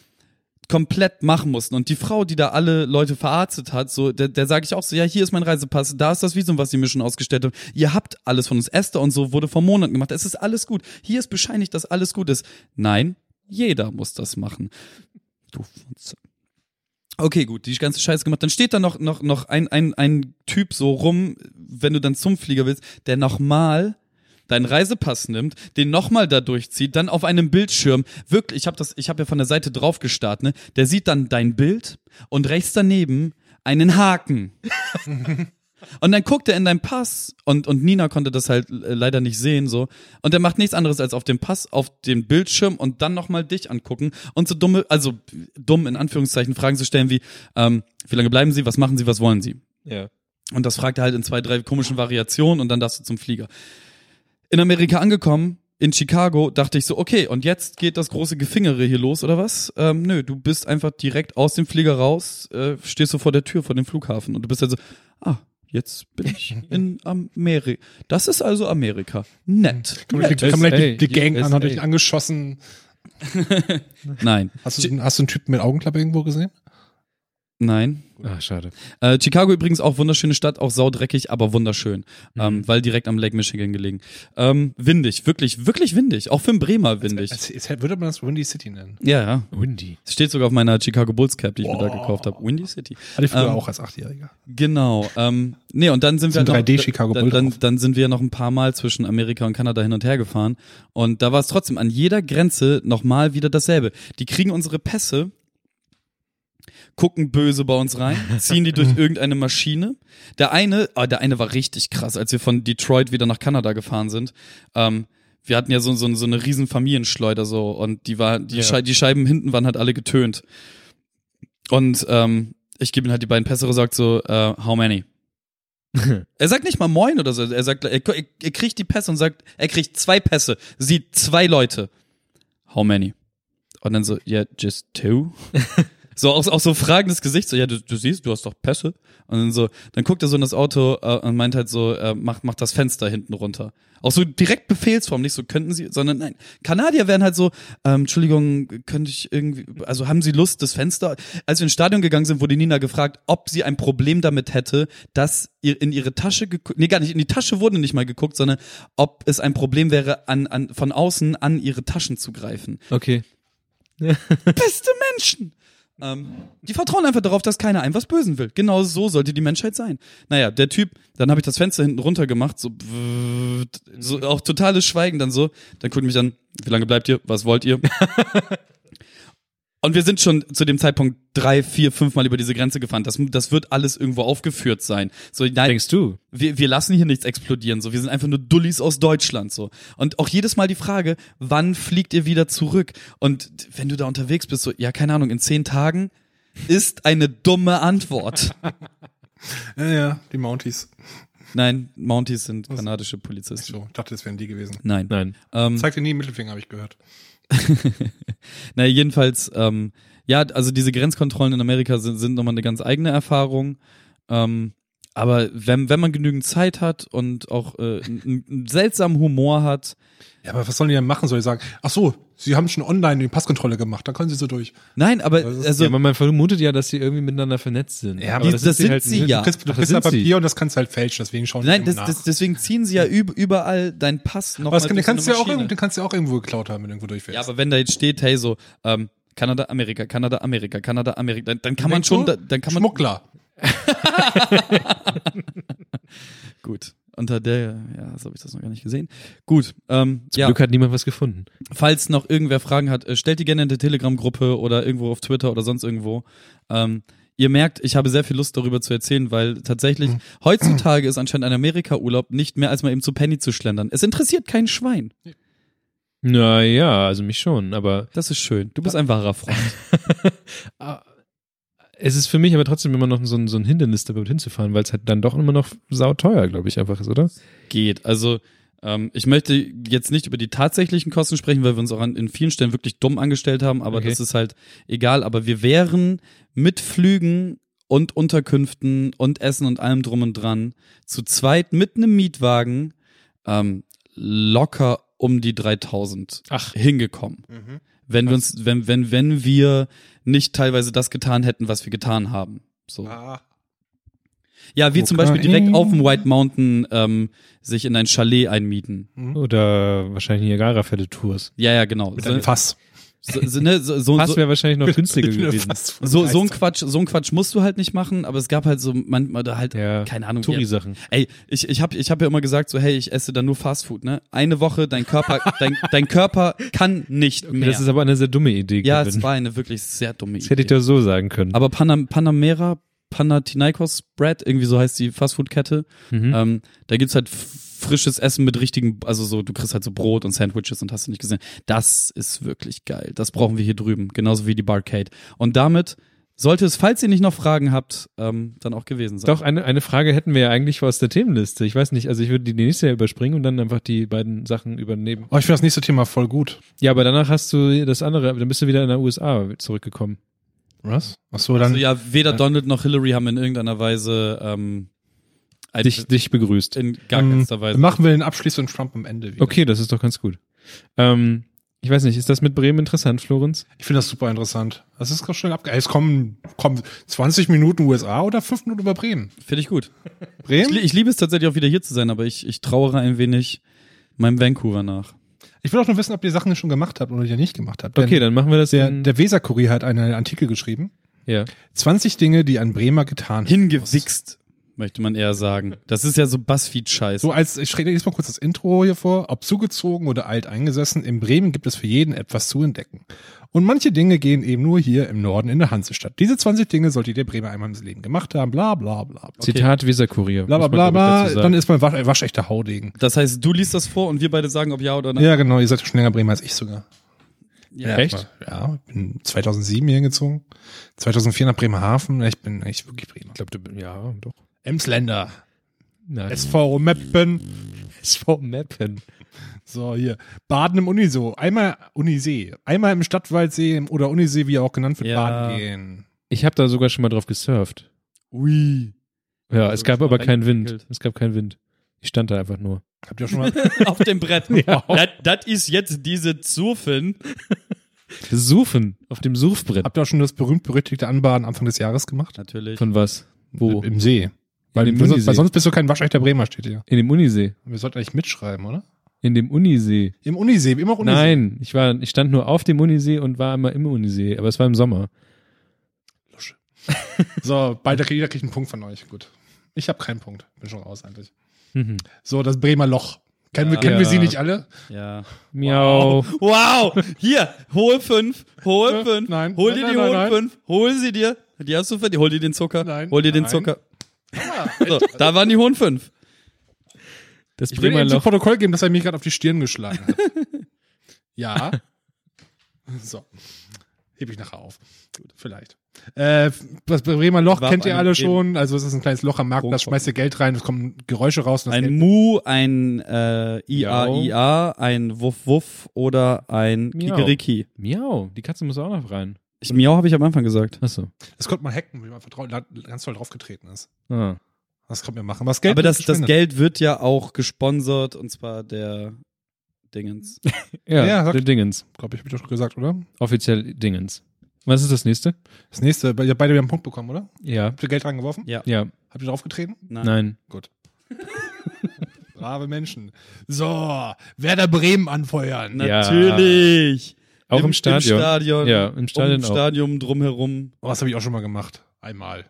Speaker 4: komplett machen mussten. Und die Frau, die da alle Leute verarztet hat, so, der, der sage ich auch so, ja, hier ist mein Reisepass, da ist das Visum, was ihr mir schon ausgestellt habt. Ihr habt alles von uns. Esther und so wurde vor Monaten gemacht. Es ist alles gut. Hier ist bescheinigt, dass alles gut ist. Nein, jeder muss das machen. Du Funze. Okay, gut, die ganze Scheiße gemacht. Dann steht da noch, noch, noch ein, ein, ein Typ so rum, wenn du dann zum Flieger willst, der nochmal deinen Reisepass nimmt, den nochmal da durchzieht, dann auf einem Bildschirm, wirklich, ich habe das, ich habe ja von der Seite drauf gestarrt, ne? Der sieht dann dein Bild und rechts daneben einen Haken. Und dann guckt er in deinen Pass und, und Nina konnte das halt äh, leider nicht sehen so. Und er macht nichts anderes als auf dem Pass, auf dem Bildschirm und dann nochmal dich angucken und so dumme, also dumm in Anführungszeichen Fragen zu stellen wie, ähm, wie lange bleiben Sie, was machen Sie, was wollen Sie?
Speaker 2: ja.
Speaker 4: Und das fragt er halt in zwei, drei komischen Variationen und dann darfst du zum Flieger. In Amerika angekommen, in Chicago, dachte ich so, okay, und jetzt geht das große Gefingere hier los, oder was? Ähm, nö, du bist einfach direkt aus dem Flieger raus, äh, stehst du vor der Tür, vor dem Flughafen und du bist halt so, ah, jetzt bin ich in Amerika. Das ist also Amerika. Nett.
Speaker 3: Komm, die,
Speaker 2: USA,
Speaker 3: komm gleich die, die Gang an, hat
Speaker 2: USA.
Speaker 3: dich angeschossen.
Speaker 4: Nein,
Speaker 3: Hast du, hast du einen Typen mit Augenklappe irgendwo gesehen?
Speaker 4: nein.
Speaker 2: Ach, Ah, schade.
Speaker 4: Äh, Chicago übrigens auch wunderschöne Stadt, auch saudreckig, aber wunderschön, ähm, weil direkt am Lake Michigan gelegen. Ähm, windig, wirklich, wirklich windig, auch für einen Bremer windig.
Speaker 3: Es, es, würde man das Windy City nennen.
Speaker 4: Ja, ja.
Speaker 2: Windy.
Speaker 4: Es Steht sogar auf meiner Chicago Bulls Cap, die ich mir da gekauft habe. Windy City.
Speaker 3: Hatte ich früher
Speaker 4: Ähm,
Speaker 3: auch als Achtjähriger.
Speaker 4: Genau. Ähm, nee, und dann sind
Speaker 3: Zum
Speaker 4: wir noch-
Speaker 3: 3D Chicago
Speaker 4: dann,
Speaker 3: Bull
Speaker 4: dann,
Speaker 3: drauf.
Speaker 4: dann sind wir noch ein paar Mal zwischen Amerika und Kanada hin und her gefahren. Und da war es trotzdem an jeder Grenze nochmal wieder dasselbe. Die kriegen unsere Pässe, gucken böse bei uns rein, ziehen die durch irgendeine Maschine. Der eine, ah, der eine war richtig krass, als wir von Detroit wieder nach Kanada gefahren sind. Ähm, wir hatten ja so, so, so eine riesen Familienschleuder so und die war, die,
Speaker 2: Ja.
Speaker 4: Schei die Scheiben hinten waren halt alle getönt. Und ähm, ich gebe ihm halt die beiden Pässe und sagt so, äh, how many? er sagt nicht mal moin oder so. Er sagt, er, er kriegt die Pässe und sagt, er kriegt zwei Pässe, sieht zwei Leute. How many? Und dann so, yeah, just two. so auch, auch so fragendes Gesicht, so, ja, du, du siehst, du hast doch Pässe. Und dann so, dann guckt er so in das Auto äh, und meint halt so, äh, mach, mach das Fenster hinten runter. Auch so direkt Befehlsform, nicht so könnten sie, sondern nein. Kanadier wären halt so, ähm, Entschuldigung, könnte ich irgendwie, also haben sie Lust, das Fenster. Als wir ins Stadion gegangen sind, wurde Nina gefragt, ob sie ein Problem damit hätte, dass ihr in ihre Tasche geguckt, nee, gar nicht, in die Tasche wurde nicht mal geguckt, sondern ob es ein Problem wäre, an, an, von außen an ihre Taschen zu greifen
Speaker 2: Okay.
Speaker 4: beste Menschen. Ähm, die vertrauen einfach darauf, dass keiner einem was Bösen will. Genau so sollte die Menschheit sein. Naja, der Typ, dann habe ich das Fenster hinten runter gemacht, so, brrrt, so auch totales Schweigen dann so. Dann guckt mich an, wie lange bleibt ihr? Was wollt ihr? Und wir sind schon zu dem Zeitpunkt drei, vier, fünf Mal über diese Grenze gefahren. Das, das wird alles irgendwo aufgeführt sein. So, nein,
Speaker 2: Denkst du?
Speaker 4: wir, wir lassen hier nichts explodieren, so. Wir sind einfach nur Dullis aus Deutschland, so. Und auch jedes Mal die Frage, wann fliegt ihr wieder zurück? Und wenn du da unterwegs bist, so, ja, keine Ahnung, in zehn Tagen ist eine dumme Antwort.
Speaker 3: Ja, ja, die Mounties.
Speaker 4: Nein, Mounties sind kanadische Polizisten.
Speaker 3: So, ich dachte, das wären die gewesen.
Speaker 4: Nein.
Speaker 2: Nein.
Speaker 4: Ähm,
Speaker 3: Zeig dir nie den Mittelfinger, habe ich gehört.
Speaker 4: Na, jedenfalls, ähm, ja, also diese Grenzkontrollen in Amerika sind, sind nochmal eine ganz eigene Erfahrung. Ähm, aber wenn, wenn man genügend Zeit hat und auch äh, einen einen seltsamen Humor hat,
Speaker 3: Ja, aber was sollen die denn machen? Soll ich sagen, ach so, sie haben schon online die Passkontrolle gemacht, da können sie so durch.
Speaker 4: nein, aber
Speaker 3: Das ist-
Speaker 4: also,
Speaker 2: ja, aber man vermutet ja, dass sie irgendwie miteinander vernetzt sind.
Speaker 3: Ja,
Speaker 2: aber
Speaker 3: die-
Speaker 4: das
Speaker 2: ist halt
Speaker 4: sind sie
Speaker 2: nicht.
Speaker 4: ja.
Speaker 3: Du kriegst, du
Speaker 2: Ach,
Speaker 3: kriegst da
Speaker 2: sind
Speaker 3: Papier
Speaker 2: sie?
Speaker 3: und das kannst du halt fälschen, deswegen schauen
Speaker 4: Nein,
Speaker 3: die
Speaker 4: das,
Speaker 3: immer
Speaker 4: das,
Speaker 3: nach. Hm.
Speaker 4: deswegen ziehen sie ja üb- überall deinen Pass noch
Speaker 3: Aber das
Speaker 4: mal
Speaker 3: kann, den,
Speaker 4: durch so
Speaker 3: kannst du
Speaker 4: eine
Speaker 3: ja auch,
Speaker 4: Maschine.
Speaker 3: irgendwo- den kannst du ja auch irgendwo geklaut haben, wenn du irgendwo durchfährst.
Speaker 4: Ja, aber wenn da jetzt steht, hey, so, ähm, Kanada, Amerika, Kanada, Amerika, Kanada, Amerika. Dann, dann kann man
Speaker 3: Denkst du?
Speaker 4: schon, da- dann kann man
Speaker 3: Schmuggler.
Speaker 4: gut. Unter der, ja, so habe ich das noch gar nicht gesehen. Gut, ähm,
Speaker 2: Zum
Speaker 4: ja.
Speaker 2: Glück hat niemand was gefunden.
Speaker 4: Falls noch irgendwer Fragen hat, äh, stellt die gerne in der Telegram-Gruppe oder irgendwo auf Twitter oder sonst irgendwo. Ähm, ihr merkt, ich habe sehr viel Lust darüber zu erzählen, weil tatsächlich
Speaker 3: Hm.
Speaker 4: heutzutage ist anscheinend ein Amerika-Urlaub nicht mehr als mal eben zu Penny zu schlendern. Es interessiert kein Schwein.
Speaker 2: Naja, also mich schon, aber
Speaker 4: Das ist schön. Du bist ein wahrer Freund.
Speaker 2: es ist für mich aber trotzdem immer noch so ein, so ein Hindernis, da überhaupt hinzufahren, weil es halt dann doch immer noch sauteuer, glaube ich, einfach ist, oder?
Speaker 4: Geht. Also ähm, ich möchte jetzt nicht über die tatsächlichen Kosten sprechen, weil wir uns auch an, in vielen Stellen wirklich dumm angestellt haben, aber
Speaker 2: Okay.
Speaker 4: das ist halt egal. Aber wir wären mit Flügen und Unterkünften und Essen und allem drum und dran zu zweit mit einem Mietwagen ähm, locker um die 3000
Speaker 2: Ach.
Speaker 4: hingekommen.
Speaker 3: Mhm.
Speaker 4: Wenn wir uns, wenn, wenn, wenn wir nicht teilweise das getan hätten, was wir getan haben. So.
Speaker 3: Ah,
Speaker 4: Ja, wie zum
Speaker 2: Okay.
Speaker 4: Beispiel direkt auf dem White Mountain ähm, sich in ein Chalet einmieten.
Speaker 2: Oder wahrscheinlich Niagara-Fälle-Tours.
Speaker 4: Ja, ja, genau.
Speaker 3: Hm? mit
Speaker 4: So,
Speaker 3: einem Fass.
Speaker 4: so, so, ne, so, so,
Speaker 2: Das
Speaker 4: so,
Speaker 2: wäre wahrscheinlich noch günstiger
Speaker 3: Mit einem
Speaker 2: gewesen.
Speaker 3: Fass voll
Speaker 4: so, so ein
Speaker 3: Geist.
Speaker 4: Quatsch, so ein Quatsch musst du halt nicht machen, aber es gab halt so manchmal da halt,
Speaker 2: Ja,
Speaker 4: keine Ahnung. wie-
Speaker 2: Touri-Sachen.
Speaker 4: Ey, ich, ich habe ich hab ja immer gesagt, so, hey, ich esse dann nur Fastfood, ne? Eine Woche, dein Körper, dein, dein Körper kann nicht mehr.
Speaker 2: Das ist aber eine sehr dumme Idee.
Speaker 4: ja,
Speaker 2: Kevin.
Speaker 4: es war eine wirklich sehr dumme
Speaker 2: das hätte ich
Speaker 4: Idee.
Speaker 2: doch so sagen können.
Speaker 4: Aber Panam Panamera, Panathinaikos Bread, irgendwie so heißt die Fastfood-Kette,
Speaker 2: Mhm.
Speaker 4: Ähm, da gibt's halt frisches Essen mit richtigen, also so, du kriegst halt so Brot und Sandwiches und hast du nicht gesehen. Das ist wirklich geil. Das brauchen wir hier drüben, genauso wie die Barcade. Und damit sollte es, falls ihr nicht noch Fragen habt, ähm, dann auch gewesen sein.
Speaker 2: Doch, eine, eine Frage hätten wir ja eigentlich aus der Themenliste. Ich weiß nicht, also ich würde die nächste ja überspringen und dann einfach die beiden Sachen übernehmen.
Speaker 3: Oh, ich finde das nächste Thema voll gut.
Speaker 2: Ja, aber danach hast du das andere, dann bist du wieder in der USA zurückgekommen.
Speaker 3: Was? Ach so, dann
Speaker 4: Also ja, weder Donald noch Hillary haben in irgendeiner Weise ähm, ein-
Speaker 2: Dich, dich begrüßt.
Speaker 4: in gar
Speaker 3: ähm,
Speaker 4: keinster Weise.
Speaker 3: machen wir den abschließenden Trump am Ende wieder.
Speaker 2: Okay, das ist doch ganz gut. Ähm, ich weiß nicht, ist das mit Bremen interessant, Florenz?
Speaker 3: Ich finde das super interessant. Das ist ganz schnell abge... Es kommen, kommen 20 Minuten USA oder 5 Minuten über Bremen.
Speaker 4: Finde ich gut. Ich,
Speaker 3: Bremen?
Speaker 4: li- ich liebe es tatsächlich auch wieder hier zu sein, aber ich, ich trauere ein wenig meinem Vancouver nach.
Speaker 3: Ich will auch nur wissen, ob ihr Sachen schon gemacht habt oder die ihr nicht gemacht habt.
Speaker 2: Okay, Mhm. dann machen wir das.
Speaker 3: Der,
Speaker 2: in-
Speaker 3: der Weser-Kurier hat einen Artikel geschrieben.
Speaker 2: ja.
Speaker 3: 20 Dinge, die ein Bremer getan
Speaker 4: Hingewichst, möchte man eher sagen. Das ist ja so Buzzfeed-Scheiß.
Speaker 3: So als, ich schreibe jetzt mal kurz das Intro hier vor. Ob zugezogen oder alt eingesessen, in Bremen gibt es für jeden etwas zu entdecken. Und manche Dinge gehen eben nur hier im Norden in der Hansestadt. Diese 20 Dinge solltet ihr Bremer einmal im Leben gemacht haben, bla bla bla. bla.
Speaker 2: Zitat Weserkurier.
Speaker 3: Bla bla
Speaker 2: muss
Speaker 3: bla,
Speaker 2: man, glaub ich,
Speaker 3: bla,
Speaker 2: dazu
Speaker 3: dann
Speaker 2: sagen.
Speaker 3: ist man wasch, ein waschechter Haudegen.
Speaker 4: Das heißt, du liest das vor und wir beide sagen, ob ja oder nein.
Speaker 3: Ja, genau, ihr seid schon länger Bremer als ich sogar.
Speaker 4: Ja.
Speaker 2: Echt?
Speaker 3: Ja, ich bin 2007 hier hingezogen, 2004 nach Bremerhaven. Ja, Ich bin eigentlich wirklich Bremer.
Speaker 2: Ich glaube, du ja, doch.
Speaker 3: Emsländer,
Speaker 2: Nein.
Speaker 3: SV Meppen.
Speaker 2: SV Mappen.
Speaker 3: So, hier. Baden im Uniso. Einmal Unisee. Einmal im Stadtwaldsee im- oder Unisee, wie er auch genannt wird,
Speaker 4: Ja.
Speaker 3: baden gehen.
Speaker 2: Ich habe da sogar schon mal drauf gesurft.
Speaker 4: Ui.
Speaker 2: Ja,
Speaker 4: Also,
Speaker 2: es gab
Speaker 4: schon mal
Speaker 2: aber keinen Wind.
Speaker 4: reingewickelt.
Speaker 2: Es gab keinen Wind. Ich stand da einfach nur.
Speaker 3: Habt ihr schon mal.
Speaker 4: Auf dem Brett. Das, das ist jetzt diese Zurfen.
Speaker 2: Surfen. Auf dem Surfbrett.
Speaker 3: habt ihr auch schon das berühmt-berüchtigte Anbaden Anfang des Jahres gemacht?
Speaker 4: Natürlich.
Speaker 2: Von was? Wo?
Speaker 3: Im See. Weil,
Speaker 2: dem
Speaker 3: weil sonst-
Speaker 2: Unisee.
Speaker 3: weil sonst bist du kein waschechter Bremer, steht hier.
Speaker 2: In dem Unisee.
Speaker 3: Wir sollten eigentlich mitschreiben, oder?
Speaker 2: In dem Unisee.
Speaker 3: Im Unisee, immer auch Unisee.
Speaker 2: Nein, ich war, ich stand nur auf dem Unisee und war immer im Unisee, aber es war im Sommer.
Speaker 3: So, beide, jeder kriegt einen Punkt von euch. Gut. Ich habe keinen Punkt. Bin schon raus eigentlich.
Speaker 2: Mhm.
Speaker 3: So, das Bremer Loch. Kennen, wir, kennen wir
Speaker 4: Ja.
Speaker 3: sie nicht alle?
Speaker 4: Ja.
Speaker 2: Miau.
Speaker 4: Wow. Hier, hol fünf. Hol
Speaker 3: Äh,
Speaker 4: fünf.
Speaker 3: nein.
Speaker 4: Hol
Speaker 3: Nein,
Speaker 4: dir
Speaker 3: nein,
Speaker 4: die
Speaker 3: nein,
Speaker 4: hohen
Speaker 3: nein.
Speaker 4: fünf. Hol sie dir. Die hast du verdient. Hol dir den Zucker.
Speaker 3: Nein,
Speaker 4: Hol dir den
Speaker 3: nein.
Speaker 4: Zucker. So, da waren die hohen fünf.
Speaker 2: Das
Speaker 3: Ich will
Speaker 2: Bremer
Speaker 3: ihm zu
Speaker 2: Loch.
Speaker 3: Protokoll geben, dass er mich gerade auf die Stirn geschlagen hat. ja. So. Heb ich nachher auf. Gut, vielleicht. Äh, das Bremer Loch
Speaker 4: Warf
Speaker 3: kennt ihr
Speaker 4: einen
Speaker 3: alle
Speaker 4: Bremen.
Speaker 3: schon. Also es ist ein kleines Loch am Markt, da schmeißt ihr Geld rein, es kommen Geräusche raus. Und das
Speaker 4: Ein
Speaker 3: Geld
Speaker 4: Mu, ein äh, IA,
Speaker 2: Miau.
Speaker 4: IA, ein Wuff, Wuff oder ein
Speaker 2: Miau.
Speaker 4: Kikeriki.
Speaker 2: Miau. Die Katze muss auch noch rein.
Speaker 4: Ich, Miau habe ich am Anfang gesagt.
Speaker 2: Achso.
Speaker 3: das konnte man hacken, wenn man vertraut, da ganz toll draufgetreten ist.
Speaker 2: Ah.
Speaker 3: Das konnte man machen. Was Geld
Speaker 4: Aber das, das
Speaker 3: verschwindet.
Speaker 4: Geld wird ja auch gesponsert und zwar der Dingens.
Speaker 2: Ja,
Speaker 3: Ja, sag-
Speaker 2: der Dingens.
Speaker 3: Glaub ich, hab ich doch schon gesagt, oder?
Speaker 2: Offiziell Dingens. Was ist das nächste?
Speaker 3: Das nächste, ihr habt beide wieder einen Punkt bekommen, oder?
Speaker 2: Ja.
Speaker 3: Habt ihr Geld dran geworfen?
Speaker 4: Ja.
Speaker 2: Ja.
Speaker 3: Habt ihr draufgetreten?
Speaker 2: Nein.
Speaker 3: Gut. Brave Menschen. So, Werder Bremen anfeuern.
Speaker 2: Ja.
Speaker 4: Natürlich.
Speaker 2: Auch im, Stadion.
Speaker 4: Im Stadion.
Speaker 2: Ja, im Stadion
Speaker 4: um
Speaker 2: auch.
Speaker 4: Stadion drumherum.
Speaker 3: Oh, das habe ich auch schon mal gemacht. Einmal.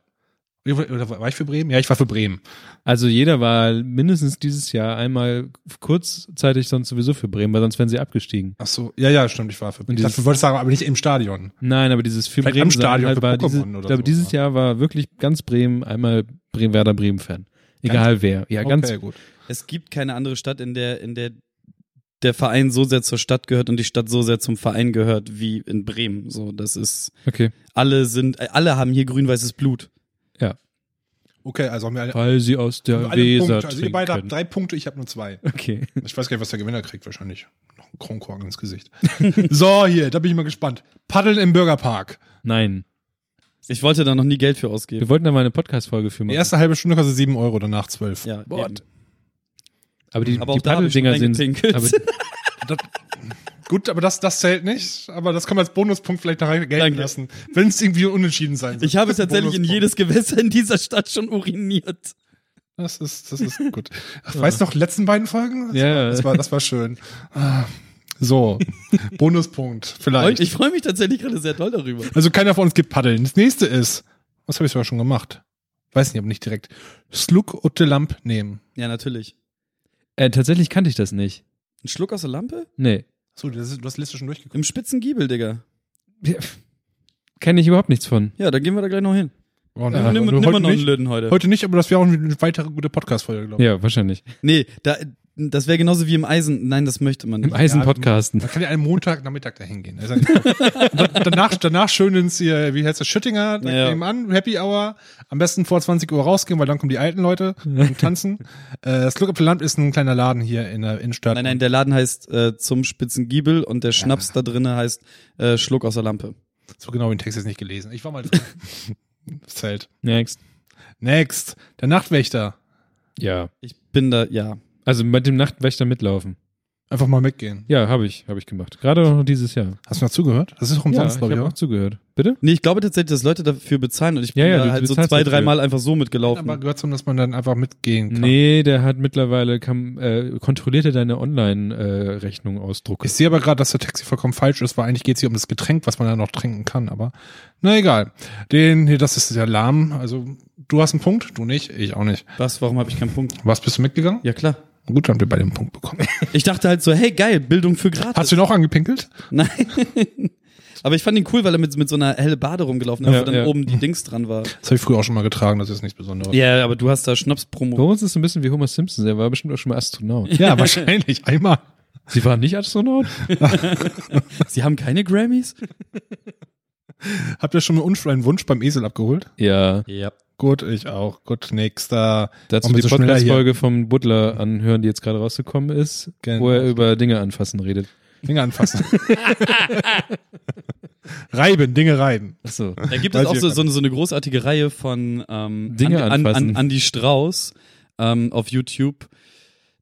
Speaker 3: Oder war ich für Bremen? Ja, ich war für Bremen.
Speaker 2: Also jeder war mindestens dieses Jahr einmal kurzzeitig sonst sowieso für Bremen, weil sonst wären sie abgestiegen.
Speaker 3: Ach so, ja, ja, stimmt, ich war für Bremen. Ich
Speaker 2: dieses-
Speaker 3: dachte, du wolltest sagen, aber nicht im Stadion.
Speaker 2: Nein, aber dieses für
Speaker 3: Vielleicht
Speaker 2: Bremen
Speaker 3: am Stadion
Speaker 2: sein
Speaker 3: für
Speaker 2: war
Speaker 3: Pokémon
Speaker 2: diese,
Speaker 3: oder
Speaker 2: ich glaube,
Speaker 3: so,
Speaker 2: dieses
Speaker 3: ja.
Speaker 2: Jahr war wirklich ganz Bremen einmal Bremen, Werder Bremen Fan. Egal wer. Ja, ganz
Speaker 3: okay, gut.
Speaker 4: Es gibt keine andere Stadt, in der, in der der Verein so sehr zur Stadt gehört und die Stadt so sehr zum Verein gehört wie in Bremen. So, das ist,
Speaker 2: okay.
Speaker 4: alle sind, äh, alle haben hier grün-weißes Blut.
Speaker 3: Okay, also haben wir alle,
Speaker 2: Weil sie aus der
Speaker 3: alle
Speaker 2: Weser
Speaker 3: Punkte. Also ihr beide habt
Speaker 2: trinken.
Speaker 3: drei Punkte, ich habe nur zwei.
Speaker 2: Okay.
Speaker 3: Ich weiß gar nicht, was der Gewinner kriegt, wahrscheinlich. Noch einen Kronkorken ins Gesicht. so, hier, da bin ich mal gespannt. Paddeln im Bürgerpark.
Speaker 2: Nein.
Speaker 4: Ich wollte da noch nie Geld für
Speaker 2: Wir
Speaker 4: ausgeben.
Speaker 2: wollten da mal eine Podcast-Folge für
Speaker 3: Die
Speaker 2: machen.
Speaker 3: erste halbe Stunde kostet sieben Euro, danach zwölf.
Speaker 4: Ja,
Speaker 2: What?
Speaker 4: eben.
Speaker 2: Aber die,
Speaker 4: Aber auch
Speaker 2: die
Speaker 4: da hab ich schon
Speaker 2: Paddeldinger sind.
Speaker 4: reingepinkelt.
Speaker 2: Aber,
Speaker 3: Gut, aber das, das zählt nicht. Aber das kann man als Bonuspunkt vielleicht da rein gelten
Speaker 4: Danke.
Speaker 3: lassen, wenn es irgendwie unentschieden sein soll.
Speaker 4: Ich habe tatsächlich in
Speaker 3: Bonuspunkt.
Speaker 4: jedes Gewässer in dieser Stadt schon uriniert.
Speaker 3: Das ist, das ist gut. Ach, Weißt du noch, die letzten beiden Folgen? Das
Speaker 2: Ja,
Speaker 3: War,
Speaker 2: ja.
Speaker 3: das, war, das war schön. Ah, So, Bonuspunkt vielleicht.
Speaker 4: Ich freue mich tatsächlich gerade sehr doll darüber.
Speaker 3: Also keiner von uns geht paddeln. Das nächste ist, was habe ich sogar schon gemacht? Weiß nicht, aber nicht direkt. Slug und de Lamp nehmen.
Speaker 4: Ja, natürlich.
Speaker 2: äh, tatsächlich kannte ich das nicht.
Speaker 4: Ein Schluck aus der Lampe?
Speaker 2: Nee.
Speaker 3: So, du hast die Liste schon durchgeguckt.
Speaker 4: Im spitzen Giebel, Digga.
Speaker 2: Kenne ich überhaupt nichts von.
Speaker 4: Ja, da gehen wir da gleich noch hin.
Speaker 3: Oh,
Speaker 4: Ja, nimm nimm mal
Speaker 3: heute,
Speaker 4: noch einen
Speaker 3: nicht,
Speaker 4: Löden heute.
Speaker 3: heute nicht, aber das wäre auch eine weitere gute Podcast-Folge, glaube ich.
Speaker 2: Ja, wahrscheinlich.
Speaker 4: Nee, da, das wäre genauso wie im Eisen. Nein, das möchte man
Speaker 2: Im
Speaker 4: nicht.
Speaker 2: Eisen podcasten.
Speaker 3: Man kann ja einen Montagnachmittag dahin gehen. Also, da- danach, danach schön ins, hier, wie heißt das, Schüttinger, dann
Speaker 4: Ja.
Speaker 3: nebenan, Happy Hour. Am besten vor 20 Uhr rausgehen, weil dann kommen die alten Leute und tanzen. äh, Slug up the Lamp ist ein kleiner Laden hier in der Innenstadt.
Speaker 4: Nein, nein, der Laden heißt äh, zum spitzen Giebel und der Schnaps da drinne heißt äh, Schluck aus der Lampe.
Speaker 3: So genau den Text jetzt nicht gelesen. Ich war mal das Zelt.
Speaker 2: Next.
Speaker 3: Next, der Nachtwächter.
Speaker 2: Ja.
Speaker 4: Ich bin da, ja.
Speaker 2: Also mit dem Nachtwächter mitlaufen.
Speaker 3: Einfach mal mitgehen.
Speaker 2: Ja, habe ich, habe ich gemacht. Gerade auch noch dieses Jahr.
Speaker 3: Hast du noch zugehört? Das ist auch umsonst,
Speaker 2: ja,
Speaker 3: glaube
Speaker 2: ich
Speaker 3: ich.
Speaker 2: habe auch
Speaker 3: Oder?
Speaker 2: zugehört. Bitte?
Speaker 4: Nee, ich glaube tatsächlich, dass Leute dafür bezahlen und ich bin
Speaker 2: Ja, ja,
Speaker 4: da
Speaker 2: du
Speaker 4: halt so
Speaker 2: bezahlst
Speaker 4: zwei,
Speaker 2: dafür.
Speaker 4: dreimal einfach so mitgelaufen.
Speaker 3: Aber gehört zum, dass man dann einfach mitgehen kann.
Speaker 2: Nee, der hat mittlerweile kam, äh, kontrollierte deine Online-Rechnung ausdrucken.
Speaker 3: Ich sehe aber gerade, dass der Text hier vollkommen falsch ist, weil eigentlich geht es hier um das Getränk, was man dann noch trinken kann, aber na egal. Den, hier, das ist ja lahm. Also du hast einen Punkt, du nicht, ich auch nicht.
Speaker 4: Was, warum habe ich keinen Punkt?
Speaker 3: Was, bist du mitgegangen?
Speaker 4: Ja, klar.
Speaker 3: Gut, dann haben wir beide einen Punkt bekommen.
Speaker 4: Ich dachte halt so, hey, geil, Bildung für gratis.
Speaker 3: Hast du ihn auch angepinkelt?
Speaker 4: Nein. Aber ich fand ihn cool, weil er mit, mit so einer helle Bade rumgelaufen ist,
Speaker 2: Ja,
Speaker 4: wo dann
Speaker 2: ja.
Speaker 4: oben die Dings dran war.
Speaker 3: Das habe ich früher auch schon mal getragen, das ist nichts Besonderes.
Speaker 4: Ja, aber du hast da Schnaps-Promo.
Speaker 2: Bei uns ist es ein bisschen wie Homer Simpson, der war bestimmt auch schon mal Astronaut.
Speaker 3: Ja, wahrscheinlich. Einmal.
Speaker 2: Sie waren nicht Astronaut?
Speaker 4: Sie haben keine Grammys?
Speaker 3: Habt ihr schon einen unfreien Wunsch beim Esel abgeholt?
Speaker 2: Ja.
Speaker 4: Ja.
Speaker 3: Gut, ich auch. Gut, nächster.
Speaker 2: Dazu
Speaker 3: Warum
Speaker 2: die
Speaker 3: bist du schneller
Speaker 2: Podcast-Folge vom Butler anhören, die jetzt gerade rausgekommen ist,
Speaker 3: Genau.
Speaker 2: wo er über Dinge anfassen redet.
Speaker 3: Finger anfassen. reiben, Dinge reiben.
Speaker 2: Achso.
Speaker 4: Da gibt
Speaker 3: Weiß
Speaker 4: es auch
Speaker 3: ich
Speaker 4: so,
Speaker 3: gar
Speaker 4: so, eine- so eine großartige Reihe von ähm,
Speaker 2: Dinge
Speaker 4: Andi, an,
Speaker 2: anfassen.
Speaker 4: an, Andi Strauß ähm, auf YouTube.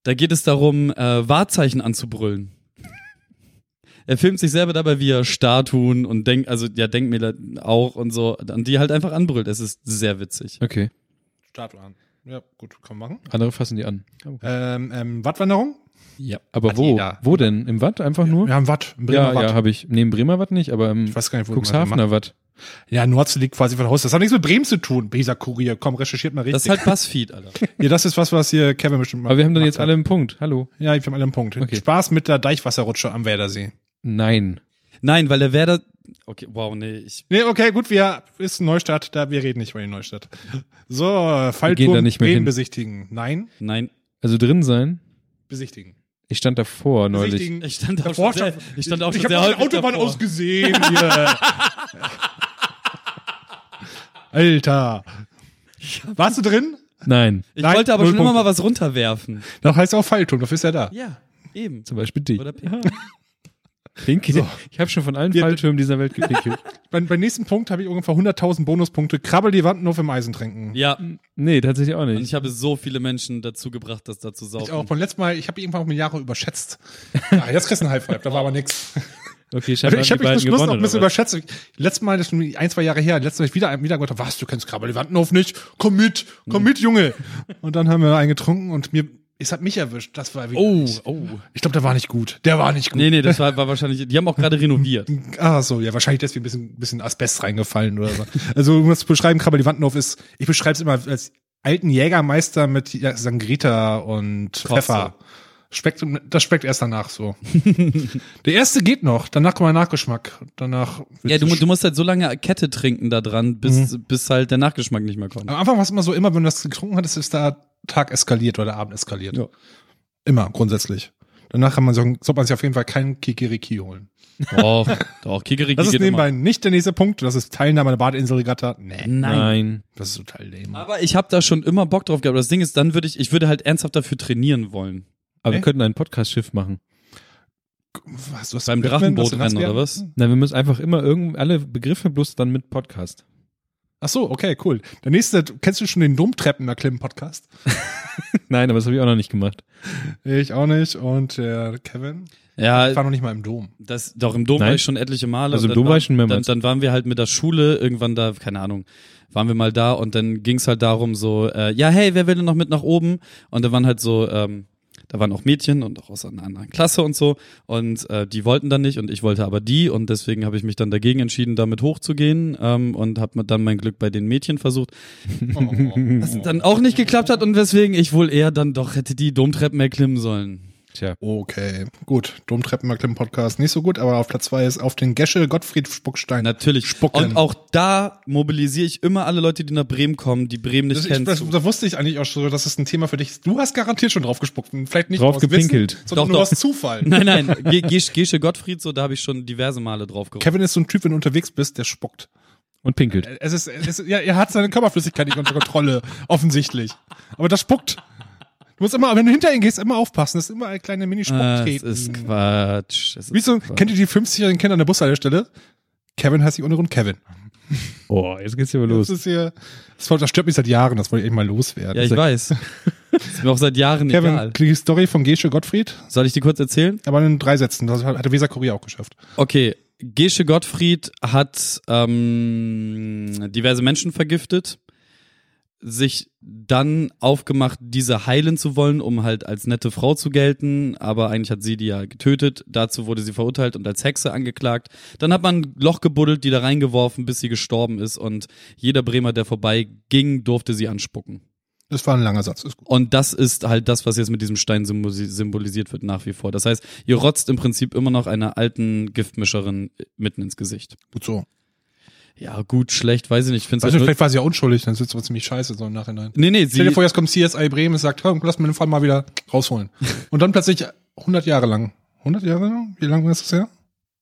Speaker 4: Da geht es darum, äh, Wahrzeichen anzubrüllen. er filmt sich selber dabei, wie er Statuen und Denk, also ja, Denkmäler auch und so, an die halt einfach anbrüllt. Es ist sehr witzig.
Speaker 2: Okay.
Speaker 3: Statue an. Ja, gut, kann man machen.
Speaker 2: Andere fassen die an.
Speaker 3: Ähm, ähm, Wattwanderung?
Speaker 4: Ja.
Speaker 2: Aber
Speaker 3: Hat
Speaker 2: wo?
Speaker 3: jeder.
Speaker 2: Wo denn? Im Watt einfach nur?
Speaker 3: Wir haben Watt. im Bremer
Speaker 2: ja,
Speaker 3: Watt.
Speaker 2: ja, habe ich. Neben Bremerwatt nicht, aber im
Speaker 3: Ich weiß gar nicht, wo
Speaker 2: Cuxhavener Watt.
Speaker 3: Ja, Nordsee liegt quasi von Haus. Das hat nichts mit Bremen zu tun. Beser Kurier, komm, recherchiert mal richtig.
Speaker 4: Das ist halt BuzzFeed, Alter.
Speaker 3: ja, das ist was, was hier Kevin bestimmt mal.
Speaker 2: Aber wir haben dann
Speaker 3: gemacht
Speaker 2: jetzt alle einen Punkt. Hallo.
Speaker 3: hat. Ja, wir haben alle einen Punkt.
Speaker 2: Okay.
Speaker 3: Spaß mit der Deichwasserrutsche am Werdersee.
Speaker 2: Nein.
Speaker 4: Nein, weil der Werder. Okay, wow, nee, ich.
Speaker 3: Nee, okay, gut, wir ist Neustadt, da wir reden nicht über die Neustadt. So,
Speaker 2: gehen da
Speaker 3: Fallturm
Speaker 2: nicht mehr
Speaker 3: Bremen
Speaker 2: hin.
Speaker 3: besichtigen. Nein,
Speaker 4: Nein.
Speaker 2: Also drin sein?
Speaker 3: besichtigen.
Speaker 2: Ich stand davor neulich.
Speaker 3: Besichtigen.
Speaker 4: Ich stand auch
Speaker 3: Davor
Speaker 4: schon sehr,
Speaker 3: stand-
Speaker 4: ich stand auch
Speaker 3: ich hab
Speaker 4: schon sehr
Speaker 3: doch die
Speaker 4: häufig
Speaker 3: Autobahn
Speaker 4: davor.
Speaker 3: ausgesehen hier. Alter. Warst du drin?
Speaker 2: Nein.
Speaker 4: Ich
Speaker 3: Nein,
Speaker 4: wollte aber
Speaker 3: null
Speaker 4: schon immer
Speaker 3: Punkte.
Speaker 4: mal was runterwerfen.
Speaker 3: Noch heißt es auch Fallturm, dafür ist er da.
Speaker 4: Ja, eben.
Speaker 2: Zum Beispiel dich.
Speaker 4: Oder P.
Speaker 2: Pinky. Ich habe schon von allen
Speaker 3: Wir-
Speaker 2: Falltürmen dieser Welt gepinkelt.
Speaker 3: Beim, beim nächsten Punkt habe ich ungefähr 100.000 Bonuspunkte. Krabbel die Wand nur im Eisen trinken.
Speaker 4: Ja,
Speaker 2: nee, tatsächlich auch
Speaker 4: und
Speaker 2: nicht.
Speaker 4: ich habe so viele Menschen dazu gebracht, das dazu saufen.
Speaker 3: Ich auch. Von letztem Mal, ich habe irgendwann auch mit Jahre überschätzt. Ja, jetzt kriegst du einen High Five, da war aber nichts.
Speaker 2: Okay, ich
Speaker 3: Ich
Speaker 2: habe die
Speaker 3: habe mich
Speaker 2: beiden
Speaker 3: bis Schluss noch
Speaker 2: gewonnen.
Speaker 3: ein bisschen
Speaker 2: oder was?
Speaker 3: überschätzt. Letztes Mal, das ist schon ein, zwei Jahre her, letztes Mal hab ich wieder, wieder gedacht,
Speaker 2: Hm.
Speaker 3: was, du kennst Krabbel die Wand nicht? Komm mit, komm mit, Junge. Und dann haben wir einen getrunken und mir, Es hat mich erwischt. Das war wieder.
Speaker 4: Oh,
Speaker 3: nicht.
Speaker 4: oh.
Speaker 3: Ich glaube, der war nicht gut. Der war nicht gut.
Speaker 4: Nee, nee, das war, war wahrscheinlich, die haben auch gerade renoviert.
Speaker 3: Ah, so, ja, wahrscheinlich deswegen ein bisschen, bisschen Asbest reingefallen oder so. Also, um das zu beschreiben, Krabber Lewandowski ist, ich beschreibe es immer als alten Jägermeister mit ja, Sangrita und
Speaker 4: Kotze.
Speaker 3: Pfeffer. Schmeckt, das schmeckt erst danach so. Der erste geht noch, danach kommt der Nachgeschmack. Danach.
Speaker 4: Ja, du, mu- du musst halt so lange Kette trinken da dran, bis,
Speaker 3: Mhm.
Speaker 4: bis halt der Nachgeschmack nicht mehr kommt.
Speaker 3: Am Anfang war es immer so, immer wenn du das getrunken hattest, ist der Tag eskaliert oder der Abend eskaliert.
Speaker 4: Ja.
Speaker 3: Immer, grundsätzlich. Danach kann man sagen, sollte man sich auf jeden Fall keinen Kikiriki holen.
Speaker 4: Doch, doch, Kikeriki
Speaker 3: Das ist
Speaker 4: geht
Speaker 3: nebenbei nicht der nächste Punkt. Das ist Teilnahme an der Badeinselregatta. Nee.
Speaker 4: immer. Äh, Nein.
Speaker 3: Das ist total lame.
Speaker 4: Aber ich habe da schon immer Bock drauf gehabt. Das Ding ist, dann würde ich, ich würde halt ernsthaft dafür trainieren wollen.
Speaker 2: Aber
Speaker 3: Hä?
Speaker 2: wir könnten ein Podcast-Schiff machen.
Speaker 3: Hast du das
Speaker 4: Beim
Speaker 3: Equipment, was du
Speaker 4: Drachenbootrennen
Speaker 3: kannst
Speaker 4: oder
Speaker 3: werden?
Speaker 4: was?
Speaker 2: Na, wir müssen einfach immer irgend alle Begriffe bloß dann mit Podcast.
Speaker 3: Ach so, okay, cool. Der nächste, kennst du schon den Dummtreppen erklimmen Podcast?
Speaker 2: Nein, aber das habe ich auch noch nicht gemacht.
Speaker 3: Ich auch nicht. Und äh, Kevin? Ich war
Speaker 4: Ja,
Speaker 3: noch nicht mal im Dom.
Speaker 4: das, doch im Dom
Speaker 2: Nein.
Speaker 4: war ich schon etliche Male.
Speaker 2: Also im
Speaker 4: und dann
Speaker 2: Dom war
Speaker 4: waren-
Speaker 2: ich schon mehrmals.
Speaker 4: Dann, dann waren wir halt mit der Schule irgendwann da, keine Ahnung, waren wir mal da und dann ging es halt darum so, äh, ja hey, wer will denn noch mit nach oben? Und da waren halt so, ähm, da waren auch Mädchen und auch aus einer anderen Klasse und so und äh, die wollten dann nicht und ich wollte aber die und deswegen habe ich mich dann dagegen entschieden, damit hochzugehen ähm, und habe dann mein Glück bei den Mädchen versucht. Was dann auch nicht geklappt hat und weswegen ich wohl eher dann doch hätte die Domtreppen erklimmen sollen.
Speaker 2: Tja.
Speaker 3: Oh, Okay, gut. Dummtreppen erklimmen Podcast nicht so gut, aber auf Platz zwei ist auf den Gesche Gottfried Spuckstein.
Speaker 4: Natürlich.
Speaker 3: Spucken.
Speaker 4: Und auch da mobilisiere ich immer alle Leute, die nach Bremen kommen, die Bremen nicht
Speaker 3: Das, ich,
Speaker 4: kennen.
Speaker 3: das,
Speaker 4: zu.
Speaker 3: da wusste ich eigentlich auch schon, dass das ein Thema für dich ist. Du hast garantiert schon drauf gespuckt. und Vielleicht nicht
Speaker 2: Drauf
Speaker 3: aus
Speaker 2: gepinkelt.
Speaker 3: Wissen, sondern
Speaker 4: Doch,
Speaker 3: nur
Speaker 4: doch.
Speaker 3: aus Zufall.
Speaker 4: Nein, nein, Ge- Ge- Gesche Gottfried, so, da habe ich schon diverse Male drauf gerufen.
Speaker 3: Kevin ist so ein Typ, wenn du unterwegs bist, der spuckt.
Speaker 2: Und pinkelt.
Speaker 3: Es ist, es ist, ja, er hat seine Körperflüssigkeit nicht unter Kontrolle, offensichtlich. Aber das spuckt. Du musst immer, wenn du hinter ihn gehst, immer aufpassen. Das ist immer eine kleine Minispuck
Speaker 4: Ah, Das
Speaker 3: treten.
Speaker 4: ist Quatsch. Das ist
Speaker 3: Wie so,
Speaker 4: Quatsch.
Speaker 3: kennt ihr die 50-jährigen Kinder an der Bushaltestelle? Kevin heißt sich ohne Grund Kevin.
Speaker 2: Oh, jetzt geht's hier aber
Speaker 3: Das
Speaker 2: los.
Speaker 3: ist hier, das, das stört mich seit Jahren, das wollte ich echt mal loswerden.
Speaker 4: ja, ich weiß. ist mir auch seit Jahren
Speaker 3: Kevin,
Speaker 4: egal.
Speaker 3: die Story von Gesche Gottfried,
Speaker 4: Soll ich die kurz erzählen?
Speaker 3: aber in drei Sätzen. Das hat hat der Weser Kurier auch geschafft.
Speaker 4: Okay, Gesche Gottfried hat ähm, diverse Menschen vergiftet, sich dann aufgemacht, diese heilen zu wollen, um halt als nette Frau zu gelten, aber eigentlich hat sie die ja getötet, dazu wurde sie verurteilt und als Hexe angeklagt. Dann hat man ein Loch gebuddelt, die da reingeworfen, bis sie gestorben ist und jeder Bremer, der vorbeiging, durfte sie anspucken.
Speaker 3: Das war ein langer Satz, ist gut.
Speaker 4: Und das ist halt das, was jetzt mit diesem Stein symbol- symbolisiert wird nach wie vor. Das heißt, ihr rotzt im Prinzip immer noch einer alten Giftmischerin äh, mitten ins Gesicht.
Speaker 3: Gut so.
Speaker 4: Ja, gut, schlecht, weiß ich nicht. Ich find's
Speaker 3: Also
Speaker 4: halt nur-
Speaker 3: vielleicht war sie ja unschuldig, dann sitzt aber ziemlich scheiße so im Nachhinein.
Speaker 4: nee, nee,
Speaker 3: Stell
Speaker 4: sie,
Speaker 3: dir vor, jetzt kommt CSI Bremen und sagt, hör, lass mir den Fall mal wieder rausholen. Und dann plötzlich 100 Jahre lang. 100 Jahre lang? Wie lange ist das her?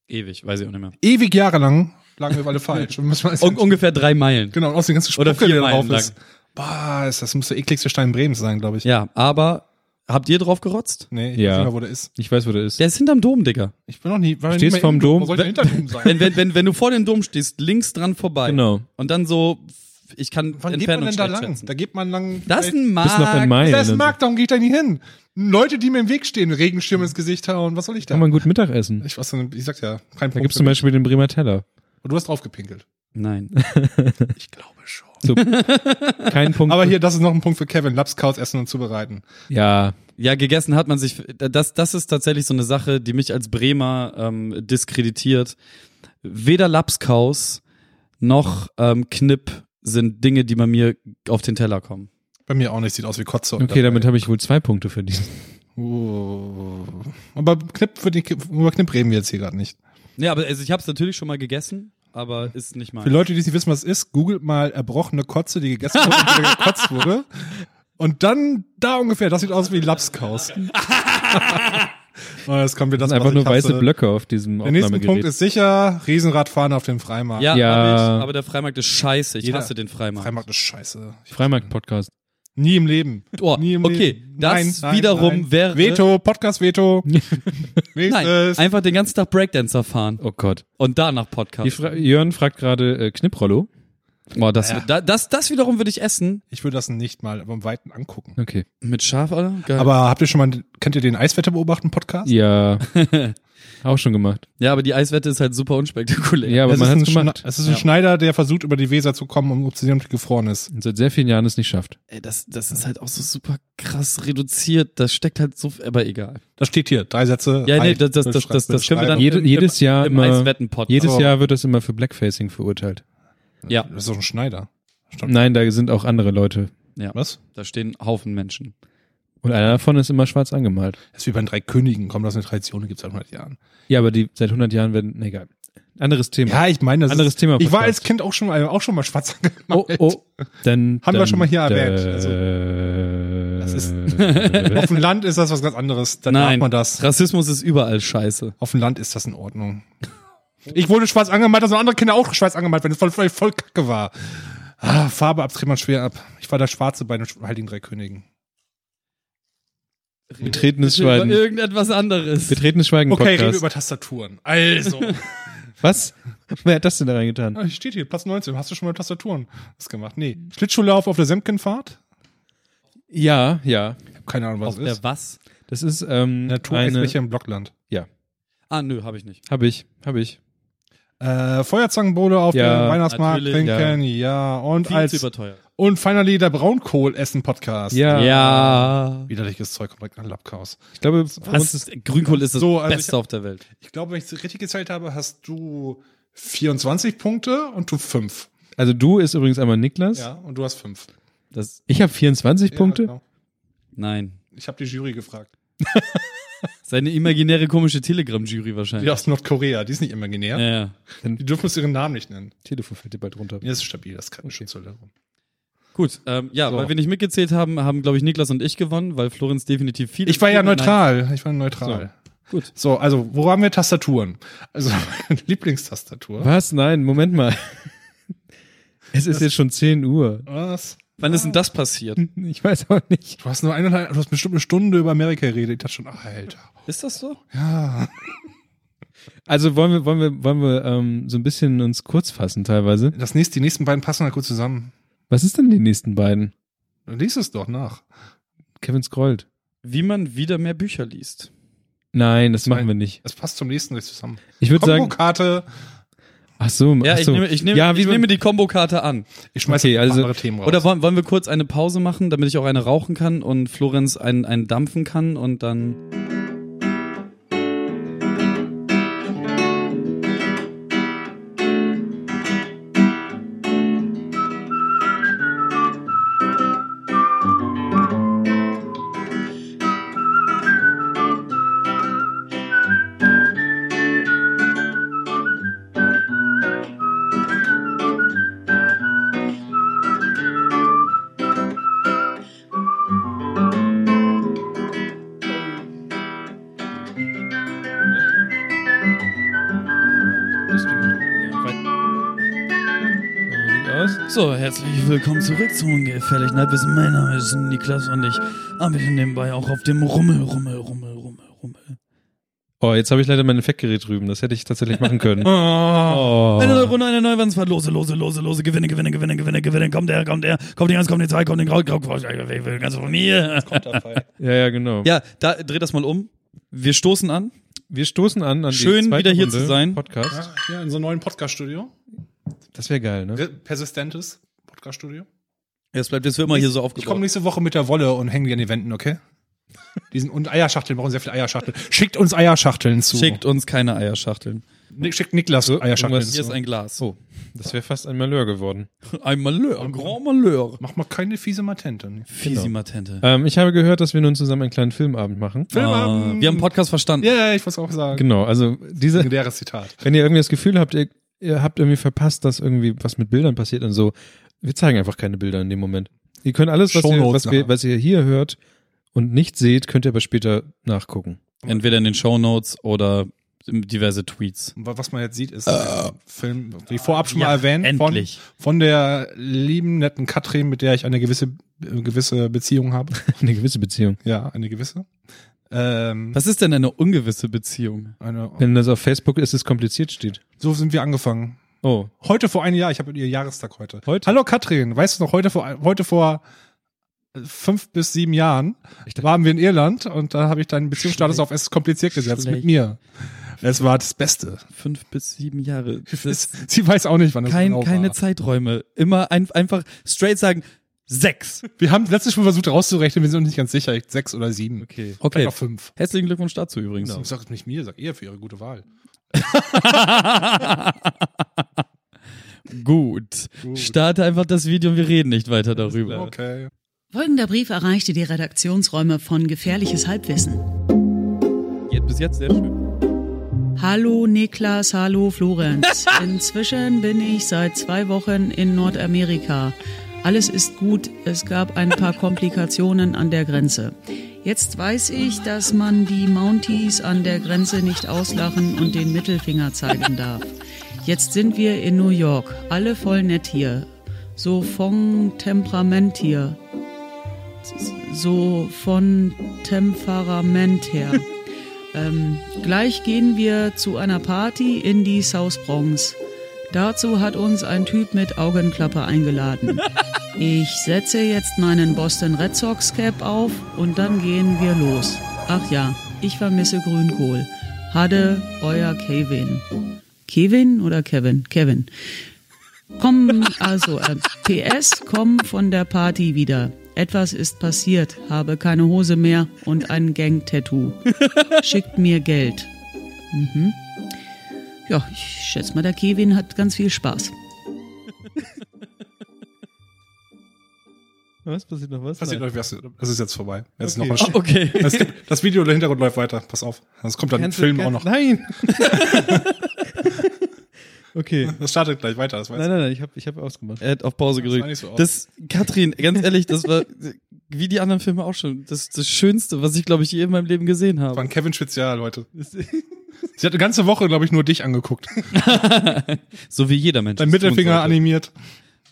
Speaker 4: ewig, weiß ich auch nicht mehr.
Speaker 3: Ewig Jahre lang lagen wir alle falsch. Und müssen wir jetzt-
Speaker 4: Un ungefähr drei Meilen.
Speaker 3: genau, und aus dem ganzen
Speaker 4: Oder
Speaker 3: Spucke,
Speaker 4: vier
Speaker 3: der drauf
Speaker 4: Meilen
Speaker 3: ist. Boah, ist das muss der ekligste Stein Bremens sein, glaube ich.
Speaker 4: Ja, aber habt ihr drauf gerotzt?
Speaker 3: Nee, ich
Speaker 2: Ja.
Speaker 3: weiß nicht mehr, wo der ist.
Speaker 2: Ich weiß, wo der ist.
Speaker 4: Der ist hinterm Dom, Digga.
Speaker 3: Ich bin noch nie. War
Speaker 2: Stehst
Speaker 3: nie mehr
Speaker 2: vorm
Speaker 3: im
Speaker 2: Dom?
Speaker 3: Wo soll der Hinterdom sein?
Speaker 4: Wenn, wenn, wenn, wenn du vor dem Dom stehst, links dran vorbei.
Speaker 2: Genau.
Speaker 4: Und dann so, ich kann
Speaker 3: Wann geht man
Speaker 4: Entfernung
Speaker 3: denn da
Speaker 4: schlecht
Speaker 3: lang?
Speaker 4: schätzen.
Speaker 3: Da geht man lang.
Speaker 4: Das ist ein
Speaker 2: Bis nach ein
Speaker 4: Markt.
Speaker 2: Mai.
Speaker 3: das ist ein Markt, darum gehe ich da nie hin. Leute, die mir im Weg stehen, Regenschirme ins Gesicht hauen, was soll ich da?
Speaker 2: Kann man gut Mittag essen.
Speaker 3: Ich, was, ich sag ja, kein
Speaker 2: Da
Speaker 3: Punkt.
Speaker 2: gibt's
Speaker 3: für
Speaker 2: zum
Speaker 3: mich.
Speaker 2: Beispiel den Bremer Teller.
Speaker 3: Und du hast drauf gepinkelt.
Speaker 4: Nein.
Speaker 3: Ich glaube schon.
Speaker 2: Kein Punkt.
Speaker 3: Aber hier, das ist noch ein Punkt für Kevin. Lapskaus essen und zubereiten.
Speaker 2: Ja.
Speaker 4: Ja, gegessen hat man sich. Das, das ist tatsächlich so eine Sache, die mich als Bremer ähm, diskreditiert. Weder Lapskaus noch ähm, Knipp sind Dinge, die bei mir auf den Teller kommen.
Speaker 3: Bei mir auch nicht. Sieht aus wie Kotze. und
Speaker 2: Okay,
Speaker 3: dabei-
Speaker 2: damit habe ich wohl zwei Punkte verdient.
Speaker 3: Oh. Aber Knipp, für die, über Knipp reden wir jetzt hier gerade nicht.
Speaker 4: Nee, aber also ich habe es natürlich schon mal gegessen, aber ist nicht
Speaker 3: Für
Speaker 4: mein.
Speaker 3: Leute, die nicht wissen, was es ist, googelt mal erbrochene Kotze, die gegessen wurde und wieder gekotzt wurde. Und dann da ungefähr, das sieht aus wie Lapskaus. oh, jetzt kommt wieder
Speaker 2: Das
Speaker 3: das,
Speaker 2: sind einfach
Speaker 3: was
Speaker 2: nur
Speaker 3: ich hasse.
Speaker 2: weiße Blöcke auf diesem
Speaker 3: Der nächste Punkt
Speaker 2: Aufnahmegerät.
Speaker 3: ist sicher, Riesenradfahren auf dem Freimarkt.
Speaker 4: Ja,
Speaker 2: Ja.
Speaker 4: Hab ich, aber der Freimarkt ist scheiße. Ich
Speaker 3: Jeder-
Speaker 4: hasse den Freimarkt.
Speaker 3: Freimarkt ist scheiße. Ich-
Speaker 2: Freimarkt-Podcast.
Speaker 3: Nie im Leben.
Speaker 4: Oh,
Speaker 3: Nie im
Speaker 4: okay,
Speaker 3: Leben.
Speaker 4: das
Speaker 3: Nein, nein,
Speaker 4: wiederum
Speaker 3: nein.
Speaker 4: wäre.
Speaker 3: Veto, Podcast-Veto.
Speaker 4: Nein,
Speaker 3: Nächstes.
Speaker 4: einfach den ganzen Tag Breakdancer fahren
Speaker 2: Oh Gott.
Speaker 4: und danach
Speaker 2: Die
Speaker 4: Podcast.
Speaker 2: Fra Jörn fragt gerade äh, Knipprollo. Oh,
Speaker 4: Boah, das, Also da- das, das wiederum würde ich essen.
Speaker 3: Ich würde das nicht mal aber im Weiten angucken.
Speaker 2: Okay.
Speaker 4: Mit Schaf, Alter? Geil.
Speaker 3: Aber habt ihr schon mal, kennt ihr den Eiswetter beobachten Podcast?
Speaker 2: Ja. Auch schon gemacht.
Speaker 4: Ja, aber die Eiswette ist halt super unspektakulär.
Speaker 2: Ja, aber
Speaker 3: es,
Speaker 2: man
Speaker 3: ist
Speaker 2: hat
Speaker 3: ein
Speaker 2: es gemacht.
Speaker 3: Schne- es ist ein Schneider, der versucht, über die Weser zu kommen, um ob sie nicht gefroren ist.
Speaker 2: Und seit sehr vielen Jahren es nicht schafft.
Speaker 4: Ey, das, das ist halt auch so super krass reduziert. Das steckt halt so, f- aber egal.
Speaker 3: Das steht hier, drei Sätze.
Speaker 4: Ja, nee,
Speaker 3: Ei,
Speaker 4: das, das, das, das, das können wir dann
Speaker 3: Beschreibung.
Speaker 2: Jede-
Speaker 4: im,
Speaker 2: jedes
Speaker 4: im,
Speaker 2: Jahr
Speaker 4: im
Speaker 2: immer-
Speaker 4: Eiswetten-Pod.
Speaker 2: Jedes
Speaker 3: Aber-
Speaker 2: Jahr wird das immer für Blackfacing verurteilt.
Speaker 4: Ja,
Speaker 3: Das ist doch ein Schneider. Stimmt.
Speaker 2: Nein, da sind auch andere Leute.
Speaker 3: Was?
Speaker 4: da stehen Haufen Menschen.
Speaker 2: Und einer davon ist immer schwarz angemalt.
Speaker 3: Das ist wie bei den drei Königen, kommt aus einer Tradition, die gibt es seit 100 Jahren.
Speaker 2: Ja, aber die seit 100 Jahren werden, na egal. Anderes Thema.
Speaker 3: Ja, ich meine, das
Speaker 2: Anderes
Speaker 3: ist,
Speaker 2: Thema,
Speaker 3: Ich war
Speaker 2: Podcast.
Speaker 3: als Kind auch schon mal, auch schon mal schwarz angemalt.
Speaker 2: Oh, oh. Dann,
Speaker 3: Haben wir
Speaker 2: dann,
Speaker 3: schon mal hier erwähnt, also.
Speaker 2: Äh,
Speaker 3: Das ist- Auf dem Land ist das was ganz anderes. Dann
Speaker 4: Nein,
Speaker 3: darf man das.
Speaker 4: Rassismus ist überall scheiße.
Speaker 3: Auf dem Land ist das in Ordnung. Ich wurde schwarz angemalt, also andere Kinder auch schwarz angemalt, wenn es voll, voll, voll kacke war. Ah, Farbe abträgt man schwer ab. Ich war der Schwarze bei den Heiligen Drei Königen.
Speaker 2: betretenes
Speaker 4: Über
Speaker 2: Schweigen.
Speaker 4: irgendetwas anderes.
Speaker 2: Betretenes Schweigen
Speaker 3: Okay, reden wir
Speaker 2: Podcast.
Speaker 3: über Tastaturen. Also.
Speaker 2: Was? Wer hat das denn da reingetan?
Speaker 3: Ah, Steht hier, Platz 19. Hast du schon mal Tastaturen was gemacht? Nee. Schlittschuhlauf auf der Semkenfahrt?
Speaker 2: Ja, ja.
Speaker 3: Ich hab keine Ahnung, was
Speaker 4: Auf
Speaker 3: es
Speaker 4: der
Speaker 3: ist.
Speaker 4: was?
Speaker 2: Das ist ähm, eine.
Speaker 3: Naturexfläche im Blockland.
Speaker 4: Ah, nö, habe ich nicht.
Speaker 2: Hab ich, hab ich.
Speaker 3: Äh, Feuerzangenbowle auf
Speaker 2: Ja,
Speaker 3: dem Weihnachtsmarkt
Speaker 4: natürlich,
Speaker 3: trinken, ja. Und
Speaker 4: Viel zu
Speaker 3: als
Speaker 4: überteuert.
Speaker 3: und finally der Braunkohl-Essen-Podcast.
Speaker 2: Ja.
Speaker 4: Ja.
Speaker 3: Widerliches Zeug kommt direkt an Labkaus.
Speaker 2: Ich glaube, für
Speaker 4: Was
Speaker 2: uns
Speaker 4: ist, Grünkohl ist das
Speaker 3: So, also
Speaker 4: Beste
Speaker 3: ich-
Speaker 4: auf der Welt.
Speaker 3: Ich glaube, wenn ich es richtig gezählt habe, hast du 24 Punkte und du 5.
Speaker 2: Also du ist übrigens einmal Niklas.
Speaker 3: Ja, und du hast 5.
Speaker 4: Das,
Speaker 2: Ich habe 24 Punkte.
Speaker 3: Ja, genau.
Speaker 4: nein.
Speaker 3: Ich habe die Jury gefragt.
Speaker 4: Seine imaginäre komische Telegram-Jury wahrscheinlich.
Speaker 3: Die aus Nordkorea, die ist nicht imaginär.
Speaker 4: Ja, ja.
Speaker 3: Die dürfen uns ihren Namen nicht nennen.
Speaker 2: Telefon fällt dir bald runter.
Speaker 3: Nee, das ist stabil, das kann okay.
Speaker 4: Gut, ähm, ja,
Speaker 3: So.
Speaker 4: weil wir nicht mitgezählt haben, haben, glaube ich, Niklas und ich gewonnen, weil Florenz definitiv viel.
Speaker 3: Ich war ja neutral. Ich war neutral.
Speaker 4: So, gut.
Speaker 3: So, also, wo haben wir Tastaturen? Also, meine Lieblingstastatur.
Speaker 2: Was? Nein, Moment mal. Es ist jetzt schon 10 Uhr.
Speaker 3: Was?
Speaker 4: Wann ist denn das passiert?
Speaker 2: Ich weiß auch nicht.
Speaker 3: Du hast nur eineinhalb, du hast bestimmt eine Stunde über Amerika geredet. Ich dachte schon, Alter.
Speaker 4: Ist das so?
Speaker 3: Ja.
Speaker 2: Also wollen wir, wollen wir, wollen wir ähm, so ein bisschen uns kurz fassen teilweise.
Speaker 3: Das nächste, die nächsten beiden passen halt gut zusammen.
Speaker 2: Was ist denn die nächsten beiden?
Speaker 3: Dann lies es doch nach.
Speaker 2: Kevin scrollt.
Speaker 4: Wie man wieder mehr Bücher liest.
Speaker 2: Nein, das machen
Speaker 3: Nein.
Speaker 2: wir nicht.
Speaker 3: Es passt zum nächsten gleich zusammen.
Speaker 2: Ich würde sagen,
Speaker 3: Kombokarte.
Speaker 2: ach so,
Speaker 4: Ja,
Speaker 2: ach
Speaker 4: ich
Speaker 2: so.
Speaker 4: nehme, ich nehme,
Speaker 2: ja, wie
Speaker 4: ich
Speaker 2: man-
Speaker 4: nehme die Kombokarte an.
Speaker 3: Ich schmeiße
Speaker 2: Okay, also-
Speaker 3: andere Themen raus.
Speaker 4: Oder wollen, wollen wir kurz eine Pause machen, damit ich auch eine rauchen kann und Florenz einen, einen dampfen kann und dann. So, herzlich willkommen zurück zu Ungefährlich Halbwissen. Mein Name ist Niklas und ich arbeite nebenbei auch auf dem Rummel, Rummel, Rummel, Rummel, Rummel.
Speaker 2: Oh, jetzt habe ich leider mein Effektgerät drüben. Das hätte ich tatsächlich machen können.
Speaker 4: Oh. Eine neue
Speaker 2: Oh.
Speaker 4: Runde, eine neue Wandsfahrt. Lose, lose, lose, lose. Gewinne, gewinne, gewinne, gewinne, gewinne. Kommt der, kommt der. Kommt die eins, kommt die zwei, kommt den Grau, Grau, Grau. Die ganze Familie.
Speaker 2: Ja, ja, genau.
Speaker 4: Ja, da dreh das mal um. Wir stoßen an.
Speaker 2: Wir stoßen an an
Speaker 4: Schön,
Speaker 2: die zweite
Speaker 4: wieder hier
Speaker 2: Runde
Speaker 4: zu sein.
Speaker 2: Podcast.
Speaker 3: Ja, ja, in so einem neuen Podcast-Studio.
Speaker 2: Das wäre geil, ne?
Speaker 3: Re- Persistentes Podcast-Studio.
Speaker 4: Es bleibt jetzt für immer hier so
Speaker 3: Ich komme
Speaker 4: aufgebaut.
Speaker 3: nächste Woche mit der Wolle und hänge die an die Wänden, okay? Diesen, und Eierschachteln, wir brauchen sehr viele Eierschachteln. Schickt uns Eierschachteln zu.
Speaker 4: Schickt uns keine Eierschachteln.
Speaker 3: Ni- schickt Niklas Eierschachteln
Speaker 2: irgendwas-
Speaker 4: Hier ist
Speaker 3: zu.
Speaker 4: ein Glas.
Speaker 2: Oh, das wäre fast ein Malheur geworden.
Speaker 4: Ein Malheur, ein Grand Malheur.
Speaker 3: Mach mal keine fiese Matente. ne?
Speaker 4: Fisi Matente.
Speaker 2: Ähm, ich habe gehört, dass wir nun zusammen einen kleinen Filmabend machen.
Speaker 4: Ah,
Speaker 3: Filmabend.
Speaker 4: wir haben Podcast verstanden.
Speaker 3: Ja, ja, ich muss auch sagen.
Speaker 2: Genau, also diese,
Speaker 3: Legendäres Zitat.
Speaker 2: wenn ihr irgendwie das Gefühl habt, ihr, ihr habt irgendwie verpasst, dass irgendwie was mit Bildern passiert und so, wir zeigen einfach keine Bilder in dem Moment. Ihr könnt alles, was, ihr,
Speaker 3: Shownotes
Speaker 2: was, wir,
Speaker 3: nachher.
Speaker 2: was ihr hier hört und nicht seht, könnt ihr aber später nachgucken.
Speaker 4: Entweder in den Shownotes oder diverse Tweets.
Speaker 3: Und wa- Was man jetzt sieht, ist ein Film, wie vorab schon mal
Speaker 4: Äh. Ja,
Speaker 3: erwähnt, von,
Speaker 4: endlich.
Speaker 3: von der lieben, netten Katrin, mit der ich eine gewisse, äh, gewisse Beziehung habe.
Speaker 2: Eine gewisse Beziehung.
Speaker 3: ja, eine gewisse. Ähm,
Speaker 4: Was ist denn eine ungewisse Beziehung?
Speaker 3: eine,
Speaker 2: Wenn das auf Facebook ist, es kompliziert steht.
Speaker 3: so sind wir angefangen.
Speaker 2: Oh,
Speaker 3: Heute vor einem Jahr, ich habe ihr Jahrestag heute.
Speaker 2: Heute?
Speaker 3: Hallo Katrin, weißt du noch, heute vor, heute vor äh, fünf bis sieben Jahren
Speaker 2: Ich dachte-
Speaker 3: waren wir in Irland und da habe ich deinen Beziehungsstatus auf Es ist kompliziert gesetzt
Speaker 4: Schlecht.
Speaker 3: mit mir. Es war das Beste.
Speaker 4: fünf bis sieben Jahre. Das ist
Speaker 3: Sie weiß auch nicht, wann das
Speaker 4: kein,
Speaker 3: genau
Speaker 4: keine
Speaker 3: war.
Speaker 4: Zeiträume. Immer ein, einfach straight sagen, sechs.
Speaker 3: Wir haben letztes Mal versucht rauszurechnen, wir sind uns nicht ganz sicher, sechs oder sieben.
Speaker 2: Okay.
Speaker 3: Vielleicht
Speaker 4: Okay.
Speaker 3: auch fünf.
Speaker 4: Herzlichen Glückwunsch dazu übrigens.
Speaker 3: Genau. Sag nicht mir, sag ihr für ihre gute Wahl.
Speaker 2: Genau.
Speaker 4: Gut. Starte einfach das Video und wir reden nicht weiter darüber.
Speaker 3: Okay.
Speaker 1: Folgender Brief erreichte die Redaktionsräume von Gefährliches Halbwissen.
Speaker 4: Jetzt, bis jetzt sehr schön.
Speaker 1: Hallo Niklas, hallo Florenz. Inzwischen bin ich seit zwei Wochen in Nordamerika. Alles ist gut, es gab ein paar Komplikationen an der Grenze. Jetzt weiß ich, dass man die Mounties an der Grenze nicht auslachen und den Mittelfinger zeigen darf. Jetzt sind wir in New York, alle voll nett hier. So von Temperament hier. So von Temperament her. Ähm, gleich gehen wir zu einer Party in die South Bronx. Dazu hat uns ein Typ mit Augenklappe eingeladen. Ich setze jetzt meinen Boston Red Sox Cap auf und dann gehen wir los. Ach ja, ich vermisse Grünkohl. Hade, euer Kevin. Kevin oder Kevin? Kevin. Komm, also, äh, PS, komm von der Party wieder. Etwas ist passiert, habe keine Hose mehr und ein Gang-Tattoo. Schickt mir Geld. Mhm. Ja, ich schätze mal, der Kevin hat ganz viel Spaß.
Speaker 2: Was? Passiert noch was?
Speaker 3: Passiert
Speaker 2: Nein.
Speaker 3: euch was. Das ist jetzt vorbei. Jetzt
Speaker 2: Okay.
Speaker 3: nochmal sch-
Speaker 4: Oh, Okay.
Speaker 3: Das, das Video der Hintergrund läuft weiter. Pass auf. Das kommt dann im
Speaker 2: Cancel,
Speaker 3: Film auch
Speaker 2: can-
Speaker 3: noch.
Speaker 2: Nein! okay.
Speaker 3: Das startet gleich weiter. Das weiß
Speaker 2: Nein, nein, nein, ich habe ich hab ausgemacht.
Speaker 4: Er hat auf Pause
Speaker 3: Das war
Speaker 4: gedrückt.
Speaker 3: nicht so oft.
Speaker 4: Das, Katrin, ganz ehrlich, das war, wie die anderen Filme auch schon, das, das Schönste, was ich, glaube ich, je in meinem Leben gesehen
Speaker 3: Das war
Speaker 4: habe.
Speaker 3: ein Kevin Spezial heute. Sie hat eine ganze Woche, glaube ich, nur dich angeguckt.
Speaker 4: So wie jeder Mensch.
Speaker 3: Dein
Speaker 4: es tun
Speaker 3: Mittelfinger
Speaker 4: sollte.
Speaker 3: animiert.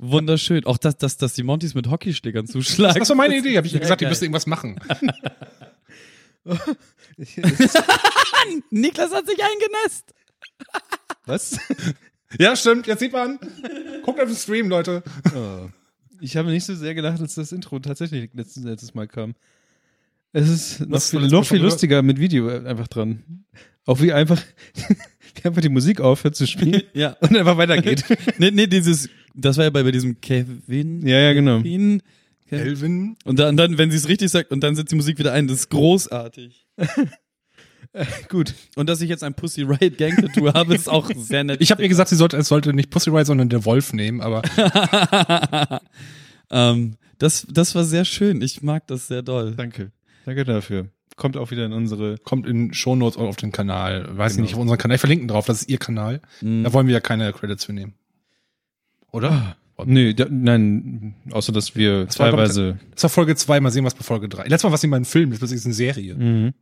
Speaker 4: Wunderschön. Auch, dass, dass, dass die Monties mit Hockeyschlägern zuschlagen.
Speaker 3: Das war meine Idee. Habe ich ja
Speaker 4: Ja,
Speaker 3: gesagt, die
Speaker 4: geil.
Speaker 3: müssen irgendwas machen.
Speaker 4: Niklas hat sich eingenässt.
Speaker 2: Was?
Speaker 3: Ja, stimmt. Jetzt sieht man. Guckt auf den Stream, Leute.
Speaker 2: Ich habe nicht so sehr gelacht, als das Intro tatsächlich letztes, letztes Mal kam. Es ist noch
Speaker 3: Hast du
Speaker 2: viel,
Speaker 3: letztes Mal
Speaker 2: noch
Speaker 3: schon
Speaker 2: viel
Speaker 3: gehört?
Speaker 2: lustiger mit Video äh, einfach dran. Auch wie einfach, wie einfach die Musik aufhört zu spielen
Speaker 4: Ja.
Speaker 2: und einfach weitergeht.
Speaker 4: Nee, nee, dieses, das war ja bei, bei diesem Kevin.
Speaker 2: ja, ja, genau.
Speaker 4: Kevin.
Speaker 3: Elvin.
Speaker 4: Und dann, dann wenn sie es richtig sagt, und dann setzt die Musik wieder ein, das ist großartig.
Speaker 2: Gut.
Speaker 4: Und dass ich jetzt ein Pussy Riot Gang Tattoo habe, ist auch sehr nett.
Speaker 3: Ich habe ihr gesagt, sie sollte, es sollte nicht Pussy Riot, sondern der Wolf nehmen, aber
Speaker 4: ähm, das, das war sehr schön. Ich mag das sehr doll.
Speaker 2: Danke. Danke dafür. Kommt auch wieder in unsere.
Speaker 3: kommt in Shownotes auf den Kanal. Weiß
Speaker 2: Genau.
Speaker 3: nicht, auf unseren Kanal. Ich verlinken drauf, das ist ihr Kanal.
Speaker 4: Mhm.
Speaker 3: Da wollen wir ja keine Credits für nehmen. Oder?
Speaker 2: Nee, da, nein, außer dass wir
Speaker 3: Das war aber-
Speaker 2: teilweise
Speaker 3: Das war Folge 2, mal sehen, was bei Folge 3. Letztes Mal war es nicht mal ein Film, jetzt plötzlich ist es eine Serie.
Speaker 2: mhm.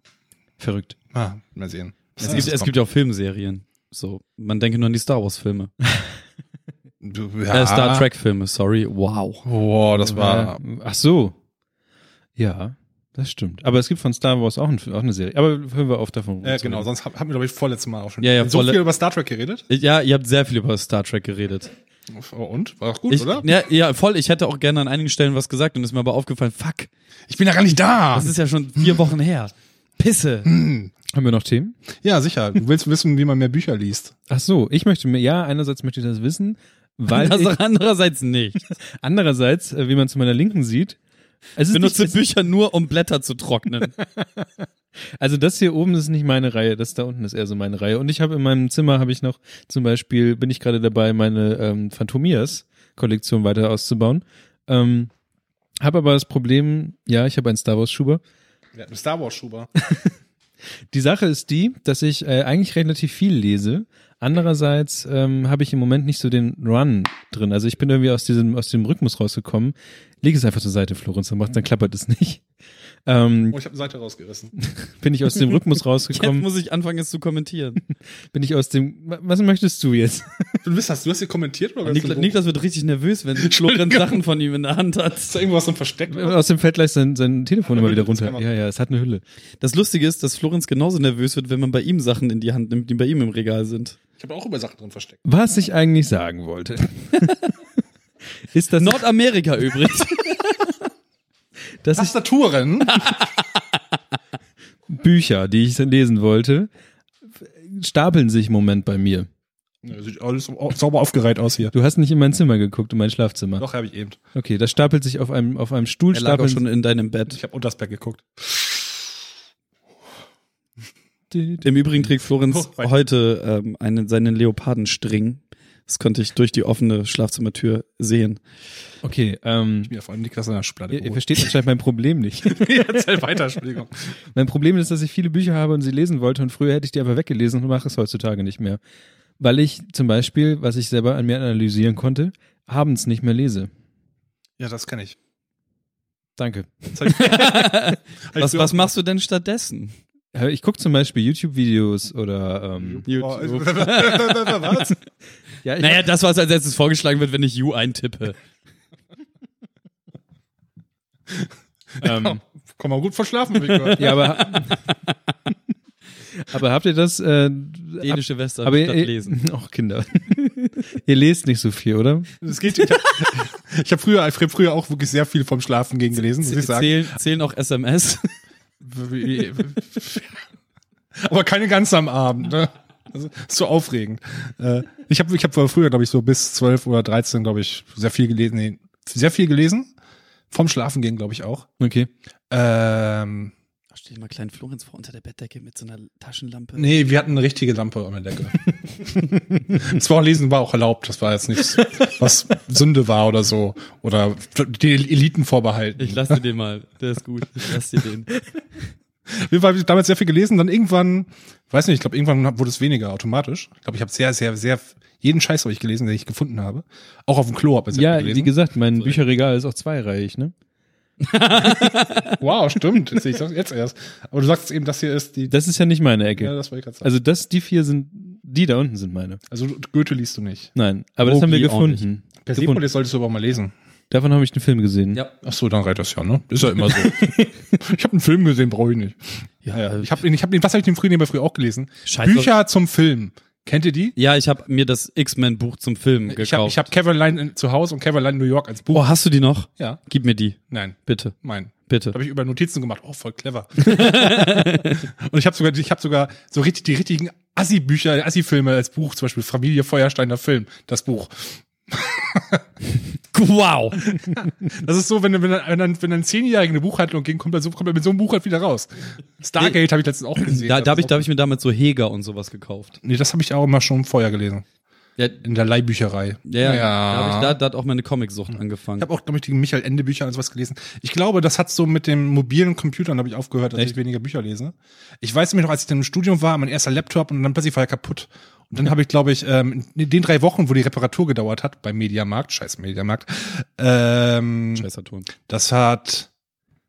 Speaker 2: verrückt.
Speaker 3: Ah, mal sehen.
Speaker 4: Es, gibt, es gibt ja auch Filmserien. So, man denke nur an die Star Wars Filme.
Speaker 3: ja.
Speaker 4: Äh, Star Trek Filme, sorry. Wow.
Speaker 3: Boah, das war.
Speaker 2: Ja. Ach so. Ja, das stimmt. Aber es gibt von Star Wars auch, ein, auch eine Serie. Aber hören wir auf davon.
Speaker 3: Ja,
Speaker 2: zu
Speaker 3: genau,
Speaker 2: reden.
Speaker 3: sonst hab- haben wir, glaube ich, vorletztes Mal auch schon
Speaker 4: Ja, ja,
Speaker 3: so
Speaker 4: vorle-
Speaker 3: viel über Star Trek geredet.
Speaker 4: Ja, ihr habt sehr viel über Star Trek geredet.
Speaker 3: Und? War auch gut,
Speaker 4: ich,
Speaker 3: oder?
Speaker 4: Ja, ja, voll. Ich hätte auch gerne an einigen Stellen was gesagt und ist mir aber aufgefallen, fuck,
Speaker 3: Ich bin ja gar nicht da.
Speaker 4: das ist ja schon vier Wochen her. Pisse.
Speaker 2: Haben wir noch Themen?
Speaker 3: Ja, sicher. Du willst wissen, wie man mehr Bücher liest.
Speaker 2: Ach so, ich möchte mir, ja, einerseits möchte ich das wissen, weil
Speaker 4: Das
Speaker 2: ich,
Speaker 4: andererseits nicht.
Speaker 2: andererseits, äh, wie man zu meiner Linken sieht, es
Speaker 4: Ich
Speaker 2: ist
Speaker 4: benutze
Speaker 2: nicht,
Speaker 4: Bücher nur, um Blätter zu trocknen.
Speaker 2: es, also das hier oben ist nicht meine Reihe, das da unten ist eher so meine Reihe. Und ich habe in meinem Zimmer habe ich noch zum Beispiel bin ich gerade dabei meine ähm, Phantomias Kollektion weiter auszubauen. Ähm, habe aber das Problem, ja, ich habe einen Star Wars Schuber.
Speaker 3: Wir hatten Star Wars Schuber.
Speaker 2: Die Sache ist die, dass ich äh, eigentlich relativ viel lese. Andererseits ähm, habe ich im Moment nicht so den Run drin. Also ich bin irgendwie aus diesem aus dem Rhythmus rausgekommen. Leg es einfach zur Seite, Florenz, dann, macht, dann klappert es nicht. Ähm,
Speaker 3: Oh, ich habe eine Seite rausgerissen.
Speaker 2: bin ich aus dem Rhythmus
Speaker 4: Jetzt
Speaker 2: rausgekommen?
Speaker 4: muss ich anfangen, es zu kommentieren.
Speaker 2: Bin ich aus dem. Wa- Was möchtest du jetzt?
Speaker 3: Du bist, hast du hast hier kommentiert oder
Speaker 4: Nikla
Speaker 3: hast du-
Speaker 4: Niklas wird richtig nervös, wenn Florenz Sachen von ihm in der Hand hat.
Speaker 3: Ist da irgendwas drin versteckt?
Speaker 2: Aus dem fällt gleich sein, sein Telefon immer wieder
Speaker 3: Das kann
Speaker 2: runter.
Speaker 3: man-
Speaker 2: Ja, ja, es hat eine Hülle.
Speaker 4: Das Lustige ist, dass Florenz genauso nervös wird, wenn man bei ihm Sachen in die Hand nimmt, die bei ihm im Regal sind.
Speaker 3: Ich habe auch über Sachen drin versteckt.
Speaker 2: Was ich eigentlich sagen wollte, ist das.
Speaker 4: Nordamerika übrigens.
Speaker 2: dass ich
Speaker 3: Tastaturen.
Speaker 2: Bücher, die ich lesen wollte, stapeln sich im Moment bei mir.
Speaker 3: Ja, Sieht alles au- sauber aufgereiht aus hier.
Speaker 2: Du hast nicht in mein Zimmer geguckt, in mein Schlafzimmer.
Speaker 3: Doch, habe ich eben.
Speaker 2: Okay, das stapelt sich auf einem, auf einem Stuhl.
Speaker 4: Er lag auch
Speaker 2: stapeln-
Speaker 4: schon in deinem Bett.
Speaker 3: Ich habe unters Bett geguckt.
Speaker 4: Im Übrigen trägt Florenz
Speaker 3: Oh, wei.
Speaker 4: heute ähm, einen, seinen Leopardenstring. Das konnte ich durch die offene Schlafzimmertür sehen.
Speaker 2: Okay, ähm,
Speaker 3: Mir vor allem die Klasse in der Schublade.
Speaker 2: ihr, ihr
Speaker 3: geholt.
Speaker 2: versteht anscheinend mein Problem nicht.
Speaker 3: Erzähl weiter, Entschuldigung.
Speaker 2: Mein Problem ist, dass ich viele Bücher habe und sie lesen wollte und früher hätte ich die einfach weggelesen und mache es heutzutage nicht mehr. Weil ich zum Beispiel, was ich selber an mir analysieren konnte, abends nicht mehr lese.
Speaker 3: Ja, das kann ich.
Speaker 2: Danke.
Speaker 3: Das hab ich- hab ich
Speaker 4: Was,
Speaker 3: so-
Speaker 4: was machst du denn stattdessen?
Speaker 2: Äh, Ich gucke zum Beispiel YouTube-Videos oder ähm,
Speaker 3: Oh,
Speaker 4: YouTube.
Speaker 3: was?
Speaker 2: ja, ich
Speaker 4: Naja, das, was als letztes vorgeschlagen wird, wenn ich You eintippe.
Speaker 2: ähm,
Speaker 3: Komm mal gut verschlafen, Victor.
Speaker 2: ja, aber aber habt ihr das? Äh, ab,
Speaker 4: Dänische Western
Speaker 2: aber
Speaker 4: statt
Speaker 2: ihr,
Speaker 4: lesen.
Speaker 2: Auch Kinder. ihr lest nicht so viel, oder?
Speaker 3: Das geht. Ich habe hab früher, ich hab früher auch wirklich sehr viel vom Schlafen gehen gelesen, muss ich sagen.
Speaker 4: Zählen, zählen auch SMS.
Speaker 3: Aber keine ganz am Abend. Ne? Das ist so aufregend. Äh, Ich habe ich hab früher, glaube ich, so bis 12 oder 13, glaube ich, sehr viel gelesen. Nee, sehr viel gelesen. Vom Schlafen gehen, glaube ich, auch.
Speaker 2: Okay.
Speaker 3: Ähm,
Speaker 4: Stell dir mal kleinen Florenz vor unter der Bettdecke mit so einer Taschenlampe.
Speaker 3: nee, wir hatten eine richtige Lampe an der Decke. das war auch lesen war auch erlaubt. Das war jetzt nichts, was Sünde war oder so. Oder die Eliten vorbehalten.
Speaker 4: Ich lass dir den mal. Der ist gut. Ich lass dir den.
Speaker 3: Wir haben damals sehr viel gelesen, dann irgendwann, weiß nicht, ich glaube, irgendwann wurde es weniger automatisch. Ich glaube, ich habe sehr, sehr, sehr, jeden Scheiß habe ich gelesen, den ich gefunden habe. Auch auf dem Klo habe ich sehr
Speaker 2: Ja,
Speaker 3: viel
Speaker 2: wie
Speaker 3: gelesen.
Speaker 2: gesagt, mein Bücherregal ist auch zweireich, ne?
Speaker 3: wow, stimmt. Jetzt, ich sag's jetzt erst. Aber du sagst eben, das hier ist die.
Speaker 2: Das ist ja nicht meine Ecke.
Speaker 3: ja, das wollte ich gerade sagen.
Speaker 2: Also das, die vier sind, die da unten sind meine.
Speaker 3: Also, du- Goethe liest du nicht.
Speaker 2: Nein, aber das
Speaker 4: Oh,
Speaker 2: haben wir
Speaker 4: die auch
Speaker 2: gefunden. gefunden.
Speaker 3: Persepolis solltest du aber mal lesen.
Speaker 2: Davon habe ich den Film gesehen.
Speaker 4: Ja.
Speaker 3: Ach so, dann reicht das ja, ne? Ist ja immer so. ich habe einen Film gesehen, brauche ich nicht. Ja, äh, ja. Ich habe, ich hab, den- was habe ich denn früher, den wir früher auch gelesen?
Speaker 4: Scheiße.
Speaker 3: Bücher zum Film. Kennt ihr die?
Speaker 4: Ja, ich habe mir das X-Men-Buch zum Film gekauft.
Speaker 3: Ich habe ich hab Caroline in, zu Hause und Caroline in New York als Buch.
Speaker 4: oh, hast du die noch?
Speaker 3: Ja.
Speaker 4: Gib mir die.
Speaker 3: Nein,
Speaker 4: Bitte.
Speaker 3: mein.
Speaker 4: Bitte.
Speaker 3: habe ich über Notizen gemacht. Oh, voll clever. und ich habe sogar, ich habe sogar so richtig die richtigen Assi-Bücher, Assi-Filme als Buch, zum Beispiel Familie Feuersteiner Film, das Buch.
Speaker 4: Wow.
Speaker 3: Das ist so, wenn wenn wenn dann wenn dann zehnjährige eine Buchhandlung ging, kommt er so kommt er mit so einem Buch halt wieder raus. Stargate habe ich letztens auch gesehen.
Speaker 4: Da, da habe ich, da
Speaker 3: das
Speaker 4: hab ich mir damals so Heger und sowas gekauft.
Speaker 3: auch- nee, das habe ich auch immer schon vorher gelesen
Speaker 4: Ja,
Speaker 3: in der Leihbücherei.
Speaker 4: ja, ja. Da, hab ich, da,
Speaker 3: ich
Speaker 4: da hat auch meine Comicsucht angefangen.
Speaker 3: habe auch glaube ich die Michael Ende Bücher und sowas gelesen. Ich glaube, das hat so mit dem mobilen Computern habe ich aufgehört, dass
Speaker 2: Echt?
Speaker 3: ich weniger Bücher lese. Ich weiß nämlich noch, als ich dann im Studium war, mein erster Laptop und dann plötzlich war er kaputt. Und dann habe ich, glaube ich, ähm, in den drei Wochen, wo die Reparatur gedauert hat, beim Mediamarkt, scheiß Mediamarkt, ähm,
Speaker 4: Scheißer Ton.
Speaker 3: das hat,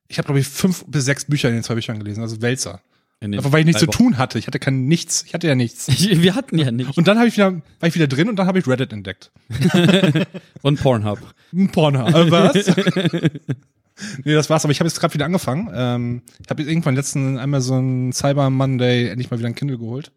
Speaker 3: ich habe, glaube ich, fünf bis sechs Bücher in den zwei Büchern gelesen, also Wälzer.
Speaker 4: In den
Speaker 3: Einfach weil ich nichts
Speaker 4: drei
Speaker 3: zu tun hatte. Ich hatte kein nichts. Ich hatte ja nichts.
Speaker 4: Wochen. Wir hatten ja nicht.
Speaker 3: Und dann habe ich wieder, war ich wieder drin und dann habe ich Reddit entdeckt.
Speaker 4: Und Pornhub.
Speaker 3: Ein Pornhub. Äh, Was? nee, das war's. Aber ich habe jetzt gerade wieder angefangen. Ähm, ich habe jetzt irgendwann letzten einmal so einen Cyber Monday endlich mal wieder ein Kindle geholt.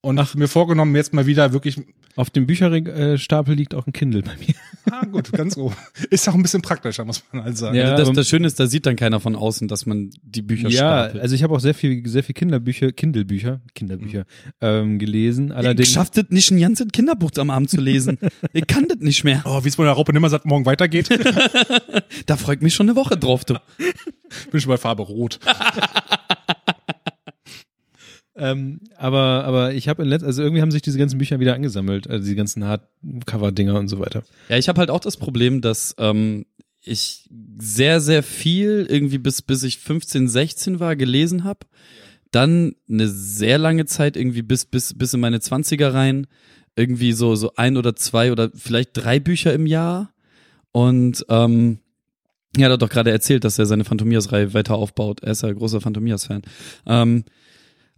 Speaker 3: Und mir vorgenommen, mir jetzt mal wieder wirklich,
Speaker 2: Auf dem Bücherstapel liegt auch ein Kindle bei mir.
Speaker 3: ah gut, ganz oben. Ist auch ein bisschen praktischer, muss man halt sagen.
Speaker 2: Ja,
Speaker 4: Also das,
Speaker 2: aber-
Speaker 4: das Schöne ist, da sieht dann keiner von außen, dass man die Bücher stapelt.
Speaker 2: also ich habe auch sehr viel, sehr viel Kinderbücher, Kindelbücher, Kinderbücher ähm, gelesen. Allerdings,
Speaker 4: ich schaff das nicht, ein ganzes Kinderbuch am Abend zu lesen. ich kann das nicht mehr.
Speaker 3: Oh, wie es wohl der Raupe nimmer seit morgen weitergeht. bin
Speaker 4: Da freut mich schon eine Woche drauf. Du.
Speaker 3: schon bei Farbe Rot.
Speaker 2: ähm, aber, aber ich habe in letzter, also irgendwie haben sich diese ganzen Bücher wieder angesammelt, also die ganzen Hardcover-Dinger und so weiter.
Speaker 4: Ja, ich habe halt auch das Problem, dass ähm, ich sehr, sehr viel irgendwie bis, bis ich 15, 16 war gelesen habe. Dann eine sehr lange Zeit irgendwie bis, bis, bis in meine 20er rein. Irgendwie so, so ein oder zwei oder vielleicht drei Bücher im Jahr. Und ähm, ja, er hat doch gerade erzählt, dass er seine Phantomias-Reihe weiter aufbaut. Er ist ja großer Phantomias-Fan. Ähm,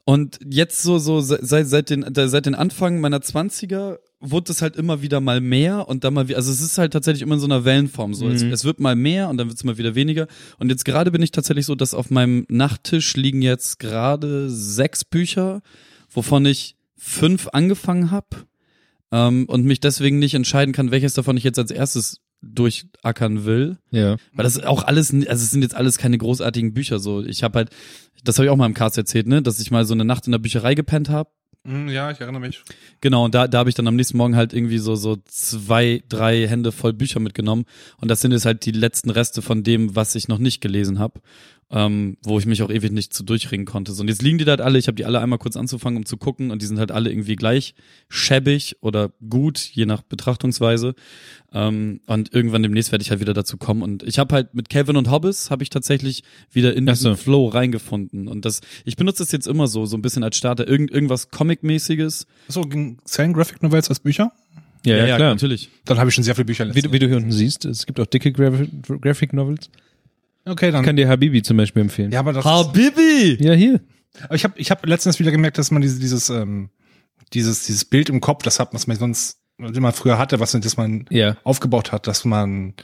Speaker 4: und jetzt so, so se- seit, seit, den, da- seit den Anfang meiner 20er wurde es halt immer wieder mal mehr und dann mal wieder, also es ist halt tatsächlich immer in so einer Wellenform so. Es,
Speaker 2: Mhm.
Speaker 4: es wird mal mehr und dann wird es mal wieder weniger. Und jetzt gerade bin ich tatsächlich so, dass auf meinem Nachttisch liegen jetzt gerade sechs Bücher, wovon ich fünf angefangen habe ähm, und mich deswegen nicht entscheiden kann, welches davon ich jetzt als erstes durchackern will.
Speaker 2: Ja.
Speaker 4: Weil das ist auch alles, also es sind jetzt alles keine großartigen Bücher. So, ich habe halt, das habe ich auch mal im Cast erzählt, ne, dass ich mal so eine Nacht in der Bücherei gepennt habe
Speaker 3: Hm, Ja, ich erinnere mich.
Speaker 4: Genau, und da, da habe ich dann am nächsten Morgen halt irgendwie so, so zwei, drei Hände voll Bücher mitgenommen. Und das sind jetzt halt die letzten Reste von dem, was ich noch nicht gelesen habe, ähm, wo ich mich auch ewig nicht zu durchringen konnte. So, und jetzt liegen die da halt alle, ich habe die alle einmal kurz anzufangen, um zu gucken. Und die sind halt alle irgendwie gleich schäbig oder gut, je nach Betrachtungsweise. Ähm, und irgendwann demnächst werde ich halt wieder dazu kommen. Und ich habe halt mit Kevin und Hobbes habe ich tatsächlich wieder in
Speaker 2: Ach
Speaker 4: diesen
Speaker 2: so.
Speaker 4: Flow reingefunden. Und das, ich benutze das jetzt immer so, so ein bisschen als Starter. Irgend, irgendwas Comic-mäßiges.
Speaker 3: So, zählen Graphic Novels als Bücher?
Speaker 2: Ja, ja, klar.
Speaker 4: natürlich.
Speaker 3: Dann habe ich schon sehr viele Bücher
Speaker 2: Wie, du-
Speaker 3: gelesen.
Speaker 2: wie du hier unten siehst, es gibt auch dicke Graphic, Graphic Novels.
Speaker 3: Okay,
Speaker 2: Ich
Speaker 3: dann.
Speaker 2: kann dir Habibi zum Beispiel empfehlen.
Speaker 3: ja, aber das.
Speaker 4: Habibi!
Speaker 2: Ja, hier.
Speaker 3: Aber ich habe ich hab letztens wieder gemerkt, dass man diese, dieses, ähm, dieses, dieses Bild im Kopf, das hat, was man sonst immer früher hatte, was das man
Speaker 2: Ja.
Speaker 3: aufgebaut hat, dass man,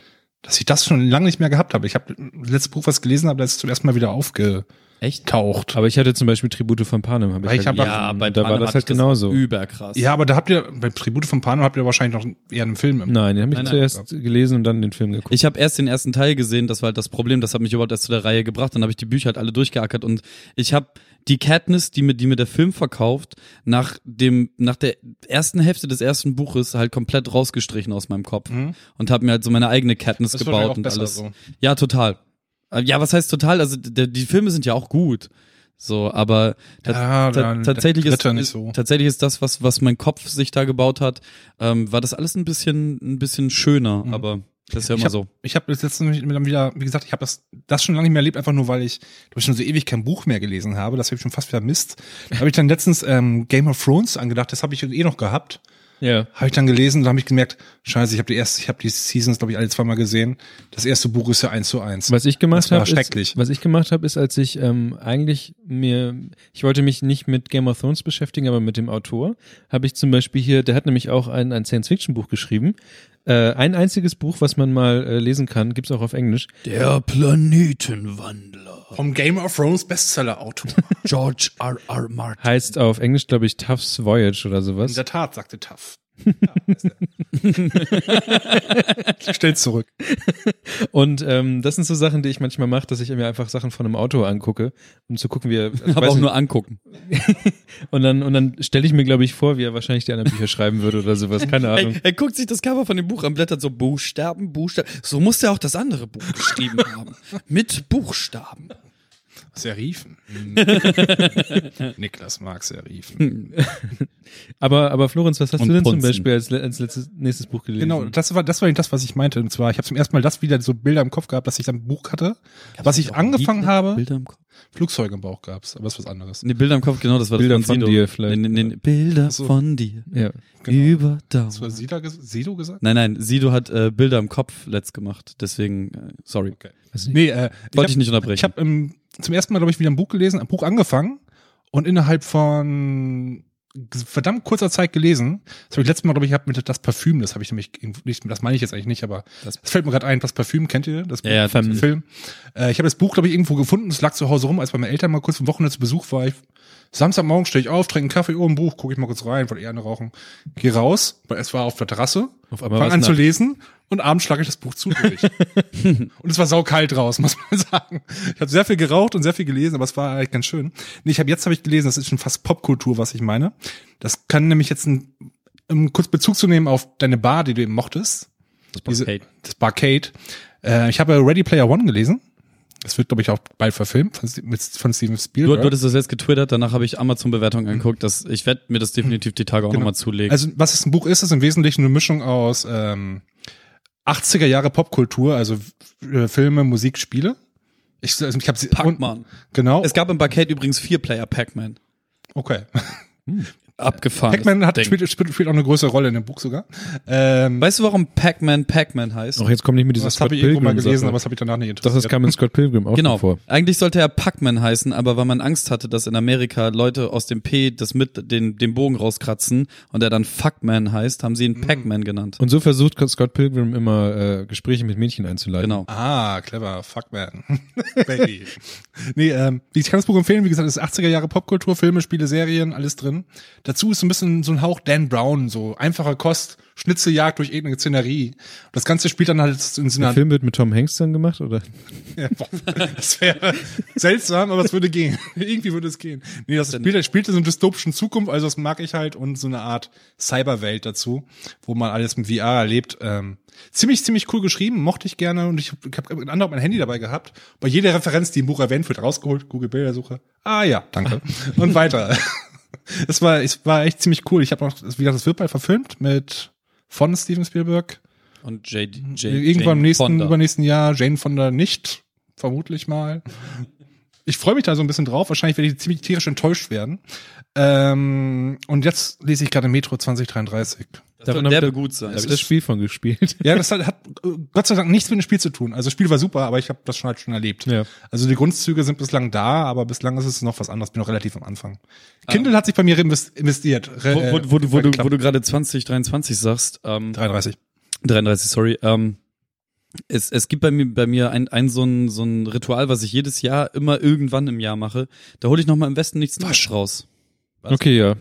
Speaker 3: dass ich das schon lange nicht mehr gehabt habe. Ich habe das letzte Buch, was ich gelesen habe, das ist zum ersten Mal wieder aufgetaucht.
Speaker 4: Echt?
Speaker 2: Aber ich hatte zum Beispiel Tribute von Panem. Hab ich
Speaker 3: Weil ich
Speaker 2: halt
Speaker 3: hab-
Speaker 2: gelesen.
Speaker 4: Ja, bei
Speaker 2: Und da war
Speaker 4: Panem
Speaker 2: das
Speaker 4: hatte
Speaker 2: halt
Speaker 4: ich das
Speaker 2: genauso.
Speaker 4: Überkrass.
Speaker 3: Ja, aber da habt ihr, bei Tribute von Pano habt ihr wahrscheinlich noch eher einen Film im
Speaker 2: Nein, den habe ich
Speaker 4: Nein, nein.
Speaker 2: zuerst gelesen und dann den Film geguckt.
Speaker 4: Ich habe erst den ersten Teil gesehen, das war halt das Problem, das hat mich überhaupt erst zu der Reihe gebracht. Dann habe ich die Bücher halt alle durchgeackert und ich habe die Katniss, die mir, die mir der Film verkauft, nach dem, nach der ersten Hälfte des ersten Buches halt komplett rausgestrichen aus meinem Kopf
Speaker 3: Mhm.
Speaker 4: und habe mir halt so meine eigene Katniss
Speaker 3: Das ist wahrscheinlich
Speaker 4: gebaut
Speaker 3: auch
Speaker 4: und
Speaker 3: besser
Speaker 4: alles.
Speaker 3: so.
Speaker 4: Ja, total. Äh, Ja, was heißt total? Also der, die Filme sind ja auch gut. So, aber ta-
Speaker 3: Ja,
Speaker 4: ta-
Speaker 3: dann der
Speaker 4: tatsächlich ist,
Speaker 3: dritte nicht
Speaker 4: ist
Speaker 3: so.
Speaker 4: tatsächlich ist das, was was mein Kopf sich da gebaut hat, ähm, war das alles ein bisschen ein bisschen schöner.
Speaker 3: Mhm.
Speaker 4: Aber das ist ja
Speaker 3: Ich
Speaker 4: immer
Speaker 3: hab-
Speaker 4: so.
Speaker 3: Ich habe das letzte Mal dann wieder, wie gesagt, ich habe das, das schon lange nicht mehr erlebt, einfach nur weil ich, weil ich schon so ewig kein Buch mehr gelesen habe. Das habe ich schon fast vermisst. Da habe ich dann letztens ähm, Game of Thrones angedacht, das habe ich eh noch gehabt.
Speaker 2: Ja.
Speaker 3: Habe ich dann gelesen und habe ich gemerkt, scheiße, ich habe die erste, ich habe die Seasons, glaube ich, alle zweimal gesehen. Das erste Buch ist ja eins zu eins.
Speaker 2: Was ich
Speaker 3: Das
Speaker 2: gemacht
Speaker 3: war
Speaker 2: habe,
Speaker 3: schrecklich.
Speaker 2: ist, was ich gemacht habe, ist, als ich ähm, eigentlich mir, ich wollte mich nicht mit Game of Thrones beschäftigen, aber mit dem Autor, habe ich zum Beispiel hier, der hat nämlich auch ein, ein Science-Fiction-Buch geschrieben. Äh, ein einziges Buch, was man mal äh, lesen kann, gibt's auch auf Englisch.
Speaker 4: Der Planetenwandler.
Speaker 3: Vom Game of Thrones Bestseller-Autor.
Speaker 4: George R. R. Martin.
Speaker 2: Heißt auf Englisch, glaube ich, Tuff's Voyage oder
Speaker 3: In
Speaker 2: sowas.
Speaker 3: der Tat, sagte Taff. Ja, ist er. Stell's zurück.
Speaker 2: Und ähm, das sind so Sachen, die ich manchmal mache, dass ich mir einfach Sachen von einem Autor angucke, um zu gucken, wie er. also
Speaker 4: Aber
Speaker 2: weiß
Speaker 4: auch
Speaker 2: nicht,
Speaker 4: nur angucken.
Speaker 2: und dann, und dann stelle ich mir, glaube ich, vor, wie er wahrscheinlich die anderen Bücher schreiben würde oder sowas. Keine Ahnung.
Speaker 4: Ey, er guckt sich das Cover von dem Buch an, blättert so Buchstaben, Buchstaben. So muss er auch das andere Buch geschrieben haben. Mit Buchstaben.
Speaker 3: Serifen. Niklas mag Serifen.
Speaker 2: Aber, aber Florenz, was hast
Speaker 4: Und
Speaker 2: du denn
Speaker 4: Ponzen.
Speaker 2: zum Beispiel als, le- als letztes, nächstes Buch gelesen?
Speaker 3: Genau, das war das war eben das, was ich meinte. Und zwar, ich habe zum ersten Mal das wieder so Bilder im Kopf gehabt, dass ich dann ein Buch hatte, was ich angefangen habe.
Speaker 4: Bilder im Kopf.
Speaker 3: Flugzeuge im Bauch gab's, aber das ist was anderes.
Speaker 4: Nee, Bilder im Kopf, genau, das war
Speaker 2: Bilder
Speaker 4: das
Speaker 2: von
Speaker 4: Sido.
Speaker 2: dir vielleicht.
Speaker 4: Nee, nee, nee, Bilder
Speaker 3: so.
Speaker 4: von dir.
Speaker 2: Ja.
Speaker 3: Genau.
Speaker 4: Über
Speaker 3: Das war
Speaker 4: Dauer.
Speaker 3: Sida, ges- Sido gesagt?
Speaker 4: Nein, nein, Sido hat äh, Bilder im Kopf letzt gemacht. Deswegen, äh, sorry.
Speaker 3: Okay.
Speaker 2: Also
Speaker 3: Nee, äh,
Speaker 4: Wollte ich
Speaker 3: ich
Speaker 4: nicht
Speaker 3: habe
Speaker 4: unterbrechen.
Speaker 3: ich hab, ähm, zum ersten Mal, glaube ich, wieder ein Buch gelesen, ein Buch angefangen und innerhalb von verdammt kurzer Zeit gelesen. Das habe ich letztes Mal, glaube ich, hab mit das Parfüm, das habe ich nämlich nicht, das meine ich jetzt eigentlich nicht, aber das,
Speaker 4: Das-
Speaker 3: fällt mir gerade ein, das Parfüm, kennt ihr? Das
Speaker 4: Ja, ja,
Speaker 3: Buch,
Speaker 4: Fem-
Speaker 3: Film. Äh, ich habe das Buch, glaube ich, irgendwo gefunden, es lag zu Hause rum, als bei meinen Eltern mal kurz am Wochenende zu Besuch war. Ich, Samstagmorgen stehe ich auf, trinke einen Kaffee, oh, ein Buch, gucke ich mal kurz rein, wollte eher eine rauchen. Gehe raus, weil es war auf der Terrasse.
Speaker 2: Auf einmal
Speaker 3: Fang
Speaker 2: war's
Speaker 3: an zu
Speaker 2: nackt.
Speaker 3: lesen und abends schlage ich das Buch zu durch. Und es war saukalt draußen, muss man sagen. Ich habe sehr viel geraucht und sehr viel gelesen, aber es war halt ganz schön. Nee, ich habe jetzt habe ich gelesen, das ist schon fast Popkultur, was ich meine. Das kann nämlich jetzt ein, um kurz Bezug zu nehmen auf deine Bar, die du eben mochtest. Das
Speaker 4: Barcade.
Speaker 3: das Barcade. Äh, ich habe Ready Player One gelesen. Das wird, glaube ich, auch bald verfilmt von, Ste- mit, von Steven
Speaker 4: Du,
Speaker 3: Spielberg.
Speaker 4: du hattest das jetzt getwittert, danach habe ich Amazon-Bewertungen angeguckt. Das, ich werde mir das definitiv die Tage auch noch
Speaker 3: Mhm. Genau.
Speaker 4: nochmal zulegen.
Speaker 3: Also, was es ein Buch ist, ist im Wesentlichen eine Mischung aus ähm, 80er Jahre Popkultur, also äh, Filme, Musik, Spiele. Ich, also ich habe sie. und-
Speaker 4: Pac-Man.
Speaker 3: Genau.
Speaker 4: Es gab im Barcade übrigens vier Player Pac-Man.
Speaker 3: okay.
Speaker 4: Abgefahren.
Speaker 3: Pac-Man hat,
Speaker 4: Ding.
Speaker 3: spielt, spielt, spielt auch eine größere Rolle in dem Buch sogar. Ähm,
Speaker 4: Weißt du, warum Pac-Man Pac-Man heißt?
Speaker 2: Auch jetzt kommt nicht mit dieser
Speaker 3: das
Speaker 2: Scott
Speaker 3: habe ich irgendwo mal
Speaker 2: Pilgrim-Sache.
Speaker 3: gelesen, aber das habe ich danach nicht
Speaker 2: Doch, das
Speaker 3: interessiert.
Speaker 2: kam in Scott Pilgrim auch
Speaker 4: Genau.
Speaker 2: genau. vor.
Speaker 4: Eigentlich sollte er Pac-Man heißen, aber weil man Angst hatte, dass in Amerika Leute aus dem P das mit den, den Bogen rauskratzen und er dann Fuckman heißt, haben sie
Speaker 3: Mhm.
Speaker 4: ihn Pac-Man genannt.
Speaker 2: Und so versucht Scott Pilgrim immer äh, Gespräche mit Mädchen einzuleiten.
Speaker 4: Genau.
Speaker 3: Ah, clever. Fuck man. Baby. nee, ähm, ich kann das Buch empfehlen. Wie gesagt, es ist 80er Jahre Popkultur, Filme, Spiele, Serien, alles drin. Dazu ist so ein bisschen so ein Hauch Dan Brown, so einfache Kost, Schnitzeljagd durch irgendeine Szenerie. Das Ganze spielt dann halt in so
Speaker 2: Der
Speaker 3: einer
Speaker 2: Film wird mit Tom Hanks dann gemacht, oder?
Speaker 3: Ja, boah, das wäre seltsam, aber es würde gehen. Irgendwie würde es gehen. Nee, das spielt, das spielt in so einer dystopischen Zukunft, also das mag ich halt und so eine Art Cyberwelt dazu, wo man alles mit VR erlebt. Ähm, ziemlich, ziemlich cool geschrieben, mochte ich gerne und ich, ich habe unter anderem mein Handy dabei gehabt. Bei jeder Referenz, die im Buch erwähnt wird, rausgeholt, Google Bildersuche. Ah ja, danke. Und weiter. Es war, es war echt ziemlich cool. Ich habe noch, wie gesagt, es wird bald verfilmt mit von Steven Spielberg.
Speaker 4: Und J, J,
Speaker 3: Mhm. Äh, Irgendwann im
Speaker 4: Jane
Speaker 3: nächsten,
Speaker 4: Fonda.
Speaker 3: übernächsten Jahr Jane Fonda nicht, vermutlich mal. Ich freue mich da so ein bisschen drauf. Wahrscheinlich werde ich ziemlich tierisch enttäuscht werden. Ähm, und jetzt lese ich gerade Metro 2033.
Speaker 4: Das wird
Speaker 2: Davon habt
Speaker 4: derbe
Speaker 2: ihr-
Speaker 4: gut sein.
Speaker 2: Da hab ich das Spiel von gespielt.
Speaker 3: Ja, das hat, hat äh, Gott sei Dank nichts mit dem Spiel zu tun. Also das Spiel war super, aber ich habe das schon halt schon erlebt.
Speaker 2: Ja.
Speaker 3: Also die Grundzüge sind bislang da, aber bislang ist es noch was anderes. Bin noch relativ am Anfang. Kindle hat sich bei mir invest- investiert. Re-
Speaker 4: Wo, Ah. wo, wo,
Speaker 3: äh,
Speaker 4: du- wo, du,
Speaker 3: geklappt.
Speaker 4: wo du gerade 20, 23 sagst, ähm,
Speaker 3: 33.
Speaker 4: 33, sorry. Ähm, es, es gibt bei mir, bei mir ein, ein, so, ein, so ein Ritual, was ich jedes Jahr immer irgendwann im Jahr mache. Da hole ich nochmal im Westen nichts Neues raus.
Speaker 2: Okay, ja.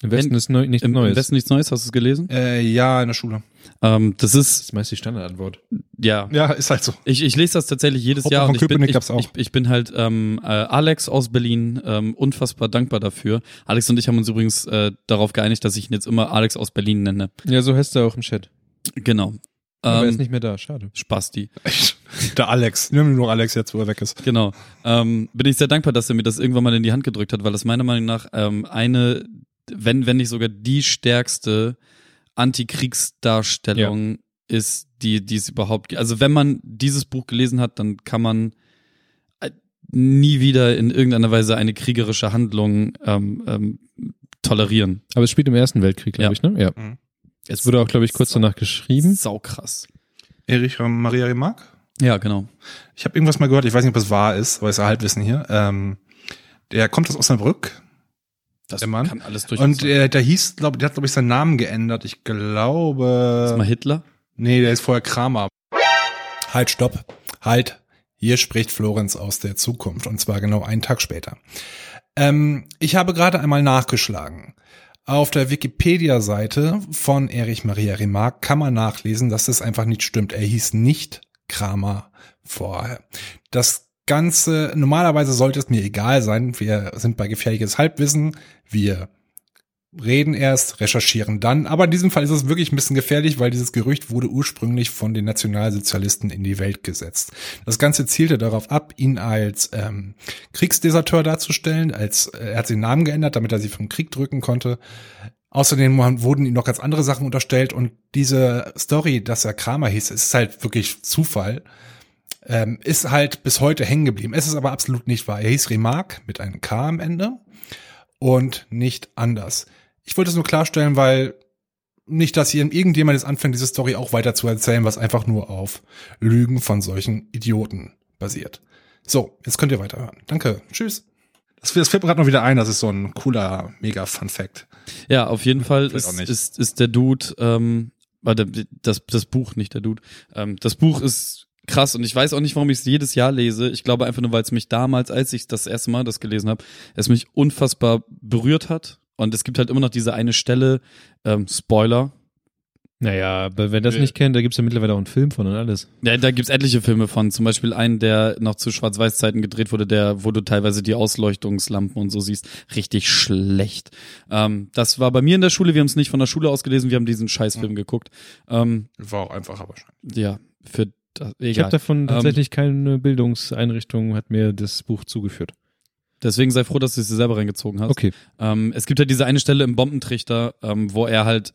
Speaker 2: Im Westen ist neu, nichts
Speaker 4: Im,
Speaker 2: Neues.
Speaker 4: Im Westen nichts Neues, hast du es gelesen?
Speaker 3: Äh, ja, in der Schule.
Speaker 4: Ähm, das
Speaker 2: das
Speaker 4: ist,
Speaker 2: ist meist die Standardantwort.
Speaker 4: ja.
Speaker 3: Ja, ist halt so.
Speaker 4: Ich, ich lese das tatsächlich jedes
Speaker 3: Hoppe
Speaker 4: Jahr
Speaker 3: von
Speaker 4: und ich bin,
Speaker 3: Köpenick
Speaker 4: ich,
Speaker 3: gab's auch.
Speaker 4: ich, ich bin halt ähm, äh, Alex aus Berlin ähm, unfassbar dankbar dafür. Alex und ich haben uns übrigens äh, darauf geeinigt, dass ich ihn jetzt immer Alex aus Berlin nenne.
Speaker 2: Ja, so heißt er auch im Chat.
Speaker 4: Genau.
Speaker 2: Aber er ist
Speaker 4: Ähm,
Speaker 2: nicht mehr da, schade.
Speaker 4: Spasti.
Speaker 3: Der Alex. Nimm nur Alex jetzt, wo er weg ist.
Speaker 4: Genau. Ähm, bin ich sehr dankbar, dass er mir das irgendwann mal in die Hand gedrückt hat, weil das meiner Meinung nach ähm, eine, wenn, wenn nicht sogar die stärkste Antikriegsdarstellung ist, die, die es überhaupt gibt. Also wenn man dieses Buch gelesen hat, dann kann man äh, nie wieder in irgendeiner Weise eine kriegerische Handlung ähm, ähm, tolerieren.
Speaker 2: Aber es spielt im Ersten Weltkrieg, glaube
Speaker 4: Ja.
Speaker 2: ich, ne? Ja.
Speaker 4: Es
Speaker 2: Es wurde auch, glaube ich, kurz danach geschrieben.
Speaker 4: saukrass.
Speaker 3: Erich Maria Remarque?
Speaker 4: Ja, genau.
Speaker 3: Ich habe irgendwas mal gehört, ich weiß nicht, ob es wahr ist, aber es ist ja Halbwissen hier. Ähm, der kommt aus Osnabrück
Speaker 4: Das
Speaker 3: Der Mann.
Speaker 4: kann alles durch.
Speaker 3: und äh, der hieß, glaube der hat, glaube ich, seinen Namen geändert. Ich
Speaker 4: das mal
Speaker 3: glaube.
Speaker 4: Hitler.
Speaker 3: Nee, der ist vorher Kramer. Halt, stopp. Halt. Hier spricht Florenz aus der Zukunft und zwar genau einen Tag später. Ähm, ich habe gerade einmal nachgeschlagen. Auf der Wikipedia-Seite von Erich Maria Remarque kann man nachlesen, dass das einfach nicht stimmt. Er hieß nicht Kramer vorher. Das Ganze, normalerweise sollte es mir egal sein. Wir sind bei gefährliches Halbwissen. Wir reden erst, recherchieren dann. Aber in diesem Fall ist es wirklich ein bisschen gefährlich, weil dieses Gerücht wurde ursprünglich von den Nationalsozialisten in die Welt gesetzt. Das Ganze zielte darauf ab, ihn als ähm, Kriegsdeserteur darzustellen, als äh, er hat seinen Namen geändert, damit er sie vom Krieg drücken konnte. Außerdem haben- wurden ihm noch ganz andere Sachen unterstellt und diese Story, dass er Kramer hieß, ist halt wirklich Zufall, ähm, ist halt bis heute hängen geblieben. Es ist aber absolut nicht wahr. Er hieß Remarque mit einem K am Ende und nicht anders. Ich wollte es nur klarstellen, weil nicht, dass hier irgendjemand jetzt anfängt, diese Story auch weiter zu erzählen, was einfach nur auf Lügen von solchen Idioten basiert. So, jetzt könnt ihr weiterhören. Danke. Tschüss. Das, das fällt mir gerade noch wieder ein. Das ist so ein cooler, mega Fun Fact.
Speaker 4: Ja, auf jeden Fall
Speaker 3: Vielleicht auch
Speaker 4: ist,
Speaker 3: nicht.
Speaker 4: ist, ist der Dude, ähm, warte, das, das Buch, nicht der Dude. Ähm, das Buch ist krass und ich weiß auch nicht, warum ich es jedes Jahr lese. Ich glaube einfach nur, weil es mich damals, als ich das erste Mal das gelesen habe, es mich unfassbar berührt hat. Und es gibt halt immer noch diese eine Stelle, ähm, Spoiler.
Speaker 2: Naja, aber wenn das nicht kennt, da gibt's ja mittlerweile auch einen Film von und alles.
Speaker 4: Ja, da gibt's etliche Filme von, zum Beispiel einen, der noch zu Schwarz-Weiß-Zeiten gedreht wurde, der, wo du teilweise die Ausleuchtungslampen und so siehst. Richtig schlecht. Ähm, das war bei mir in der Schule, wir haben es nicht von der Schule aus gelesen, wir haben diesen
Speaker 2: Hm.
Speaker 4: Scheißfilm geguckt. Ähm,
Speaker 3: War auch einfacher wahrscheinlich.
Speaker 4: Ja, für das,
Speaker 2: Ich habe
Speaker 4: egal.
Speaker 2: davon tatsächlich keine Bildungseinrichtung, hat mir das Buch zugeführt.
Speaker 4: Deswegen sei froh, dass du es dir selber reingezogen hast.
Speaker 2: Okay.
Speaker 4: Ähm, es gibt ja diese eine Stelle im Bombentrichter, ähm, wo er halt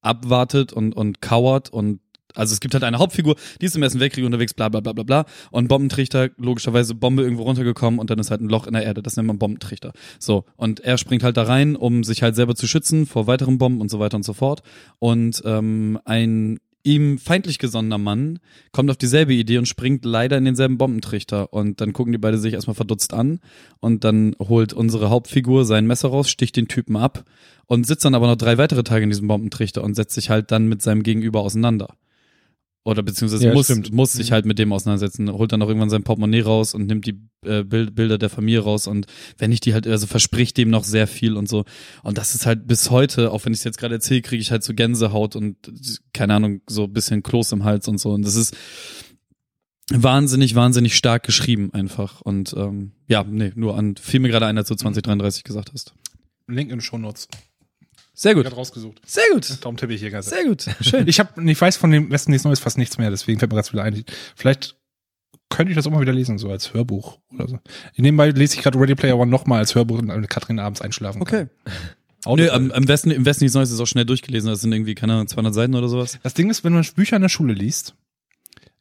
Speaker 4: abwartet und, und kauert und also es gibt halt eine Hauptfigur, die ist im Ersten Weltkrieg unterwegs, bla bla bla bla bla. Und Bombentrichter, logischerweise Bombe irgendwo runtergekommen und dann ist halt ein Loch in der Erde. Das nennt man Bombentrichter. So, und er springt halt da rein, um sich halt selber zu schützen vor weiteren Bomben und so weiter und so fort. Und ähm, ein ihm feindlich gesonnener Mann kommt auf dieselbe Idee und springt leider in denselben Bombentrichter. Und dann gucken die beide sich erstmal verdutzt an. Und dann holt unsere Hauptfigur sein Messer raus, sticht den Typen ab und sitzt dann aber noch drei weitere Tage in diesem Bombentrichter und setzt sich halt dann mit seinem Gegenüber auseinander. Oder beziehungsweise
Speaker 2: Ja,
Speaker 4: muss,
Speaker 2: stimmt. Mhm.
Speaker 4: muss sich halt mit dem auseinandersetzen, holt dann auch irgendwann sein Portemonnaie raus und nimmt die äh, Bild, Bilder der Familie raus und wenn ich die halt, also verspricht dem noch sehr viel und so. Und das ist halt bis heute, auch wenn ich es jetzt gerade erzähle, kriege ich halt so Gänsehaut und äh, keine Ahnung, so ein bisschen Kloß im Hals und so. Und das ist wahnsinnig, wahnsinnig stark geschrieben einfach. Und ähm, ja, nee, nur an, fiel mir gerade ein, als du 2033 gesagt hast.
Speaker 3: Link in Shownotes.
Speaker 4: Sehr
Speaker 3: Ich
Speaker 4: gut.
Speaker 3: hab rausgesucht.
Speaker 4: Sehr gut.
Speaker 3: Darum tippe ich hier ganz.
Speaker 4: Sehr gut. Schön.
Speaker 3: Ich, hab, ich weiß von dem Westen nichts Neues fast nichts mehr, deswegen fällt mir ganz wieder ein. Vielleicht könnte ich das auch mal wieder lesen, so als Hörbuch oder so. Nebenbei lese ich gerade Ready Player One nochmal als Hörbuch und Katrin abends einschlafen. kann.
Speaker 4: Nö,
Speaker 3: ähm,
Speaker 4: am, am Westen, im Westen nichts Neues ist auch schnell durchgelesen. Das sind irgendwie, keine Ahnung, 200 Seiten oder sowas.
Speaker 3: Das Ding ist, wenn du Bücher in der Schule liest,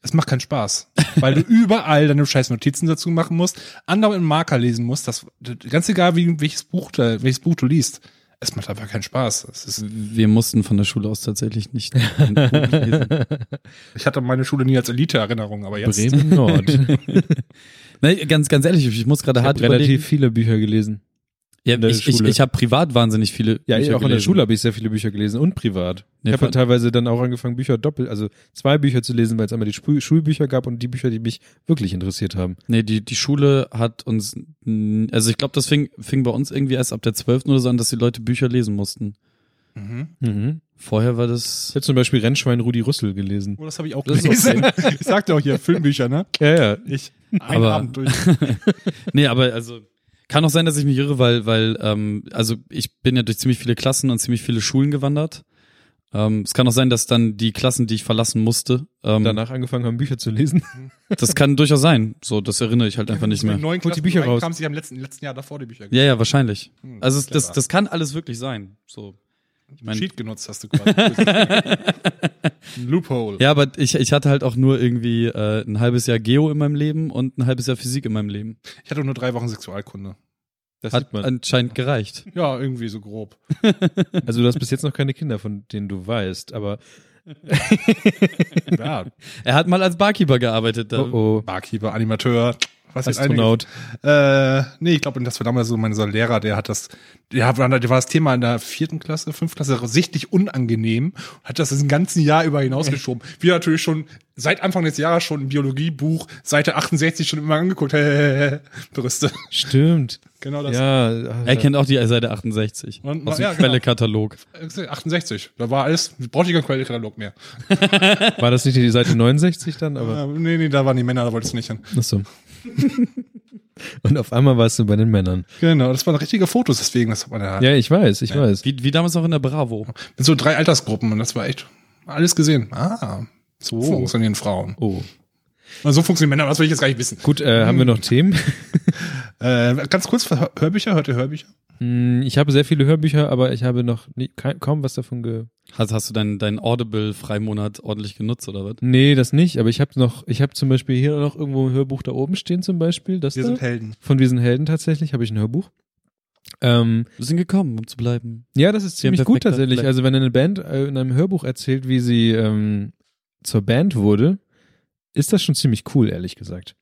Speaker 3: es macht keinen Spaß, weil du überall deine scheiß Notizen dazu machen musst, andauernd einen Marker lesen musst, das, ganz egal, wie, welches, Buch da, welches Buch du liest, es macht einfach keinen Spaß. Es ist,
Speaker 4: Wir mussten von der Schule aus tatsächlich nicht ein Buch lesen.
Speaker 3: ich hatte meine Schule nie als Elite-Erinnerung, aber jetzt.
Speaker 2: Bremen Nord. Ich
Speaker 4: Nee, ganz, ganz ehrlich, ich muss gerade hart
Speaker 2: habe
Speaker 4: überlegen.
Speaker 2: relativ viele Bücher gelesen.
Speaker 4: Ja,
Speaker 2: in der
Speaker 4: ich ich,
Speaker 2: Schule.
Speaker 4: ich habe privat wahnsinnig viele
Speaker 2: Ja,
Speaker 4: Bücher
Speaker 2: auch in der
Speaker 4: gelesen.
Speaker 2: Schule habe ich sehr viele Bücher gelesen und privat. ich
Speaker 4: Nee,
Speaker 2: habe
Speaker 4: von-
Speaker 2: halt teilweise dann auch angefangen, Bücher doppelt, also zwei Bücher zu lesen, weil es einmal die Spu- Schulbücher gab und die Bücher, die mich wirklich interessiert haben.
Speaker 4: Nee, die, die Schule hat uns, n- also ich glaube, das fing, fing bei uns irgendwie erst ab der 12. oder so an, dass die Leute Bücher lesen mussten.
Speaker 3: Mhm.
Speaker 2: Mhm.
Speaker 4: Vorher war
Speaker 2: Ich
Speaker 4: das,
Speaker 2: habe zum Beispiel Rennschwein Rudi Rüssel gelesen.
Speaker 3: Oh, das habe ich auch
Speaker 4: Das ist
Speaker 3: gelesen. ich sagte auch hier, Filmbücher, ne?
Speaker 2: Ja, ja.
Speaker 3: Ich. Ein
Speaker 4: Aber-
Speaker 3: Abend durch.
Speaker 4: nee, aber also, kann auch sein, dass ich mich irre, weil, weil, ähm, also ich bin ja durch ziemlich viele Klassen und ziemlich viele Schulen gewandert. Ähm, es kann auch sein, dass dann die Klassen, die ich verlassen musste, ähm,
Speaker 2: Danach angefangen haben, Bücher zu lesen.
Speaker 4: das kann durchaus sein. So, das erinnere ich halt einfach nicht mehr.
Speaker 3: Neun
Speaker 2: Holt die Bücher raus.
Speaker 3: Kam sie am letzten, letzten Jahr davor die Bücher.
Speaker 4: Ja, ja, wahrscheinlich.
Speaker 3: Hm,
Speaker 4: Also es, das,
Speaker 3: clever.
Speaker 4: das kann alles wirklich sein. So. Ich mein-
Speaker 3: Cheat genutzt hast du gerade. Ein Loophole.
Speaker 4: Ja, aber ich, ich hatte halt auch nur irgendwie äh, ein halbes Jahr Geo in meinem Leben und ein halbes Jahr Physik in meinem Leben.
Speaker 3: Ich hatte nur drei Wochen Sexualkunde.
Speaker 2: Das
Speaker 4: Hat anscheinend gereicht.
Speaker 3: Ja, irgendwie so grob.
Speaker 2: Also du hast bis jetzt noch keine Kinder, von denen du weißt, aber
Speaker 3: Ja,
Speaker 4: Er hat mal als Barkeeper gearbeitet. Da.
Speaker 2: oh oh,
Speaker 3: Barkeeper, Animateur, was jetzt
Speaker 2: Astronaut.
Speaker 3: Äh, nee, ich glaube, das war damals so mein so ein Lehrer, der hat das, der, hat, der war das Thema in der vierten Klasse, fünften Klasse sichtlich unangenehm und hat das das ganze Jahr über hinausgeschoben. Wir natürlich schon seit Anfang des Jahres schon ein Biologiebuch, Seite 68 schon immer angeguckt. Brüste.
Speaker 2: Stimmt.
Speaker 3: Genau das.
Speaker 2: Ja, ah,
Speaker 4: Er kennt auch die Seite 68
Speaker 3: Und-
Speaker 4: aus dem
Speaker 3: ja, genau.
Speaker 4: Quellekatalog.
Speaker 3: 68. Da war alles, brauchte ich keinen Quellekatalog mehr.
Speaker 2: war das nicht die Seite 69 dann? Aber
Speaker 3: Äh, nee, nee, da waren die Männer, da wolltest du nicht hin.
Speaker 2: ach so. Und auf einmal warst du bei den Männern.
Speaker 3: Genau, das waren richtige Fotos, deswegen, das hat man da.
Speaker 2: Ja, ich weiß, ich weiß.
Speaker 4: Wie, wie damals auch in der Bravo.
Speaker 3: Mit so drei Altersgruppen und das war echt alles gesehen. Ah, so funktionieren Frauen.
Speaker 2: Oh.
Speaker 3: Na, so funktionieren Männer, das will ich jetzt gar nicht wissen.
Speaker 2: Gut, äh, haben wir noch Themen?
Speaker 3: Äh, ganz kurz, Hör- Hörbücher, hört ihr Hörbücher?
Speaker 2: Hm, Ich habe sehr viele Hörbücher, aber ich habe noch nie, kein, kaum was davon ge.
Speaker 4: Hast, hast du deinen deinen Audible-Freimonat ordentlich genutzt oder was?
Speaker 2: Nee, das nicht, aber ich habe noch, ich habe zum Beispiel hier noch irgendwo ein Hörbuch da oben stehen, zum Beispiel. Das da,
Speaker 3: Helden.
Speaker 2: von Wir sind Helden tatsächlich, habe ich ein Hörbuch. Ähm,
Speaker 4: Wir sind gekommen, um zu bleiben.
Speaker 2: ja, das ist
Speaker 4: Wir haben
Speaker 2: ziemlich gut
Speaker 4: perfekte
Speaker 2: tatsächlich.
Speaker 4: Flecken.
Speaker 2: Also wenn eine Band äh, in einem Hörbuch erzählt, wie sie ähm, zur Band wurde, ist das schon ziemlich cool, ehrlich gesagt.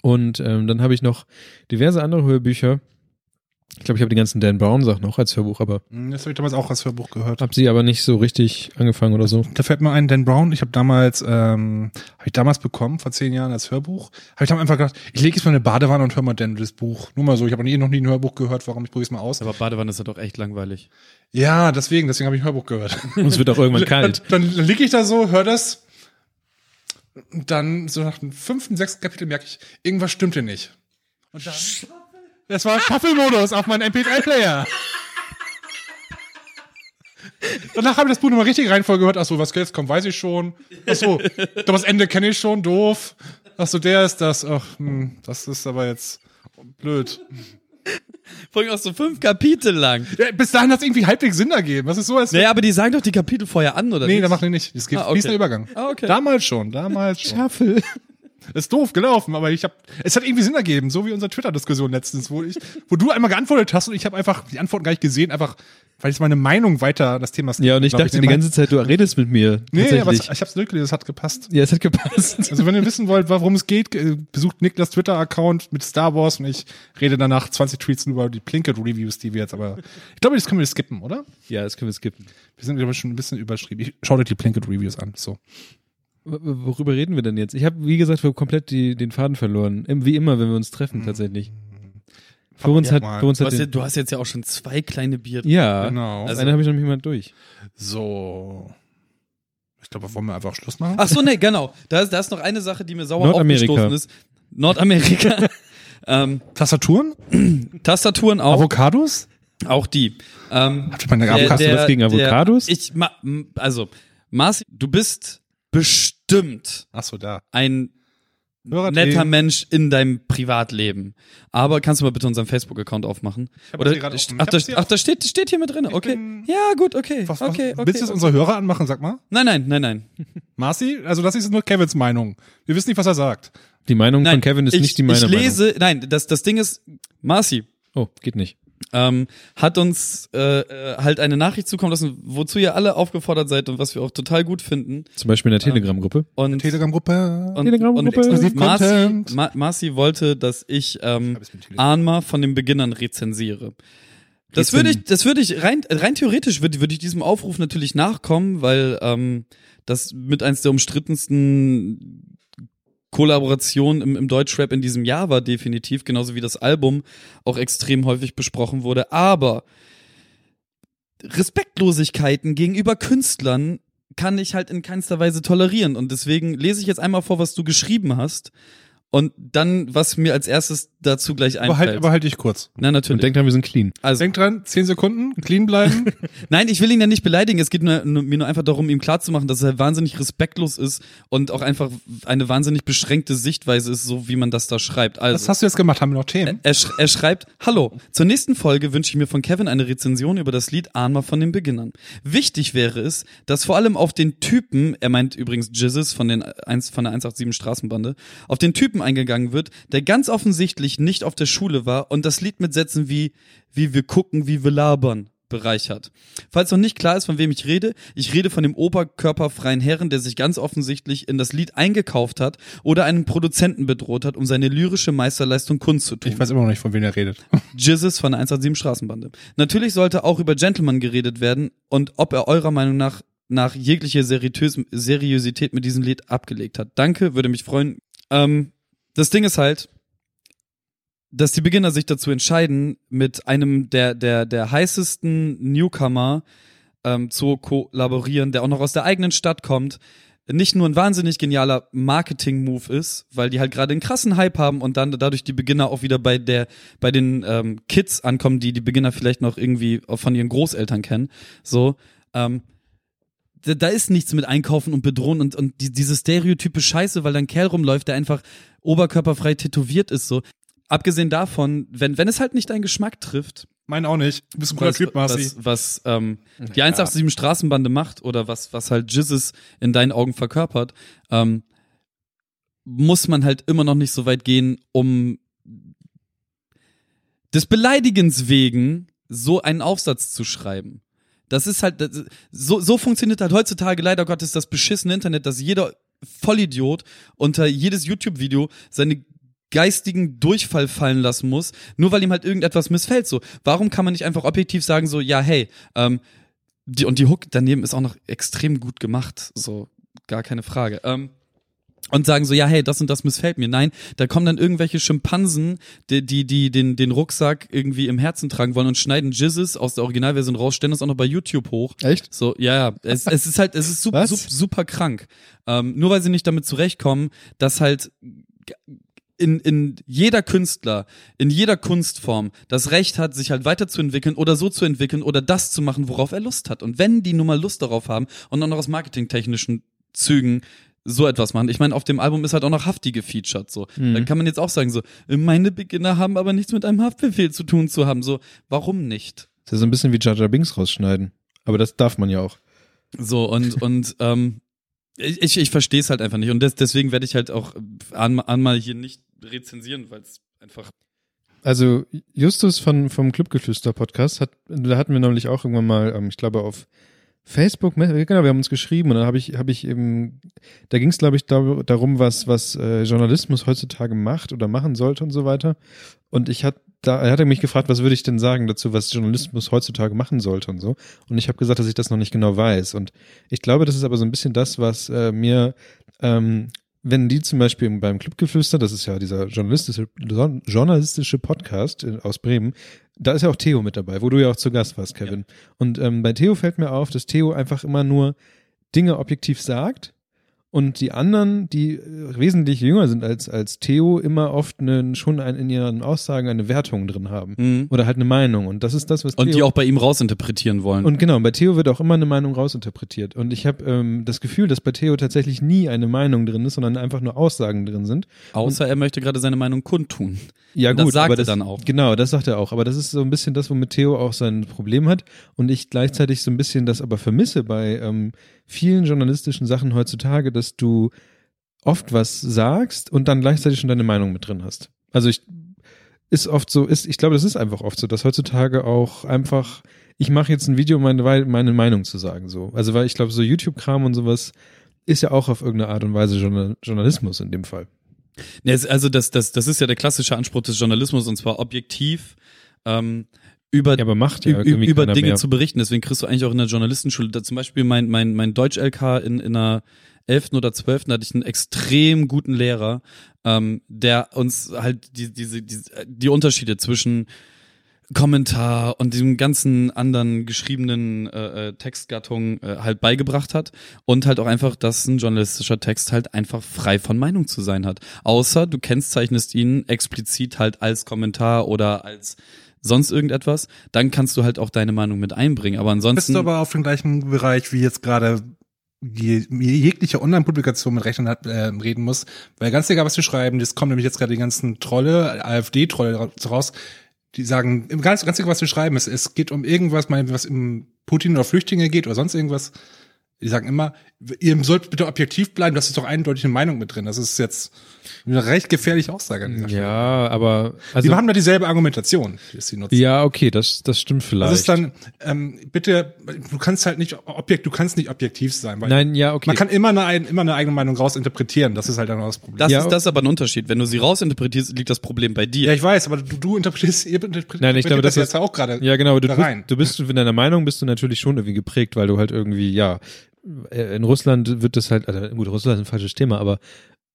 Speaker 2: Und ähm, dann habe ich noch diverse andere Hörbücher. Ich glaube, ich habe die ganzen Dan Brown Sachen auch als Hörbuch, aber
Speaker 3: Hm, Das habe ich damals auch als Hörbuch gehört.
Speaker 2: habe sie aber nicht so richtig angefangen oder so.
Speaker 3: Da fällt mir ein, Dan Brown, ich habe damals, ähm, habe ich damals bekommen, vor zehn Jahren als Hörbuch. Habe ich dann einfach gedacht, ich lege jetzt mal in eine Badewanne und höre mal Dan das Buch. Nur mal so, ich habe noch nie- noch nie ein Hörbuch gehört, warum ich probiere es mal aus.
Speaker 4: Aber Badewanne ist ja doch echt langweilig.
Speaker 3: Ja, deswegen, deswegen habe ich ein Hörbuch gehört.
Speaker 2: Und es wird auch irgendwann kalt.
Speaker 3: Dann, dann liege ich da so, höre das. Und Dann, so nach dem fünften, sechsten Kapitel merke ich, irgendwas stimmt hier nicht. Und dann. Das war Shuffle-Modus auf meinem MP3-Player. Danach habe ich das Buch nochmal richtig Reihenfolge gehört. Ach so, was jetzt kommt, weiß ich schon. Ach so, doch, das Ende kenne ich schon, doof. Ach so, der ist das. Ach, hm, das ist aber jetzt blöd.
Speaker 4: Vor allem auch so fünf Kapitel lang.
Speaker 3: Ja, bis dahin hat es irgendwie halbwegs Sinn ergeben. Was ist so, als
Speaker 4: Naja, aber die sagen doch die Kapitel vorher an, oder
Speaker 3: Nee,
Speaker 4: nicht?
Speaker 3: da machen die nicht. Es gibt
Speaker 4: Ah, okay.
Speaker 3: fließender Übergang.
Speaker 4: Ah, okay.
Speaker 3: Damals schon, damals schon. Schaffel. Ist doof gelaufen, aber ich habe es hat irgendwie Sinn ergeben, so wie unsere Twitter-Diskussion letztens, wo ich, wo du einmal geantwortet hast und ich habe einfach die Antworten gar nicht gesehen, einfach weil ich meine Meinung weiter das Thema.
Speaker 2: Ja, und ich
Speaker 3: glaub
Speaker 2: dachte die
Speaker 3: nehme
Speaker 2: ganze Zeit, du redest mit mir.
Speaker 3: an. Nee, aber es,
Speaker 2: tatsächlich.
Speaker 3: ich habe es durchgelesen, es hat gepasst.
Speaker 2: ja, es hat gepasst.
Speaker 3: Also wenn ihr wissen wollt, warum es geht, äh, besucht Niklas Twitter-Account mit Star Wars und ich rede danach 20 Tweets über die Plinkett-Reviews, die wir jetzt aber. Ich glaube, das können wir skippen, oder?
Speaker 2: Ja, das können wir skippen.
Speaker 3: Wir sind, glaube ich, schon ein bisschen überschrieben. Ich, schaut euch die Plinkett-Reviews an. So.
Speaker 2: W- Worüber reden wir denn jetzt? Ich habe, wie gesagt, wir komplett die, den Faden verloren. Ähm, Wie immer, wenn wir uns treffen, tatsächlich. Für uns
Speaker 3: Hm. Ja,
Speaker 2: hat,
Speaker 3: mal.
Speaker 2: für uns
Speaker 4: Du
Speaker 2: hat
Speaker 4: hast, ja,
Speaker 2: den,
Speaker 4: du hast jetzt ja auch schon zwei kleine Bier.
Speaker 2: ja, genau.
Speaker 3: Genau.
Speaker 2: das
Speaker 4: Also-
Speaker 2: eine habe ich noch nicht mal durch.
Speaker 3: so. Ich glaube, wollen wir einfach Schluss machen?
Speaker 4: Ach so, nee, genau. Da ist, da ist noch eine Sache, die mir sauer
Speaker 2: Nordamerika.
Speaker 4: aufgestoßen ist. Nordamerika. ähm,
Speaker 3: Tastaturen?
Speaker 4: Tastaturen auch.
Speaker 3: Avocados?
Speaker 4: auch die. Ähm,
Speaker 3: Habt ihr meine
Speaker 4: der-
Speaker 2: Hast
Speaker 3: Avocados?
Speaker 2: du
Speaker 4: der-
Speaker 2: was gegen Avocados?
Speaker 4: Der, ich, ma, m- also, Marci, du bist bestimmt
Speaker 3: Ach so, da.
Speaker 4: ein
Speaker 3: Hörer
Speaker 4: netter Mensch in deinem Privatleben. Aber kannst du mal bitte unseren Facebook-Account aufmachen?
Speaker 3: hab
Speaker 4: Oder,
Speaker 3: sie gerade offen. Ich
Speaker 4: ach,
Speaker 3: hab
Speaker 4: da,
Speaker 3: sie
Speaker 4: ach, da steht, steht hier mit drin. Okay.
Speaker 3: bin-
Speaker 4: Ja, gut, okay.
Speaker 3: Was, was,
Speaker 4: okay, okay.
Speaker 3: willst du jetzt unsere Hörer anmachen, sag mal?
Speaker 4: nein, nein, nein, nein.
Speaker 3: Marci? Also das ist nur Kevins Meinung. Wir wissen nicht, was er sagt.
Speaker 2: die Meinung
Speaker 4: nein
Speaker 2: von Kevin ist
Speaker 4: ich,
Speaker 2: nicht die meine
Speaker 4: Ich lese, nein, das, das Ding ist, Marci,
Speaker 2: Meinung. Oh, geht nicht.
Speaker 4: ähm, hat uns äh, äh, halt eine Nachricht zukommen lassen, wozu ihr alle aufgefordert seid und was wir auch total gut finden.
Speaker 2: Zum Beispiel in
Speaker 4: Ah.
Speaker 2: der Telegram-Gruppe.
Speaker 4: Und
Speaker 3: Telegram-Gruppe.
Speaker 4: und,
Speaker 2: Telegram-Gruppe.
Speaker 4: und
Speaker 3: Exklusiv
Speaker 4: Marci,
Speaker 3: Content.
Speaker 4: Ma, Marci wollte, dass ich ähm,
Speaker 3: hab es mit Telegram.
Speaker 4: Anma von den Beginnern rezensiere. Das würde ich, das würde ich rein, rein theoretisch würde, würde ich diesem Aufruf natürlich nachkommen, weil ähm, das mit eins der umstrittensten Kollaborationen im, im Deutschrap in diesem Jahr war definitiv, genauso wie das Album auch extrem häufig besprochen wurde. Aber Respektlosigkeiten gegenüber Künstlern kann ich halt in keinster Weise tolerieren. Und deswegen lese ich jetzt einmal vor, was du geschrieben hast. Und dann, was mir als erstes dazu gleich einfällt.
Speaker 3: Aber halt, aber halt dich kurz.
Speaker 4: Na,
Speaker 2: Und
Speaker 4: natürlich.
Speaker 2: denkt dran, wir sind clean.
Speaker 4: Also,
Speaker 3: Denk dran, 10 Sekunden, clean bleiben.
Speaker 4: nein, ich will ihn ja nicht beleidigen. Es geht nur, nur, mir nur einfach darum, ihm klarzumachen, dass er wahnsinnig respektlos ist und auch einfach eine wahnsinnig beschränkte Sichtweise ist, so wie man das da schreibt.
Speaker 3: Was
Speaker 4: Also, Äh,
Speaker 3: hast du jetzt gemacht? Haben wir noch Themen?
Speaker 4: er, sch er schreibt, Hallo, zur nächsten Folge wünsche ich mir von Kevin eine Rezension über das Lied Ahnma von den Beginnern. Wichtig wäre es, dass vor allem auf den Typen, er meint übrigens Jizzes von, den, 1 von der 187 Straßenbande, auf den Typen eingegangen wird, der ganz offensichtlich nicht auf der Schule war und das Lied mit Sätzen wie, wie wir gucken, wie wir labern bereichert. Falls noch nicht klar ist, von wem ich rede, ich rede von dem oberkörperfreien Herren, der sich ganz offensichtlich in das Lied eingekauft hat oder einen Produzenten bedroht hat, um seine lyrische Meisterleistung kundzutun.
Speaker 3: Ich weiß immer noch nicht, von wem er redet.
Speaker 4: Jizzes von der 187 Straßenbande. Natürlich sollte auch über Gentleman geredet werden und ob er eurer Meinung nach nach jeglicher Seritös Seriosität mit diesem Lied abgelegt hat. Danke, würde mich freuen. Ähm, das Ding ist halt, dass die Beginner sich dazu entscheiden, mit einem der, der, der heißesten Newcomer ähm, zu kollaborieren, der auch noch aus der eigenen Stadt kommt, nicht nur ein wahnsinnig genialer Marketing-Move ist, weil die halt gerade einen krassen Hype haben und dann dadurch die Beginner auch wieder bei der, bei den ähm, Kids ankommen, die die Beginner vielleicht noch irgendwie von ihren Großeltern kennen. So, ähm, da, da ist nichts mit Einkaufen und Bedrohen und, und die, diese stereotype Scheiße, weil da ein Kerl rumläuft, der einfach oberkörperfrei tätowiert ist, so. Abgesehen davon, wenn, wenn es halt nicht deinen Geschmack trifft,
Speaker 3: Meinen auch nicht. Du bist ein cooler
Speaker 4: was,
Speaker 3: Typ, Marci.
Speaker 4: was, was ähm, die 187 Straßenbande macht oder was, was halt Jizzes in deinen Augen verkörpert, ähm, muss man halt immer noch nicht so weit gehen, um des Beleidigens wegen so einen Aufsatz zu schreiben. Das ist halt, das, so, so funktioniert halt heutzutage leider Gottes das beschissene Internet, dass jeder Vollidiot unter jedes YouTube-Video seine geistigen Durchfall fallen lassen muss, nur weil ihm halt irgendetwas missfällt. So, warum kann man nicht einfach objektiv sagen, so, ja, hey, ähm, die, und die Hook daneben ist auch noch extrem gut gemacht, so, gar keine Frage. Ähm, und sagen so, ja, hey, das und das missfällt mir. Nein, da kommen dann irgendwelche Schimpansen, die, die, die den, den Rucksack irgendwie im Herzen tragen wollen und schneiden Jizzes aus der Originalversion raus, stellen das auch noch bei YouTube hoch.
Speaker 2: Echt?
Speaker 4: So, ja, ja. Es, es ist halt, es ist super,
Speaker 2: Was?
Speaker 4: super, super krank. Ähm, nur weil sie nicht damit zurechtkommen, dass halt g- in, in jeder Künstler, in jeder Kunstform das Recht hat, sich halt weiterzuentwickeln oder so zu entwickeln oder das zu machen, worauf er Lust hat. Und wenn die nun mal Lust darauf haben und auch noch aus marketingtechnischen Zügen so etwas machen. Ich meine, auf dem Album ist halt auch noch Hafti gefeatured, so.
Speaker 2: Mhm.
Speaker 4: Dann kann man jetzt auch sagen, so, meine Beginner haben aber nichts mit einem Haftbefehl zu tun zu haben, so, warum nicht?
Speaker 2: Das ist so ein bisschen wie Jar Jar Binks rausschneiden. Aber das darf man ja auch.
Speaker 4: So, und, und ähm, ich, ich- ich verstehe es halt einfach nicht. Und des, deswegen werde ich halt auch an, mal hier nicht rezensieren, weil es einfach.
Speaker 2: Also Justus von, vom Clubgeflüster-Podcast, hat, da hatten wir nämlich auch irgendwann mal, ähm, ich glaube auf Facebook, Me- genau, wir haben uns geschrieben und dann habe ich, habe ich eben, da ging es glaube ich dar- darum, was, was äh, Journalismus heutzutage macht oder machen sollte und so weiter. Und ich hat, da er hat er mich gefragt, was würde ich denn sagen dazu, was Journalismus heutzutage machen sollte und so. Und ich habe gesagt, dass ich das noch nicht genau weiß. Und ich glaube, das ist aber so ein bisschen das, was äh, mir ähm, wenn die zum Beispiel beim Clubgeflüster, das ist ja dieser journalistische, journ- journalistische Podcast in- aus Bremen, da ist ja auch Theo mit dabei, wo du ja auch zu Gast warst, Kevin. Und ähm, bei Theo fällt mir auf, dass Theo einfach immer nur Dinge objektiv sagt und die anderen, die äh, wesentlich jünger sind als, als Theo, immer oft einen, schon ein, in ihren Aussagen eine Wertung drin haben.
Speaker 4: Mhm.
Speaker 2: Oder halt eine Meinung. Und das ist das, was
Speaker 4: Und
Speaker 2: Theo
Speaker 4: die auch bei ihm rausinterpretieren wollen.
Speaker 2: und genau, bei Theo wird auch immer eine Meinung rausinterpretiert. Und ich habe ähm, das Gefühl, dass bei Theo tatsächlich nie eine Meinung drin ist, sondern einfach nur Aussagen drin sind.
Speaker 4: Außer er möchte gerade seine Meinung kundtun.
Speaker 2: Ja,
Speaker 4: Und
Speaker 2: gut,
Speaker 4: das sagt
Speaker 2: aber
Speaker 4: er
Speaker 2: das,
Speaker 4: dann auch.
Speaker 2: Genau, das sagt er auch. Aber das ist so ein bisschen das, womit Theo auch sein Problem hat. Und ich gleichzeitig so ein bisschen das aber vermisse bei ähm, vielen journalistischen Sachen heutzutage, dass du oft was sagst und dann gleichzeitig schon deine Meinung mit drin hast. Also ich ist oft so, ist, ich glaube, das ist einfach oft so, dass heutzutage auch einfach, ich mache jetzt ein Video, um meine, Wei- meine Meinung zu sagen. so. Also weil ich glaube, so YouTube-Kram und sowas ist ja auch auf irgendeine Art und Weise Journal Journalismus in dem Fall.
Speaker 4: Ne, es- Also das, das, das ist ja der klassische Anspruch des Journalismus und zwar objektiv ähm, über
Speaker 2: Ja, aber macht
Speaker 4: Ü-
Speaker 2: ja irgendwie
Speaker 4: über
Speaker 2: keiner
Speaker 4: Dinge
Speaker 2: mehr.
Speaker 4: zu berichten. Deswegen kriegst du eigentlich auch in der Journalistenschule, da zum Beispiel mein, mein, mein Deutsch-LK in, in der 11. oder 12. hatte ich einen extrem guten Lehrer, ähm, der uns halt die, diese, die, die Unterschiede zwischen Kommentar und diesem ganzen anderen geschriebenen äh, äh, Textgattung äh, halt beigebracht hat und halt auch einfach, dass ein journalistischer Text halt einfach frei von Meinung zu sein hat. Außer du kennzeichnest ihn explizit halt als Kommentar oder als sonst irgendetwas, dann kannst du halt auch deine Meinung mit einbringen. Aber
Speaker 3: Bist
Speaker 4: ansonsten
Speaker 3: du aber auf dem gleichen Bereich, wie jetzt gerade die jegliche Online-Publikation mit Rechnern hat, äh, reden muss. Weil ganz egal, was wir schreiben, das kommen nämlich jetzt gerade die ganzen Trolle, AfD-Trolle ra- raus, die sagen, im ganz, ganz egal, was wir schreiben, es, es geht um irgendwas, mein, was um Putin oder Flüchtlinge geht oder sonst irgendwas. Die sagen immer, ihr sollt bitte objektiv bleiben, das ist doch eindeutig eine Meinung mit drin. Das ist jetzt eine recht gefährliche Aussage. an dieser Stelle.
Speaker 2: Ja, aber
Speaker 3: Die
Speaker 2: also
Speaker 3: haben da dieselbe Argumentation, die sie nutzen.
Speaker 2: ja, okay, das das stimmt vielleicht.
Speaker 3: Das ist dann, ähm, bitte, du kannst halt nicht objekt, du kannst nicht objektiv sein, weil
Speaker 2: Nein, ja, okay.
Speaker 3: man kann immer eine, ein- immer eine eigene Meinung rausinterpretieren. Das ist halt dann auch das Problem.
Speaker 4: das
Speaker 2: Ja.
Speaker 4: ist das ist aber ein Unterschied. Wenn du sie rausinterpretierst, liegt das Problem bei dir.
Speaker 3: ja, ich weiß, aber du, du interpretierst, ihr interpretiert
Speaker 2: Nein, ich glaube,
Speaker 3: das
Speaker 2: das
Speaker 3: jetzt
Speaker 2: ist-
Speaker 3: auch gerade.
Speaker 2: ja, genau, du,
Speaker 3: da
Speaker 2: du
Speaker 3: rein.
Speaker 2: bist, du bist in deiner Meinung bist du natürlich schon irgendwie geprägt, weil du halt irgendwie ja äh, in Russland wird das halt also gut, Russland ist ein falsches Thema, aber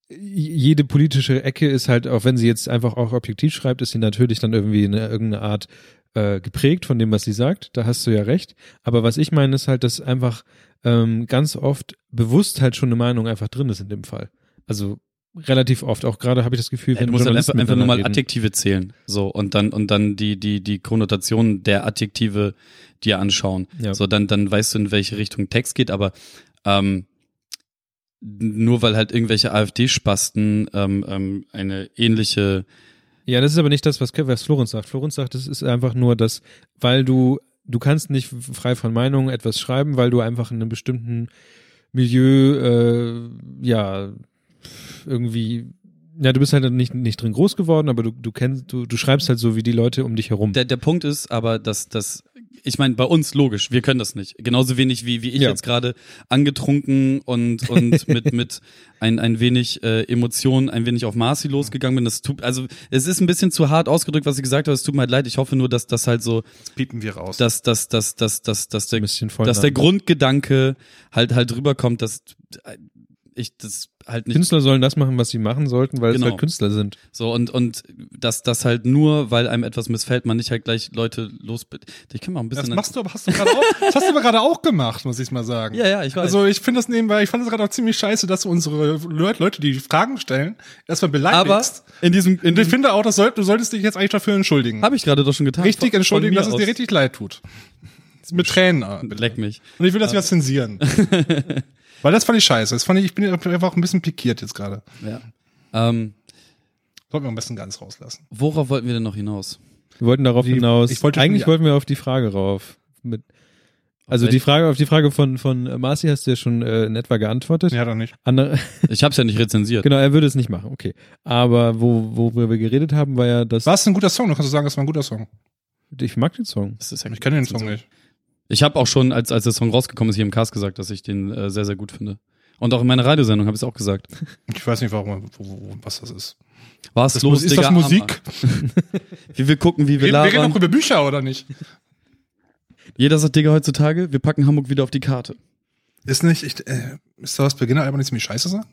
Speaker 2: j- jede politische Ecke ist halt auch wenn sie jetzt einfach auch objektiv schreibt, ist sie natürlich dann irgendwie in irgendeiner Art äh, geprägt von dem, was sie sagt. Da hast du ja recht. Aber was ich meine, ist halt, dass einfach ähm, ganz oft bewusst halt schon eine Meinung einfach drin ist in dem Fall. Also relativ oft. Auch gerade habe ich das Gefühl,
Speaker 4: Ja,
Speaker 2: wenn
Speaker 4: du musst halt einfach,
Speaker 2: Journalisten
Speaker 4: einfach nur mal
Speaker 2: miteinander reden.
Speaker 4: Adjektive zählen. So, und dann, und dann die, die, die Konnotation der Adjektive dir anschauen.
Speaker 2: Ja.
Speaker 4: So, dann, dann weißt du, in welche Richtung Text geht, aber ähm, nur weil halt irgendwelche AfD-Spasten ähm, ähm, eine ähnliche
Speaker 2: Ja, das ist aber nicht das, was, was Florenz sagt. Florenz sagt, es ist einfach nur, dass, weil du, du kannst nicht frei von Meinungen etwas schreiben, weil du einfach in einem bestimmten Milieu, äh, ja, irgendwie, ja, du bist halt nicht, nicht drin groß geworden, aber du, du kennst, du, du schreibst halt so wie die Leute um dich herum.
Speaker 4: Der, der Punkt ist aber, dass das, ich meine, bei uns logisch, wir können das nicht. Genauso wenig wie, wie ich
Speaker 2: Ja.
Speaker 4: jetzt gerade angetrunken und, und mit, mit ein, ein wenig äh, Emotionen, ein wenig auf Marcy losgegangen bin. Das tut, also es ist ein bisschen zu hart ausgedrückt, was ich gesagt habe. Es tut mir halt leid. Ich hoffe nur, dass das halt so,
Speaker 3: das piepen wir raus.
Speaker 4: dass, dass, dass, dass, dass, dass der
Speaker 2: ein bisschen voll.
Speaker 4: dass der Grundgedanke halt halt rüberkommt, dass ich das halt nicht
Speaker 2: Künstler sollen das machen, was sie machen sollten, weil
Speaker 4: Genau.
Speaker 2: es halt Künstler sind.
Speaker 4: So, und, und dass das halt nur, weil einem etwas missfällt, man nicht halt gleich Leute los. Ich kann mal ein
Speaker 3: das
Speaker 4: bisschen.
Speaker 3: machst du, aber hast du gerade auch, das hast du aber gerade auch gemacht, muss ich mal sagen.
Speaker 4: ja, ja, ich weiß.
Speaker 3: Also ich finde das nebenbei, ich fand das gerade auch ziemlich scheiße, dass du unsere Leut- Leute, die Fragen stellen, erstmal
Speaker 4: aber
Speaker 3: beleidigst.
Speaker 4: in diesem. In
Speaker 3: Und ich
Speaker 4: diesem
Speaker 3: finde auch, das soll, du solltest dich jetzt eigentlich dafür entschuldigen.
Speaker 4: habe ich gerade doch schon getan.
Speaker 3: richtig
Speaker 4: Von-
Speaker 3: entschuldigen,
Speaker 4: von
Speaker 3: dass
Speaker 4: mir
Speaker 3: es dir
Speaker 4: aus.
Speaker 3: richtig leid tut. Mit Tränen. äh, bitte.
Speaker 4: Leck mich.
Speaker 3: Und ich will das wieder zensieren. Weil das fand ich scheiße. Das fand ich, ich bin einfach ein bisschen pikiert jetzt gerade.
Speaker 4: Ja. Ähm,
Speaker 3: Sollten wir am besten ganz rauslassen.
Speaker 4: worauf wollten wir denn noch hinaus?
Speaker 2: Wir wollten darauf
Speaker 3: Die-
Speaker 2: hinaus.
Speaker 3: ich wollte schon
Speaker 2: Eigentlich
Speaker 3: die-
Speaker 2: wollten wir auf die Frage rauf. Mit, also
Speaker 4: welche?
Speaker 2: die Frage, auf die Frage von, von äh, Marci hast du ja schon äh, in etwa geantwortet.
Speaker 3: Ja, doch nicht.
Speaker 2: Andere,
Speaker 4: Ich habe es ja nicht rezensiert.
Speaker 2: genau, er würde es nicht machen, okay. Aber wo, worüber wir geredet haben, war ja das.
Speaker 3: War es ein guter Song? Du kannst sagen, das war ein guter Song.
Speaker 2: Ich mag den Song.
Speaker 4: Das ist ja
Speaker 3: Ich kenne den Song nicht.
Speaker 4: Ich habe auch schon, als, als der Song rausgekommen ist, hier im Cast gesagt, dass ich den äh, sehr, sehr gut finde. Und auch in meiner Radiosendung habe ich es auch gesagt.
Speaker 3: Ich weiß nicht, warum, wo, wo, was das ist.
Speaker 4: War es
Speaker 3: Das
Speaker 4: los,
Speaker 3: muss, ist
Speaker 4: Digga,
Speaker 3: das Musik?
Speaker 4: Hammer. Wie wir gucken, wie wir
Speaker 3: Wir, wir reden
Speaker 4: labern.
Speaker 3: doch über Bücher, oder nicht?
Speaker 4: Jeder sagt, Digga, heutzutage, wir packen Hamburg wieder auf die Karte.
Speaker 3: Ist nicht, ich, äh, ist das Beginner aber nicht ziemlich scheiße sein?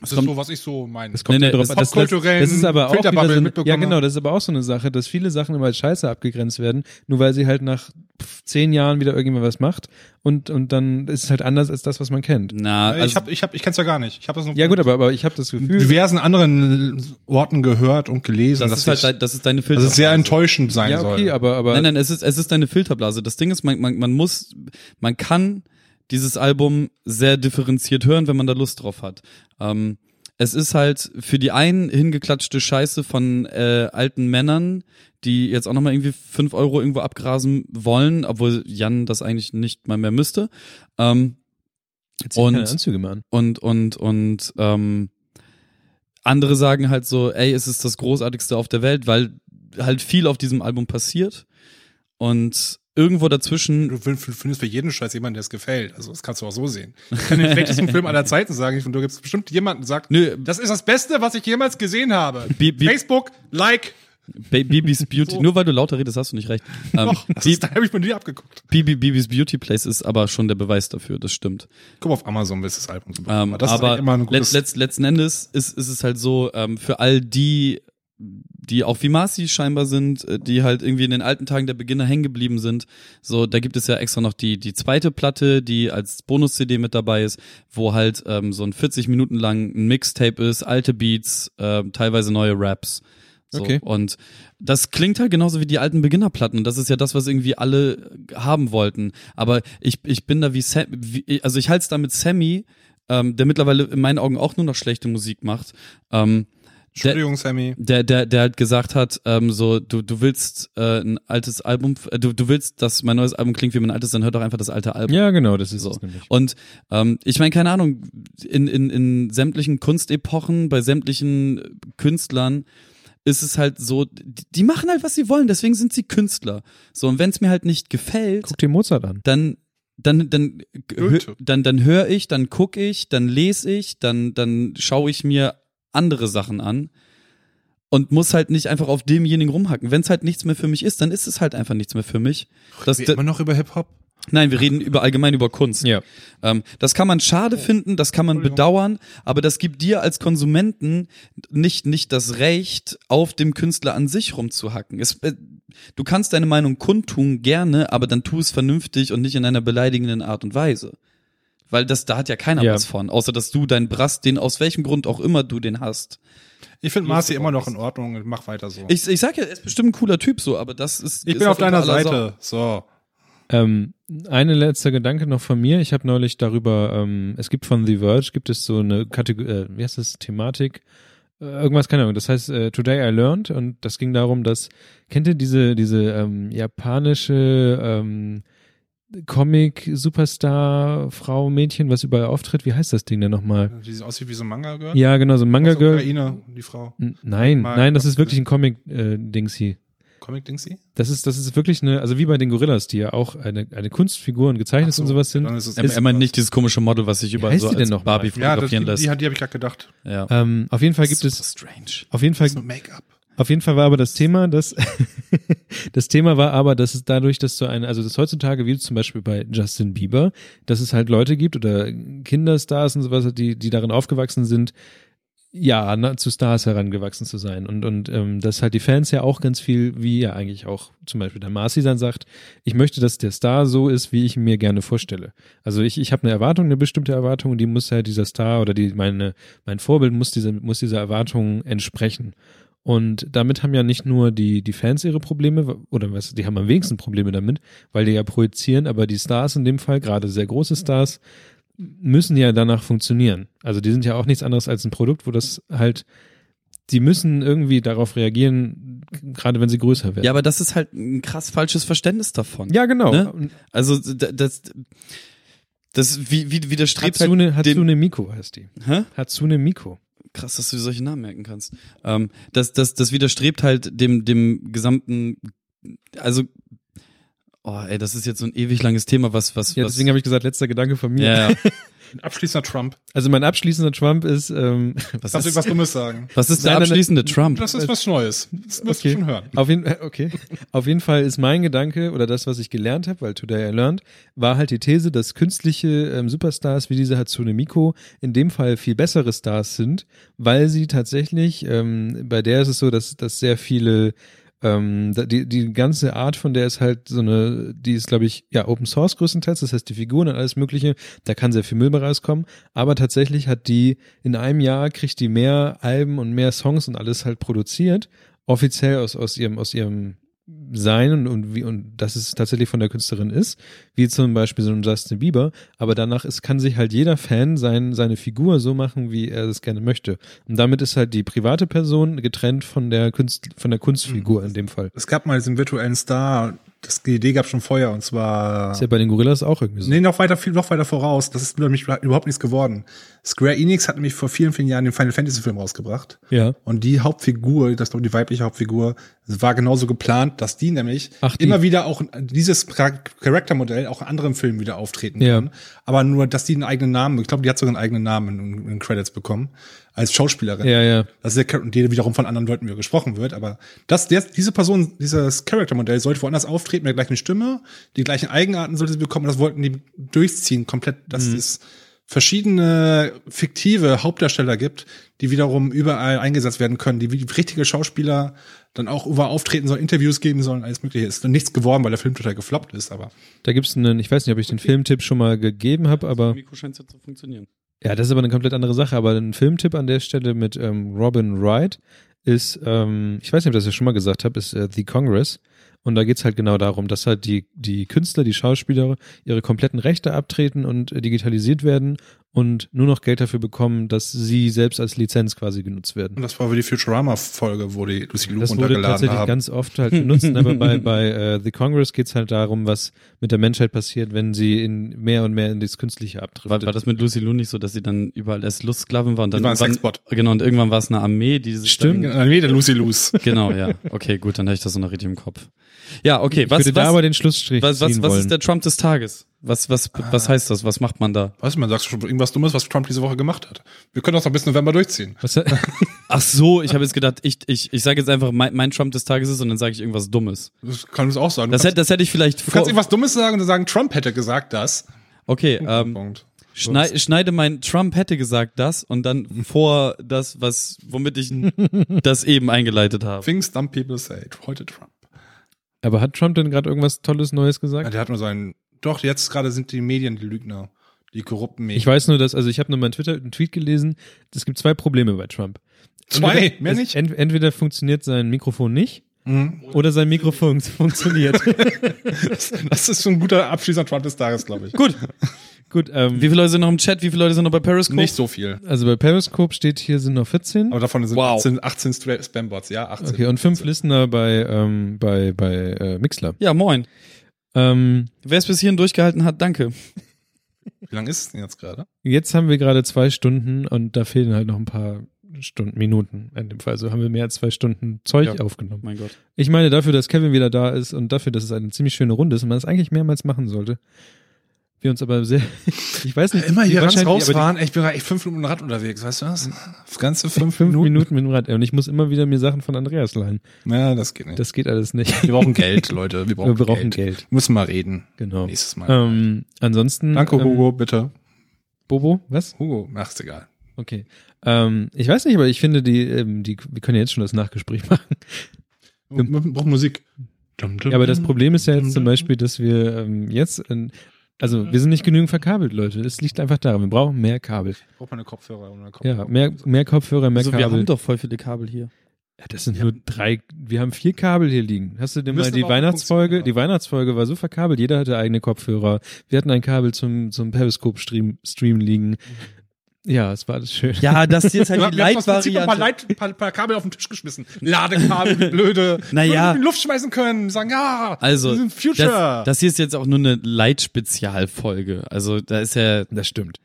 Speaker 3: Das
Speaker 2: kommt-
Speaker 3: ist so, was ich so meine.
Speaker 2: Das kommt nee,
Speaker 4: Nee, nee,
Speaker 2: drauf
Speaker 4: das
Speaker 2: an. Das, das,
Speaker 3: popkulturellen
Speaker 2: das ist aber auch wieder
Speaker 3: Filterbubble
Speaker 2: so, ja
Speaker 3: mitbekommen
Speaker 2: genau,
Speaker 3: haben.
Speaker 2: das ist aber auch so eine Sache, dass viele Sachen immer als Scheiße abgegrenzt werden, nur weil sie halt nach pff, zehn Jahren wieder irgendjemand was macht und und dann ist es halt anders als das, was man kennt.
Speaker 4: Na,
Speaker 3: Äh, ich
Speaker 4: also,
Speaker 3: hab, ich hab, ich kenn's ja gar nicht. Ich habe das nur
Speaker 2: Ja gut, aber aber ich habe das
Speaker 3: in
Speaker 2: Gefühl,
Speaker 3: diversen anderen Orten gehört und gelesen,
Speaker 4: das,
Speaker 3: dass
Speaker 4: ist halt,
Speaker 3: ich,
Speaker 4: dein- das ist deine
Speaker 3: dass
Speaker 4: Filterblase.
Speaker 3: es sehr enttäuschend sein
Speaker 2: ja okay,
Speaker 3: soll.
Speaker 2: aber aber
Speaker 4: Nein, nein, es ist, es ist deine Filterblase. Das Ding ist, man, man, man muss, man kann dieses Album sehr differenziert hören, wenn man da Lust drauf hat. Ähm, es ist halt für die einen hingeklatschte Scheiße von äh, alten Männern, die jetzt auch nochmal irgendwie fünf Euro irgendwo abgrasen wollen, obwohl Jan das eigentlich nicht mal mehr müsste. Ähm,
Speaker 2: jetzt zieh ich keine
Speaker 4: und-
Speaker 2: Anzüge mehr ne? an.
Speaker 4: und und und ähm, andere sagen halt so, ey, es ist das großartigste auf der Welt, weil halt viel auf diesem Album passiert und irgendwo dazwischen
Speaker 3: Du find- findest für jeden Scheiß jemanden, der es gefällt. Also das kannst du auch so sehen. Ich kann den schlechtesten Film aller Zeiten sagen. Ich- Und da gibt's bestimmt jemanden, der sagt,
Speaker 4: Nö.
Speaker 3: das ist das Beste, was ich jemals gesehen habe.
Speaker 4: Bi- bi-
Speaker 3: Facebook, Like.
Speaker 4: Ba- Bibis Beauty,
Speaker 3: So.
Speaker 4: nur weil du lauter redest, hast du nicht recht. Ähm,
Speaker 3: Doch, das
Speaker 4: Bi-
Speaker 3: ist, da habe ich mir nie abgeguckt.
Speaker 4: Bibi, Bibis Beauty Place ist aber schon der Beweis dafür, das stimmt.
Speaker 3: Guck mal auf Amazon, bis das Album zu bekommen.
Speaker 4: Ähm,
Speaker 3: das ist
Speaker 4: aber
Speaker 3: eigentlich immer ein
Speaker 4: letzt,
Speaker 3: gutes...
Speaker 4: letzt, letzten Endes ist, ist es halt so, ähm, für all die, die auch wie Marci scheinbar sind, äh, die halt irgendwie in den alten Tagen der Beginner hängen geblieben sind, so, da gibt es ja extra noch die, die zweite Platte, die als Bonus-CD mit dabei ist, wo halt ähm, so ein 40 Minuten lang ein Mixtape ist, alte Beats, ähm, teilweise neue Raps. So,
Speaker 2: Okay.
Speaker 4: Und das klingt halt genauso wie die alten Beginnerplatten. Und das ist ja das, was irgendwie alle haben wollten. Aber ich, ich bin da wie, Sam, wie also ich halte es da mit Sammy, ähm, der mittlerweile in meinen Augen auch nur noch schlechte Musik macht. Ähm, der,
Speaker 3: Entschuldigung, Sammy.
Speaker 4: der, der, der halt gesagt hat, ähm, so, du, du willst äh, ein altes Album, äh, du, du willst, dass mein neues Album klingt wie mein altes, dann hör doch einfach das alte Album.
Speaker 2: Ja, genau, das ist
Speaker 4: So.
Speaker 2: es nämlich.
Speaker 4: Und ähm, ich meine, keine Ahnung, in, in, in sämtlichen Kunstepochen, bei sämtlichen Künstlern ist es halt so, die, die machen halt, was sie wollen, deswegen sind sie Künstler. So, und wenn es mir halt nicht gefällt,
Speaker 2: Guck dir Mozart an.
Speaker 4: dann dann dann hö- dann dann höre ich, dann gucke ich, dann lese ich, dann dann schaue ich mir andere Sachen an und muss halt nicht einfach auf demjenigen rumhacken. Wenn es halt nichts mehr für mich ist, dann ist es halt einfach nichts mehr für mich. Das,
Speaker 3: Wir immer noch über Hip-Hop?
Speaker 4: nein, wir reden über allgemein über Kunst.
Speaker 2: Ja.
Speaker 4: Ähm, das kann man
Speaker 3: Oh.
Speaker 4: schade finden, das kann man bedauern, aber das gibt dir als Konsumenten nicht, nicht das Recht, auf dem Künstler an sich rumzuhacken. Es, äh, du kannst deine Meinung kundtun gerne, aber dann tu es vernünftig und nicht in einer beleidigenden Art und Weise. Weil das, da hat ja keiner
Speaker 2: Ja.
Speaker 4: was von, außer dass du deinen Brass, den aus welchem Grund auch immer du den hast.
Speaker 3: Ich finde Marci immer noch in Ordnung. Mach weiter so.
Speaker 4: Ich, ich sag ja, er ist bestimmt ein cooler Typ so, aber das ist.
Speaker 3: Ich
Speaker 4: ist
Speaker 3: bin auf
Speaker 4: halt
Speaker 3: deiner
Speaker 4: unter aller Sau.
Speaker 3: Seite. So.
Speaker 2: Ähm, eine letzte Gedanke noch von mir. Ich habe neulich darüber, ähm, es gibt von The Verge, gibt es so eine Kategorie, äh, wie heißt das, Thematik, äh, irgendwas, keine Ahnung, das heißt äh, Today I Learned und das ging darum, dass, kennt ihr diese, diese ähm, japanische ähm, Comic-Superstar, Frau, Mädchen, was überall auftritt, wie heißt das Ding denn nochmal?
Speaker 3: Die sieht aus wie so ein Manga gehört.
Speaker 2: Ja, genau, so ein
Speaker 3: Aus der
Speaker 2: Manga-Girl.
Speaker 3: Ukraine, die Frau.
Speaker 2: N- Nein,
Speaker 3: Mal-
Speaker 2: nein, das ist wirklich ein Comic-Dings hier.
Speaker 3: Comic-Dingsy?
Speaker 2: Das ist, das ist wirklich eine, also wie bei den Gorillas, die ja auch eine, eine Kunstfigur und gezeichnet und sowas sind.
Speaker 3: Dann ist es
Speaker 4: Er, er meint nicht dieses komische Model, was sich überall
Speaker 2: heißt
Speaker 4: so
Speaker 2: die denn
Speaker 4: als
Speaker 2: noch mal?
Speaker 4: Barbie
Speaker 3: Ja, das, die,
Speaker 4: fotografieren
Speaker 3: die, die
Speaker 4: lässt.
Speaker 3: habe ich gerade gedacht.
Speaker 4: ja.
Speaker 2: Ähm, auf jeden Fall gibt
Speaker 4: Äh, Super
Speaker 2: es,
Speaker 4: strange.
Speaker 2: auf jeden Fall,
Speaker 3: Das ist nur Make-up.
Speaker 2: auf jeden Fall war aber das Thema, dass das Thema war aber, dass es dadurch, dass du eine, also das heutzutage wie zum Beispiel bei Justin Bieber, dass es halt Leute gibt oder Kinderstars und sowas, die die darin aufgewachsen sind, ja na, zu Stars herangewachsen zu sein und und ähm, dass halt die Fans ja auch ganz viel, wie ja eigentlich auch zum Beispiel der Marcy dann sagt, ich möchte, dass der Star so ist, wie ich ihn mir gerne vorstelle. Also ich ich habe eine Erwartung, eine bestimmte Erwartung und die muss halt dieser Star oder die meine mein Vorbild muss diese muss dieser Erwartung entsprechen. Und damit haben ja nicht nur die, die Fans ihre Probleme, oder was, die haben am wenigsten Probleme damit, weil die ja projizieren, aber die Stars in dem Fall, gerade sehr große Stars, müssen ja danach funktionieren. Also die sind ja auch nichts anderes als ein Produkt, wo das halt, die müssen irgendwie darauf reagieren, gerade wenn sie größer werden.
Speaker 4: Ja, aber das ist halt ein krass falsches Verständnis davon.
Speaker 2: Ja, genau.
Speaker 4: Ne?
Speaker 2: Und
Speaker 4: Also d- das, das wie, wie widerstrebt halt
Speaker 2: Hatsune,
Speaker 4: dem,
Speaker 2: Hatsune Miko heißt die.
Speaker 4: hä?
Speaker 2: Hatsune Miko.
Speaker 4: Krass, dass du dir solche Namen merken kannst. Ähm, das, das, das widerstrebt halt dem, dem gesamten, also, oh ey, das ist jetzt so ein ewig langes Thema, was, was,
Speaker 2: Ja,
Speaker 4: was
Speaker 2: deswegen habe ich gesagt, letzter Gedanke von mir.
Speaker 4: ja, ja.
Speaker 3: Ein Abschließender Trump.
Speaker 2: Also mein abschließender Trump ist, ähm, was
Speaker 3: Darfst du
Speaker 2: ist,
Speaker 3: was Dummes sagen?
Speaker 2: was ist
Speaker 4: Der
Speaker 2: deine-
Speaker 4: abschließende Trump.
Speaker 3: Das ist was Neues. Das wirst
Speaker 2: Okay.
Speaker 3: du schon hören.
Speaker 2: Auf jeden, okay. Auf jeden Fall ist mein Gedanke oder das, was ich gelernt habe, weil Today I Learned, war halt die These, dass künstliche ähm, Superstars wie diese Hatsune Miku in dem Fall viel bessere Stars sind, weil sie tatsächlich, ähm, bei der ist es so, dass, dass sehr viele ähm, da- die, die ganze Art von der ist halt so eine, die ist, glaube ich, ja, Open Source größtenteils, das heißt die Figuren und alles Mögliche, da kann sehr viel Müll bei rauskommen, aber tatsächlich hat die in einem Jahr kriegt die mehr Alben und mehr Songs und alles halt produziert, offiziell aus, aus ihrem, aus ihrem sein und, und wie und dass es tatsächlich von der Künstlerin ist, wie zum Beispiel so ein Justin Bieber, aber danach ist, kann sich halt jeder Fan sein, seine Figur so machen, wie er das gerne möchte. Und damit ist halt die private Person getrennt von der Kunst, von der Kunstfigur in dem Fall.
Speaker 3: Es gab mal diesen virtuellen Star, das die Idee gab schon vorher, und zwar.
Speaker 2: Ist ja bei den Gorillas auch irgendwie so.
Speaker 3: Nee, noch weiter, viel, noch weiter voraus. Das ist nämlich überhaupt nichts geworden. Square Enix hat nämlich vor vielen, vielen Jahren den Final Fantasy Film rausgebracht.
Speaker 2: Ja.
Speaker 3: Und die Hauptfigur, das ist doch die weibliche Hauptfigur, war genauso geplant, dass die nämlich
Speaker 2: Ach, die.
Speaker 3: immer wieder auch dieses Char- Charaktermodell auch in anderen Filmen wieder auftreten
Speaker 2: Ja.
Speaker 3: kann. Aber nur, dass die einen eigenen Namen, ich glaube, die hat sogar einen eigenen Namen in, in den Credits bekommen, als Schauspielerin.
Speaker 2: Ja, ja.
Speaker 3: Das ist der Char- und die wiederum von anderen Leuten wieder gesprochen wird, aber das, der, diese Person, dieses Charaktermodell sollte woanders auftreten, mit der gleichen Stimme, die gleichen Eigenarten sollte sie bekommen, das wollten die durchziehen, komplett, dass es verschiedene fiktive Hauptdarsteller gibt, die wiederum überall eingesetzt werden können, die wie richtige Schauspieler dann auch über auftreten sollen, Interviews geben sollen, alles mögliche. Ist dann nichts geworden, weil der Film total gefloppt ist, aber
Speaker 2: Da gibt's einen, ich weiß nicht, ob ich den Filmtipp schon mal gegeben habe, aber
Speaker 4: Mikro scheint so zu funktionieren.
Speaker 2: ja, das ist aber eine komplett andere Sache. Aber ein Filmtipp an der Stelle mit ähm, Robin Wright ist, ähm, ich weiß nicht, ob ich das ja schon mal gesagt habe, ist äh, The Congress. Und da geht's halt genau darum, dass halt die, die Künstler, die Schauspieler ihre kompletten Rechte abtreten und äh, digitalisiert werden und nur noch Geld dafür bekommen, dass sie selbst als Lizenz quasi genutzt werden.
Speaker 3: und das war für die Futurama-Folge, wo die Lucy Luke
Speaker 2: Das wurde
Speaker 3: runtergeladen
Speaker 2: tatsächlich
Speaker 3: haben.
Speaker 2: ganz oft halt benutzt, aber bei, bei äh, The Congress geht es halt darum, was mit der Menschheit passiert, wenn sie in mehr und mehr in das Künstliche
Speaker 4: War,
Speaker 2: abdriftet.
Speaker 4: war das mit Lucy Lou nicht so, dass sie dann überall als Lustsklaven war und dann
Speaker 3: Die war ein
Speaker 4: irgendwann-
Speaker 3: Sexbot.
Speaker 4: Genau, und irgendwann war es eine Armee, die sich
Speaker 2: Stimmt.
Speaker 3: Äh, nee, der Lucy Luce.
Speaker 4: dann- genau, ja. Okay, gut, dann habe ich das so noch richtig im Kopf. Ja, okay,
Speaker 2: ich
Speaker 4: was,
Speaker 2: würde da aber
Speaker 4: was,
Speaker 2: den Schlussstrich
Speaker 4: was,
Speaker 2: ziehen
Speaker 4: was, was
Speaker 2: wollen.
Speaker 4: ist der Trump des Tages? Was, was, was heißt das? Was macht man da?
Speaker 3: Weißt du, man sagt schon irgendwas Dummes, was Trump diese Woche gemacht hat. Wir können das noch bis November durchziehen.
Speaker 2: was, das
Speaker 4: Ach so, ich habe jetzt gedacht, ich, ich, ich sage jetzt einfach, mein, mein Trump des Tages ist und dann sage ich irgendwas Dummes.
Speaker 3: Das kann es auch sagen.
Speaker 4: Das
Speaker 3: du
Speaker 4: hätte,
Speaker 3: kannst,
Speaker 4: das hätte ich vielleicht
Speaker 3: du kannst
Speaker 4: vor.
Speaker 3: irgendwas Dummes sagen und dann sagen, Trump hätte gesagt das.
Speaker 4: Okay, ähm,
Speaker 3: Punkt.
Speaker 4: Schnei schneide mein Trump hätte gesagt das und dann vor das, was, womit ich das eben eingeleitet habe.
Speaker 3: Things dumb people say. Heute Trump.
Speaker 2: aber hat Trump denn gerade irgendwas Tolles Neues
Speaker 3: Ja,
Speaker 2: gesagt?
Speaker 3: der hat nur seinen. Doch, jetzt gerade sind die Medien die Lügner. Die korrupten Medien.
Speaker 2: Ich weiß nur, dass, also ich habe nur meinen Twitter, einen Tweet gelesen, es gibt zwei Probleme bei Trump.
Speaker 3: Zwei, mehr
Speaker 2: es,
Speaker 3: nicht.
Speaker 2: Ent, entweder funktioniert sein Mikrofon nicht
Speaker 3: Mhm.
Speaker 2: oder sein Mikrofon funktioniert.
Speaker 3: Das ist so ein guter abschließender Trump des Tages, glaube ich.
Speaker 4: Gut.
Speaker 2: Gut, ähm,
Speaker 4: Wie viele Leute sind noch im Chat? Wie viele Leute sind noch bei Periscope?
Speaker 3: Nicht so viel.
Speaker 2: also bei Periscope steht hier sind noch 14.
Speaker 3: Aber davon sind
Speaker 4: Wow.
Speaker 3: 18, 18 Stra- Spambots. Ja, 18.
Speaker 2: Okay, und fünf Listener bei, ähm, bei, bei äh, Mixler.
Speaker 4: Ja, moin.
Speaker 2: Ähm,
Speaker 4: Wer es bis hierhin durchgehalten hat, danke.
Speaker 3: Wie lange ist es denn jetzt gerade?
Speaker 2: jetzt haben wir gerade zwei Stunden und da fehlen halt noch ein paar Stunden, Minuten in dem Fall. Also haben wir mehr als zwei Stunden Zeug
Speaker 4: Ja.
Speaker 2: aufgenommen.
Speaker 4: Mein Gott.
Speaker 2: Ich meine dafür, dass Kevin wieder da ist und dafür, dass es eine ziemlich schöne Runde ist und man es eigentlich mehrmals machen sollte. Wir uns aber sehr, ich weiß nicht, wie wahrscheinlich- aber die
Speaker 3: Ich bin echt fünf Minuten Rad unterwegs, weißt du was? Das ganze fünf,
Speaker 2: Fünf Minuten mit dem Rad. Und ich muss immer wieder mir Sachen von Andreas leihen.
Speaker 3: Ja, das geht nicht.
Speaker 2: Das geht alles nicht.
Speaker 3: Wir brauchen Geld, Leute. Wir brauchen,
Speaker 2: Wir brauchen
Speaker 3: Geld.
Speaker 2: Geld.
Speaker 3: Müssen mal reden.
Speaker 2: Genau.
Speaker 3: Nächstes Mal.
Speaker 2: Ähm, ansonsten.
Speaker 3: Danke,
Speaker 2: ähm,
Speaker 3: Hugo, bitte.
Speaker 2: Bobo, was?
Speaker 3: Hugo, ach, ist egal.
Speaker 2: Okay. Ähm, ich weiß nicht, aber ich finde, die, ähm, die, wir können ja jetzt schon das Nachgespräch machen.
Speaker 3: Wir brauchen Musik.
Speaker 2: Ja, aber das Problem ist ja jetzt zum Beispiel, dass wir ähm, jetzt, in, also wir sind nicht genügend verkabelt, Leute. Es liegt einfach daran, wir brauchen mehr Kabel.
Speaker 3: Braucht man eine Kopfhörer oder eine Kopfhörer?
Speaker 2: Ja, mehr, mehr Kopfhörer, mehr
Speaker 4: Also, wir
Speaker 2: Kabel.
Speaker 4: haben doch voll viele Kabel hier.
Speaker 2: ja, das sind nur drei, wir haben vier Kabel hier liegen. Hast du dir mal
Speaker 3: Müssen
Speaker 2: die
Speaker 3: aber auch
Speaker 2: Weihnachtsfolge,
Speaker 3: funktionieren.
Speaker 2: die Weihnachtsfolge war so verkabelt, jeder hatte eigene Kopfhörer. Wir hatten ein Kabel zum, zum Periscope-Stream Stream liegen. Mhm. Ja, es war alles schön.
Speaker 4: Ja, das hier ist
Speaker 3: Wir
Speaker 4: halt
Speaker 3: haben
Speaker 4: die
Speaker 3: wir haben aus Prinzip ein paar,
Speaker 4: Leitvariante.
Speaker 3: Leit, ein paar, paar Kabel auf den Tisch geschmissen. Ladekabel, wie blöde.
Speaker 4: Naja.
Speaker 3: Würden in die Luft schmeißen können, sagen, ja, wir
Speaker 4: Also,
Speaker 3: sind Future.
Speaker 4: das, das hier ist jetzt auch nur eine Light-Spezialfolge. Also, da ist ja,
Speaker 2: Das stimmt.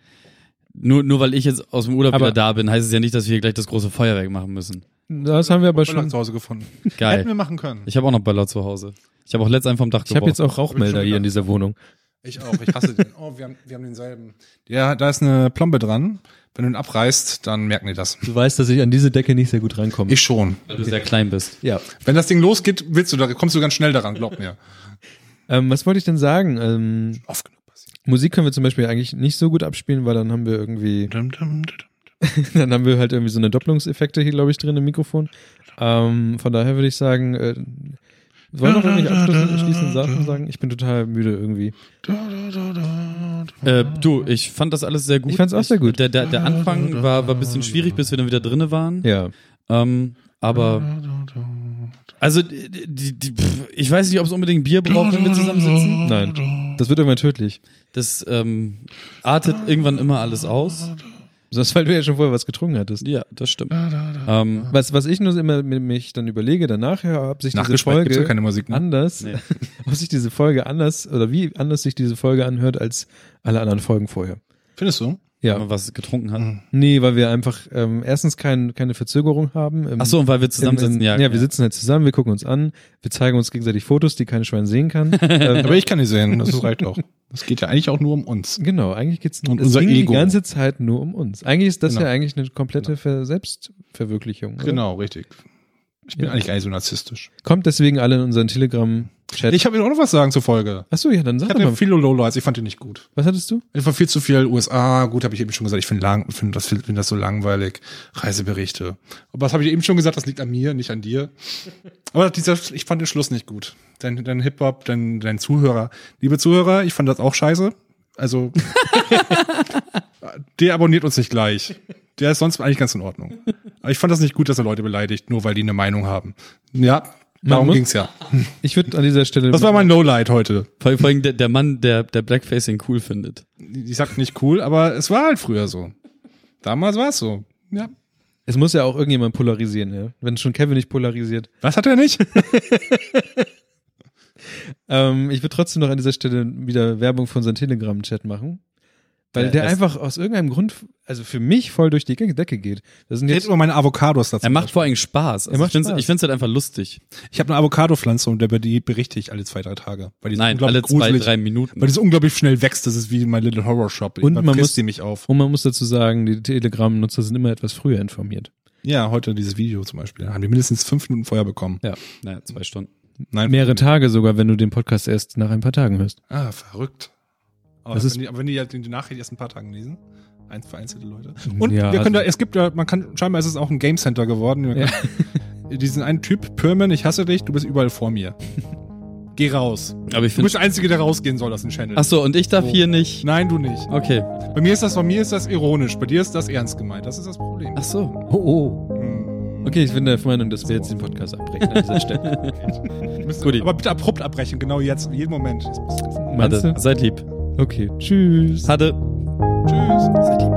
Speaker 4: nur, nur weil ich jetzt aus dem Urlaub
Speaker 2: Aber-
Speaker 4: wieder da bin, heißt es ja nicht, dass wir hier gleich das große Feuerwerk machen müssen.
Speaker 2: Das haben wir aber
Speaker 3: Schon lange
Speaker 2: schon.
Speaker 3: zu Hause gefunden.
Speaker 4: Geil.
Speaker 3: Hätten wir machen können.
Speaker 4: Ich habe auch noch Böller zu Hause. Ich habe auch letztens einen vom Dach
Speaker 2: Ich habe
Speaker 4: geworfen.
Speaker 2: jetzt auch Rauchmelder hier in dieser Wohnung.
Speaker 3: Ich auch, ich hasse den. Oh, wir haben, wir haben denselben. Ja, da ist eine Plombe dran. Wenn du ihn abreißt, dann merken die das.
Speaker 2: Du weißt, dass ich an diese Decke nicht sehr gut rankomme.
Speaker 3: Ich schon.
Speaker 4: Weil du sehr klein bist.
Speaker 2: ja.
Speaker 3: Wenn das Ding losgeht, willst du, da kommst du ganz schnell daran, glaub mir.
Speaker 2: Ähm, was wollte ich denn sagen? Ähm,
Speaker 3: Oft genug passiert.
Speaker 2: Musik können wir zum Beispiel eigentlich nicht so gut abspielen, weil dann haben wir irgendwie,
Speaker 3: Dum, dum, dum, dum.
Speaker 2: dann haben wir halt irgendwie so eine Doppelungseffekte hier, glaube ich, drin im Mikrofon. Ähm, von daher würde ich sagen, äh, wollen wir noch irgendwelche abschließenden abschließenden Sachen sagen? Ich bin total müde irgendwie.
Speaker 4: Äh, du, ich fand das alles sehr gut.
Speaker 2: Ich fand's auch sehr gut.
Speaker 4: Der, der, der Anfang war, war ein bisschen schwierig, bis wir dann wieder drinne waren.
Speaker 2: Ja.
Speaker 4: Ähm, aber. Also, die, die, die, pff, ich weiß nicht, ob es unbedingt Bier braucht, wenn wir zusammensitzen.
Speaker 2: Nein. Das wird irgendwann tödlich.
Speaker 4: Das ähm, artet irgendwann immer alles aus.
Speaker 2: Sonst, weil du ja schon vorher was getrunken hattest.
Speaker 4: Ja, das stimmt. Ähm,
Speaker 2: Was, was ich nur immer mit mich dann überlege, danach, ja, ob sich diese
Speaker 3: Nachgespräch
Speaker 2: Folge
Speaker 3: gibt's ja keine Musik, ne?
Speaker 2: anders,
Speaker 4: Nee.
Speaker 2: ob sich diese Folge anders oder wie anders sich diese Folge anhört als alle anderen Folgen vorher.
Speaker 3: Findest du?
Speaker 4: wenn
Speaker 2: Ja,
Speaker 4: man was getrunken hat.
Speaker 2: nee, weil wir einfach ähm, erstens kein, keine Verzögerung haben. Im,
Speaker 4: Ach so, und weil wir
Speaker 2: im,
Speaker 4: zusammensitzen,
Speaker 2: im, ja, wir sitzen halt zusammen, wir gucken uns an, wir zeigen uns gegenseitig Fotos, die kein Schwein sehen kann. ähm,
Speaker 3: Aber ich kann die sehen, das reicht auch. Es geht ja eigentlich auch nur um uns.
Speaker 2: genau, eigentlich geht's
Speaker 3: Und
Speaker 2: es
Speaker 3: unser
Speaker 2: ging
Speaker 3: Ego.
Speaker 2: die ganze Zeit nur um uns. Eigentlich ist das
Speaker 3: Genau.
Speaker 2: ja eigentlich eine komplette Ver Selbstverwirklichung. oder?
Speaker 3: Genau, richtig. Ich bin
Speaker 2: Ja.
Speaker 3: eigentlich gar nicht so narzisstisch.
Speaker 2: Kommt deswegen alle in unseren Telegram-Chat.
Speaker 3: Ich habe auch noch was sagen zur Folge.
Speaker 2: Achso, ja, dann sag
Speaker 3: Ich
Speaker 2: doch
Speaker 3: hatte
Speaker 2: mal.
Speaker 3: viele Lowlights, ich fand die nicht gut.
Speaker 2: Was hattest du?
Speaker 3: Einfach viel zu viel USA, gut, habe ich eben schon gesagt, ich finde lang, find das, find das so langweilig. Reiseberichte. Aber das habe ich eben schon gesagt, das liegt an mir, nicht an dir. Aber dieser, ich fand den Schluss nicht gut. Dein, dein Hip-Hop, dein, dein Zuhörer. Liebe Zuhörer, ich fand das auch scheiße. Also, der abonniert uns nicht gleich. Der ist sonst eigentlich ganz in Ordnung. Aber ich fand das nicht gut, dass er Leute beleidigt, nur weil die eine Meinung haben. Ja, darum
Speaker 2: muss-
Speaker 3: ging's ja.
Speaker 2: Ich würde an dieser Stelle.
Speaker 3: Das war mein Lowlight heute.
Speaker 4: Vor vor allem der, der Mann, der, der Blackfacing cool findet.
Speaker 3: Ich sag nicht cool, aber es war halt früher so. Damals war es so. Ja.
Speaker 2: es muss ja auch irgendjemand polarisieren, ja. Wenn schon Kevin nicht polarisiert.
Speaker 3: Was hat er nicht?
Speaker 2: Ähm, ich würde trotzdem noch an dieser Stelle wieder Werbung für unseren Telegram-Chat machen. Weil
Speaker 4: Ja,
Speaker 2: der
Speaker 4: es-
Speaker 2: einfach aus irgendeinem Grund, also für mich voll durch die Decke geht. Das sind
Speaker 3: Jetzt
Speaker 2: jetzt,
Speaker 3: über meine Avocados dazu.
Speaker 4: Er macht vor allem Spaß. Also
Speaker 2: macht
Speaker 4: ich find's-
Speaker 2: Spaß.
Speaker 4: Ich finde es halt einfach lustig.
Speaker 3: Ich habe eine Avocado-Pflanze und über die berichte ich alle zwei, drei Tage. Weil die ist
Speaker 4: Nein, alle
Speaker 3: unglaublich
Speaker 4: zwei,
Speaker 3: gruselig.
Speaker 4: drei Minuten.
Speaker 3: weil die so unglaublich schnell wächst. Das ist wie mein Little Horror Shop.
Speaker 2: Und
Speaker 3: Irgendwann
Speaker 2: man
Speaker 3: frisst
Speaker 2: muss-
Speaker 3: die mich auf.
Speaker 2: und man muss dazu sagen, die Telegram-Nutzer sind immer etwas früher informiert.
Speaker 3: Ja, heute dieses Video zum Beispiel. Haben die mindestens fünf Minuten vorher bekommen.
Speaker 4: Naja, zwei Stunden.
Speaker 3: Nein,
Speaker 2: Mehrere Tage sogar, wenn du den Podcast erst nach ein paar Tagen hörst.
Speaker 3: Ah, verrückt. Aber
Speaker 2: Das ist-
Speaker 3: wenn, die, aber wenn die ja die Nachricht erst ein paar Tagen lesen, eins vereinzelte Leute. Und
Speaker 2: Ja,
Speaker 3: wir können da,
Speaker 2: also-
Speaker 3: es gibt da, man kann, scheinbar ist es auch ein Game Center geworden. Man
Speaker 2: Ja.
Speaker 3: kann- Diesen einen Typ, Pirmin, ich hasse dich, du bist überall vor mir. Geh raus.
Speaker 4: Aber ich
Speaker 3: Du bist
Speaker 4: finde.
Speaker 3: der Einzige, der rausgehen soll aus dem Channel.
Speaker 4: Ach so, und ich darf hier nicht.
Speaker 3: Nein, du nicht.
Speaker 4: Okay.
Speaker 3: Bei mir ist das, bei mir ist das ironisch, bei dir ist das ernst gemeint. Das ist das Problem.
Speaker 4: Ach so.
Speaker 2: Oh, oh.
Speaker 3: Hm.
Speaker 2: Okay, ich bin der Meinung, dass wir jetzt den Podcast abbrechen an dieser Stelle.
Speaker 3: Wir müssen-
Speaker 4: Guti.
Speaker 3: Aber bitte abrupt abbrechen, genau jetzt, jeden Moment. Jetzt musst du-
Speaker 2: Meinst
Speaker 4: Hatte.
Speaker 2: du?
Speaker 4: Seid lieb.
Speaker 2: Okay, tschüss.
Speaker 4: Hatte.
Speaker 3: Tschüss.
Speaker 4: Seid lieb.